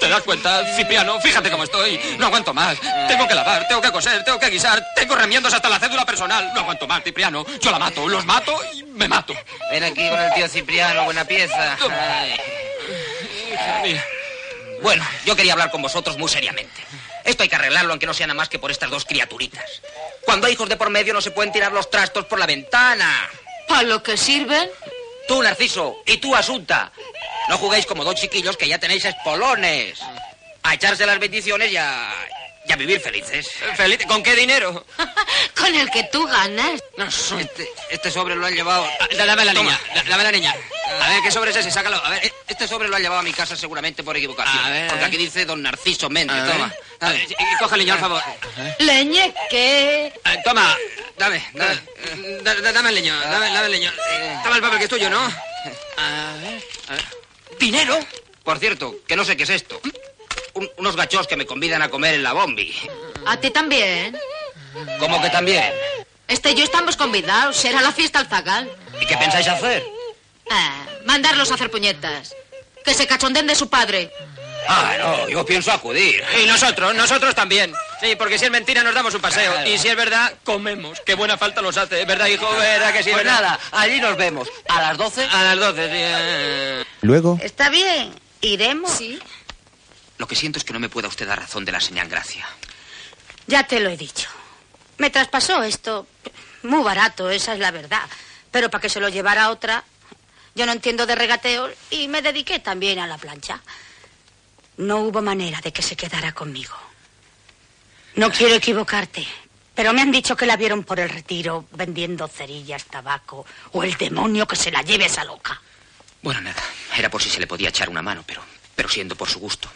[SPEAKER 18] ¿Te das cuenta, Cipriano? Fíjate cómo estoy. No aguanto más. Tengo que lavar, tengo que coser, tengo que guisar, tengo remiendos hasta la cédula personal. No aguanto más, Cipriano. Yo la mato, los mato y me mato.
[SPEAKER 22] Ven aquí con el tío Cipriano, buena pieza. Bueno, yo quería hablar con vosotros muy seriamente. Esto hay que arreglarlo, aunque no sea nada más que por estas dos criaturitas. Cuando hay hijos de por medio no se pueden tirar los trastos por la ventana.
[SPEAKER 5] ¿Para lo que sirven?
[SPEAKER 22] Tú, Narciso, y tú, Asunta. No juguéis como dos chiquillos que ya tenéis espolones. A echarse las bendiciones y a, y a vivir felices.
[SPEAKER 18] ¿Feliz? ¿Con qué dinero?
[SPEAKER 5] Con el que tú ganas.
[SPEAKER 22] No, este, este sobre lo han llevado.
[SPEAKER 18] da- dame la niña,
[SPEAKER 22] da- dame la niña. A ver, ¿qué sobre es ese? Sácalo. A ver, eh, este sobre lo han llevado a mi casa seguramente por equivocación.
[SPEAKER 18] A ver.
[SPEAKER 22] Porque aquí dice don Narciso Méndez.
[SPEAKER 18] A ver.
[SPEAKER 22] Toma. A ver, y- coge leña, por favor.
[SPEAKER 5] Leñe, ¿qué?
[SPEAKER 22] Eh, Toma, dame, dame. Eh, da- da- Dame el leño, dame, dame el leño. Eh, Toma el papel que es tuyo, ¿no? A ver, a ver. ¿Dinero? Por cierto, que no sé qué es esto. Un- unos gachos que me convidan a comer en la bombi.
[SPEAKER 5] A ti también.
[SPEAKER 22] ¿Cómo que también?
[SPEAKER 5] Este y yo estamos convidados. Será la fiesta al zagal.
[SPEAKER 22] ¿Y qué pensáis hacer?
[SPEAKER 5] Ah, mandarlos a hacer puñetas. Que se cachonden de su padre.
[SPEAKER 22] Ah, no, yo pienso acudir.
[SPEAKER 18] Y nosotros, nosotros también. Sí, porque si es mentira nos damos un paseo.
[SPEAKER 22] Claro.
[SPEAKER 18] Y si es verdad, comemos. Qué buena falta nos hace. ¿eh? ¿Verdad, hijo? ¿Verdad que sí?
[SPEAKER 22] Pues
[SPEAKER 18] ¿Verdad?
[SPEAKER 22] nada, allí nos vemos. ¿A las 12?
[SPEAKER 18] A las 12, sí. eh.
[SPEAKER 1] luego,
[SPEAKER 32] Está bien, iremos. Sí.
[SPEAKER 22] Lo que siento es que no me pueda usted dar razón de la señal gracia.
[SPEAKER 32] Ya te lo he dicho.
[SPEAKER 4] Me traspasó esto. Muy barato, esa es la verdad. Pero para que se lo llevara otra, yo no entiendo de regateo y me dediqué también a la plancha. No hubo manera de que se quedara conmigo. No quiero equivocarte, pero me han dicho que la vieron por el retiro vendiendo cerillas, tabaco o el demonio que se la lleve esa loca.
[SPEAKER 22] Bueno, nada. Era por si se le podía echar una mano, pero, pero siendo por su gusto.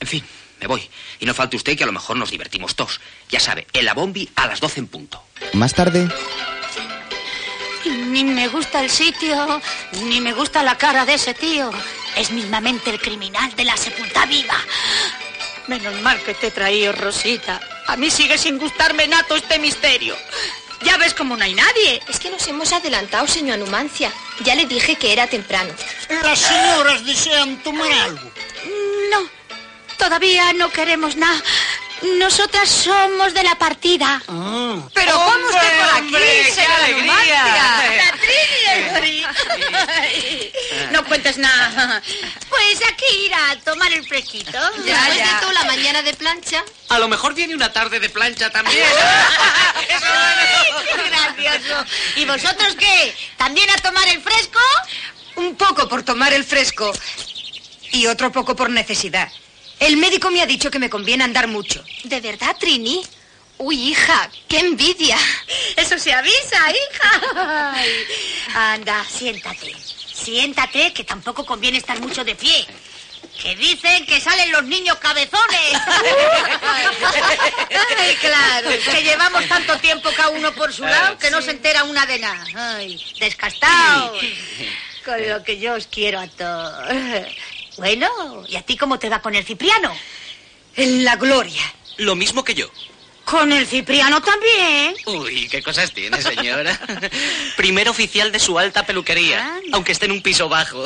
[SPEAKER 22] En fin, me voy. Y no falte usted que a lo mejor nos divertimos todos. Ya sabe, en la bombi a las 12 en punto.
[SPEAKER 1] más tarde,
[SPEAKER 4] Ni me gusta el sitio, ni me gusta la cara de ese tío. Es mismamente el criminal de la sepulta viva. Menos mal que te he traído, Rosita. A mí sigue sin gustarme nato este misterio. Ya ves cómo no hay nadie.
[SPEAKER 3] Es que nos hemos adelantado, señor Numancia. Ya le dije que era temprano.
[SPEAKER 4] Las Ah. señoras desean tomar algo. No, todavía no queremos nada. Nosotras somos de la partida.
[SPEAKER 5] Pero ¿cómo
[SPEAKER 4] usted por aquí, señora
[SPEAKER 5] alegría!
[SPEAKER 4] Numancia?
[SPEAKER 34] No cuentes nada.
[SPEAKER 4] Pues aquí ir a tomar el fresquito.
[SPEAKER 34] Ya,
[SPEAKER 4] Después
[SPEAKER 34] ya.
[SPEAKER 4] de toda la mañana de plancha.
[SPEAKER 17] A lo mejor viene una tarde de plancha también.
[SPEAKER 4] ¡Qué gracioso! ¿Y vosotros qué? ¿También a tomar el fresco?
[SPEAKER 13] Un poco por tomar el fresco y otro poco por necesidad. El médico me ha dicho que me conviene andar mucho.
[SPEAKER 4] ¿De verdad, Trini? Uy, hija, qué envidia. Eso se avisa, hija. Anda, siéntate. Siéntate, que tampoco conviene estar mucho de pie. Que dicen que salen los niños cabezones. Ay, claro, que llevamos tanto tiempo cada uno por su lado que no se entera una de nada. Ay, descastado. Con lo que yo os quiero a todos. Bueno, ¿y a ti cómo te va con el Cipriano?
[SPEAKER 13] En la gloria.
[SPEAKER 17] Lo mismo que yo.
[SPEAKER 4] Con el Cipriano también.
[SPEAKER 17] Uy, qué cosas tiene, señora. Primer oficial de su alta peluquería, aunque esté en un piso bajo.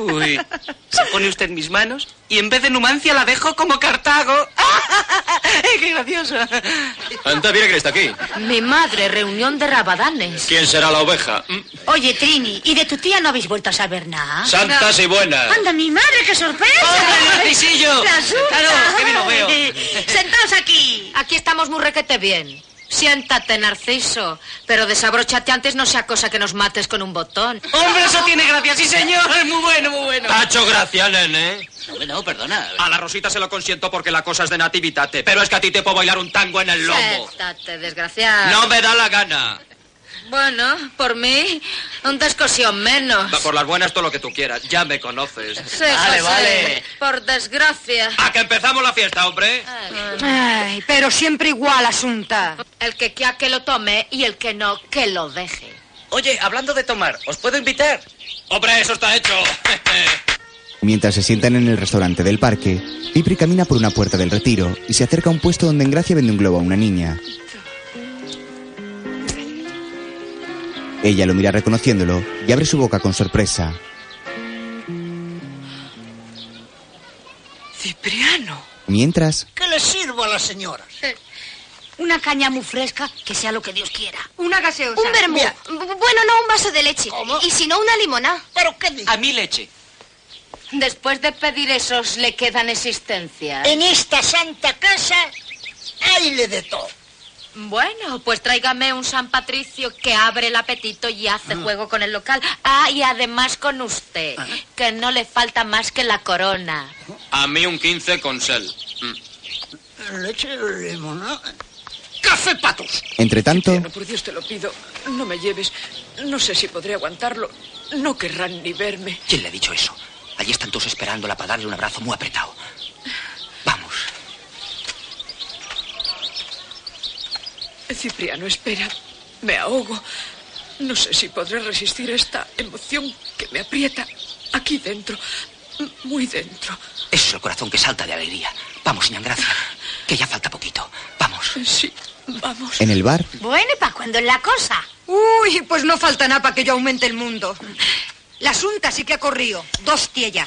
[SPEAKER 17] Uy, se pone usted en mis manos y en vez de Numancia la dejo como Cartago. ¡Qué gracioso!
[SPEAKER 35] Anda, mira quién está aquí.
[SPEAKER 2] Mi madre, reunión de rabadanes.
[SPEAKER 35] ¿Quién será la oveja?
[SPEAKER 18] Mm,
[SPEAKER 4] Oye, Trini, ¿y de tu tía no habéis vuelto a saber nada?
[SPEAKER 35] Santas y buenas.
[SPEAKER 4] ¡Anda, mi madre, qué sorpresa!
[SPEAKER 35] el pisillo!
[SPEAKER 4] ¡La suya!
[SPEAKER 35] Claro, que bien os veo.
[SPEAKER 4] ¡Sentaos aquí!
[SPEAKER 2] Aquí estamos muy requete bien. Siéntate, Narciso. Pero desabróchate antes no sea cosa que nos mates con un botón.
[SPEAKER 17] ¡Hombre, eso tiene gracia, sí, señor! Muy bueno, muy bueno.
[SPEAKER 35] Tacho, gracias, nene.
[SPEAKER 17] No, no, perdona.
[SPEAKER 18] A la Rosita se lo consiento porque la cosa es de nativitate, pero es que a ti te puedo bailar un tango en el lomo.
[SPEAKER 2] Siéntate,
[SPEAKER 22] Ah.
[SPEAKER 2] desgraciado.
[SPEAKER 18] No me da la gana.
[SPEAKER 2] Bueno, por mí, un descosión menos.
[SPEAKER 18] Va, Por las buenas todo lo que tú quieras, ya me conoces.
[SPEAKER 2] Sí, José, Por desgracia.
[SPEAKER 18] A que empezamos la fiesta, hombre.
[SPEAKER 13] Ay, pero siempre igual, Asunta.
[SPEAKER 2] El que quiera que lo tome y el que no, que lo deje.
[SPEAKER 17] Oye, hablando de tomar, ¿os puedo invitar?
[SPEAKER 18] Hombre, eso está hecho.
[SPEAKER 1] Mientras se sientan en el restaurante del parque, Pipri camina por una puerta del retiro y se acerca a un puesto donde Engracia vende un globo a una niña. Ella lo mira reconociéndolo y abre su boca con sorpresa.
[SPEAKER 4] Cipriano.
[SPEAKER 1] Mientras,
[SPEAKER 4] ¿Qué le sirvo a las señoras? Una caña muy fresca, que sea lo que Dios quiera.
[SPEAKER 13] Una gaseosa.
[SPEAKER 4] Un vermú. Mira. Bueno, no, un vaso de leche. Y si no, una limonada. ¿Pero qué
[SPEAKER 17] A mi leche.
[SPEAKER 2] Después de pedir esos, le quedan existencias.
[SPEAKER 4] En esta santa casa hay de todo.
[SPEAKER 2] Bueno, pues tráigame un San Patricio que abre el apetito y hace juego con el local. Ah, y además con usted, que no le falta más que la corona.
[SPEAKER 18] A mí un 15 con Mm. sel.
[SPEAKER 4] Leche de limonada.
[SPEAKER 3] ¡Café patos!
[SPEAKER 1] entre tanto,
[SPEAKER 3] Por Dios te lo pido, no me lleves. No sé si podré aguantarlo. No querrán ni verme.
[SPEAKER 22] ¿Quién le ha dicho eso? Allí están todos esperándola para darle un abrazo muy apretado.
[SPEAKER 3] Cipriano, espera. Me ahogo. No sé si podré resistir esta emoción que me aprieta aquí dentro. m- Muy dentro.
[SPEAKER 22] Eso es el corazón que salta de alegría. Vamos, Inangracia, que ya falta poquito. Vamos.
[SPEAKER 3] Sí, vamos.
[SPEAKER 1] en el bar,
[SPEAKER 4] Bueno, ¿y para cuándo es la cosa?
[SPEAKER 13] Uy, pues no falta nada para que yo aumente el mundo. La Asunta sí que ha corrido. Dos tías ya.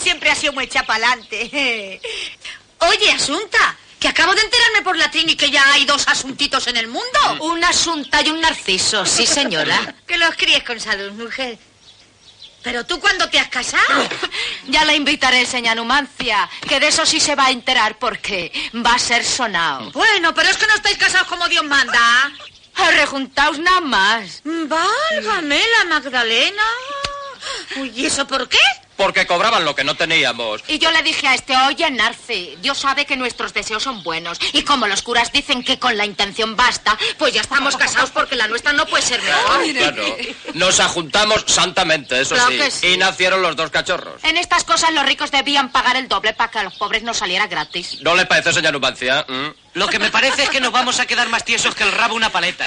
[SPEAKER 4] Siempre ha sido muy chapalante. Oye, Asunta, que acabo de enterarme por la trini que ya hay dos asuntitos en el mundo.
[SPEAKER 2] Un asunta y un narciso, sí señora.
[SPEAKER 4] Que los críes con salud, mujer. Pero tú cuándo te has casado?
[SPEAKER 2] Ya la invitaré, señora Numancia, que de eso sí se va a enterar porque va a ser sonado.
[SPEAKER 4] Bueno, pero es que no estáis casados como Dios manda.
[SPEAKER 2] Rejuntaos nada más.
[SPEAKER 4] Válgame la Magdalena. Uy, ¿y eso por qué?
[SPEAKER 18] Porque cobraban lo que no teníamos.
[SPEAKER 2] Y yo le dije a este, oye, Narci, Dios sabe que nuestros deseos son buenos. Y como los curas dicen que con la intención basta, pues ya estamos casados porque la nuestra no puede ser mejor.
[SPEAKER 18] Claro. Nos ajuntamos santamente, eso
[SPEAKER 2] Claro
[SPEAKER 18] sí.
[SPEAKER 2] que sí.
[SPEAKER 18] Y nacieron los dos cachorros.
[SPEAKER 2] En estas cosas los ricos debían pagar el doble para que a los pobres no saliera gratis.
[SPEAKER 18] ¿No le parece, señor Numancia? ¿Mm?
[SPEAKER 17] Lo que me parece es que nos vamos a quedar más tiesos que el rabo una paleta.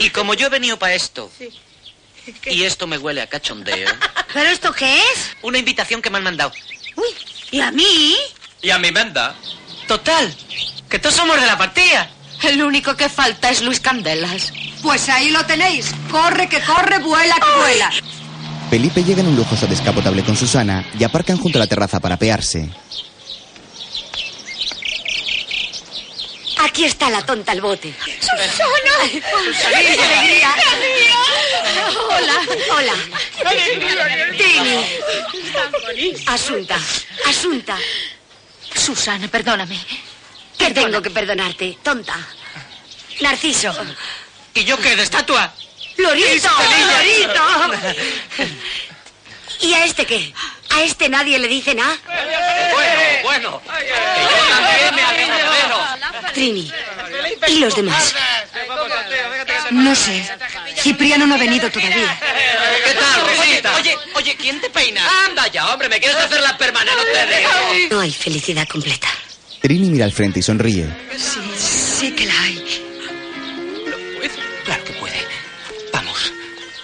[SPEAKER 17] Y como yo he venido para esto, y esto me huele a cachondeo.
[SPEAKER 4] ¿Pero esto qué es?
[SPEAKER 17] Una invitación que me han mandado.
[SPEAKER 4] ¿Y a mí?
[SPEAKER 18] Y a mi menda.
[SPEAKER 17] Total, que todos somos de la partida.
[SPEAKER 2] El único que falta es Luis Candelas.
[SPEAKER 13] Pues ahí lo tenéis. Corre que corre, vuela que vuela.
[SPEAKER 1] Felipe llega en un lujoso descapotable con Susana y aparcan junto a la terraza para apearse.
[SPEAKER 2] Aquí está la tonta al bote.
[SPEAKER 3] ¡Susana!
[SPEAKER 2] ¡Qué alegría! Hola, hola. Tini. Asunta, Asunta.
[SPEAKER 4] Susana, perdóname.
[SPEAKER 2] ¿Qué tengo que perdonarte, tonta? Narciso.
[SPEAKER 17] ¿Y yo qué? ¿De estatua? Este
[SPEAKER 2] ¡Lorito!
[SPEAKER 17] Estelilla.
[SPEAKER 2] ¡Lorito! ¿Y a este qué? ¿A este nadie le dice nada?
[SPEAKER 5] Bueno, bueno. Que yo también me alegro.
[SPEAKER 2] Trini. ¿Y los demás?
[SPEAKER 13] No sé. Cipriano no ha venido todavía.
[SPEAKER 5] ¿Qué tal, Rosita?
[SPEAKER 17] Oye, oye, ¿quién te peina? Ah.
[SPEAKER 5] Anda ya, hombre, me quieres hacer la permanente. No te río.
[SPEAKER 2] No hay felicidad completa.
[SPEAKER 1] Trini mira al frente y sonríe.
[SPEAKER 13] Sí, sí que la hay.
[SPEAKER 22] Claro que puede.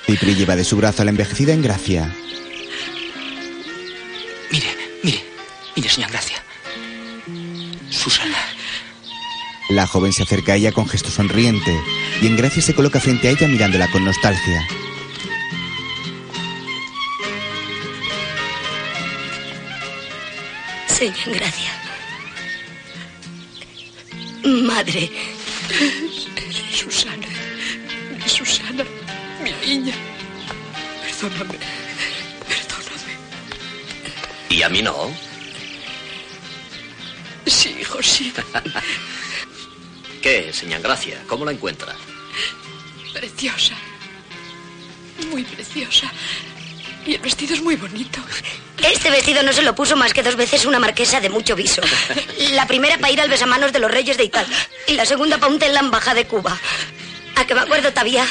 [SPEAKER 1] Cipri lleva de su brazo a la envejecida en gracia.
[SPEAKER 22] Mire, señor Gracia. Susana.
[SPEAKER 1] La joven se acerca a ella con gesto sonriente y en gracia se coloca frente a ella mirándola con nostalgia.
[SPEAKER 36] Señor Gracia. Madre.
[SPEAKER 3] Susana, Susana, mi niña. Perdóname.
[SPEAKER 20] ¿Y a mí no?
[SPEAKER 3] Sí, hijo, sí.
[SPEAKER 20] ¿Qué, señor Gracia? ¿Cómo la encuentra?
[SPEAKER 3] Preciosa. Muy preciosa. Y el vestido es muy bonito.
[SPEAKER 2] Este vestido no se lo puso más que dos veces una marquesa de mucho viso. La primera para ir al besamanos de los reyes de Italia y la segunda para un té en la embajada de Cuba. ¿A que me acuerdo, Tavía?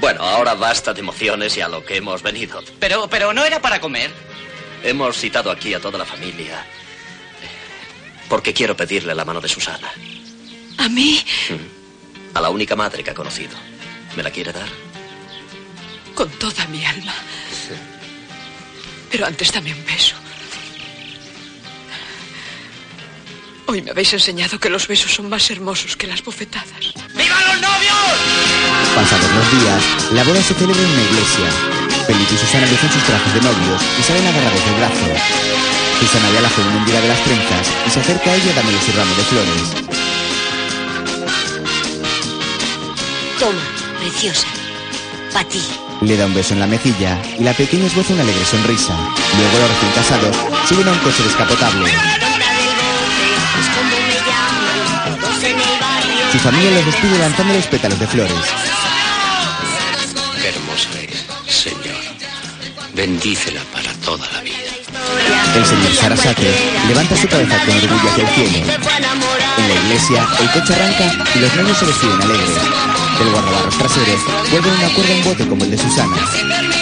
[SPEAKER 20] Bueno, ahora basta de emociones y a lo que hemos venido.
[SPEAKER 17] Pero, pero no era para comer.
[SPEAKER 20] Hemos citado aquí a toda la familia eh, porque quiero pedirle la mano de Susana,
[SPEAKER 3] ¿A mí?
[SPEAKER 20] a la única madre que ha conocido. ¿Me la quiere dar?
[SPEAKER 3] Con toda mi alma. Pero antes dame un beso. Hoy me habéis enseñado que los besos son más hermosos que las bofetadas.
[SPEAKER 1] Pasados los días, la boda se celebra en una iglesia. Felipe y Susana lucen sus trajes de novios y salen agarrados del brazo. Susana ve a la joven hundida de las trenzas y se acerca a ella dándole su ramo de flores.
[SPEAKER 36] Toma, preciosa. Para ti.
[SPEAKER 1] Le da un beso en la mejilla y la pequeña esboza una alegre sonrisa. Luego los recién casados suben a un coche descapotable. Su familia los despide lanzándoles pétalos de flores.
[SPEAKER 10] Qué hermosa eres, Señor. Bendícela para toda la vida.
[SPEAKER 1] El señor Sarasate levanta su cabeza con orgullo hacia el cielo. En la iglesia, el coche arranca y los niños se despiden alegres. Del guardabarros trasero vuelven una cuerda en bote como el de Susana.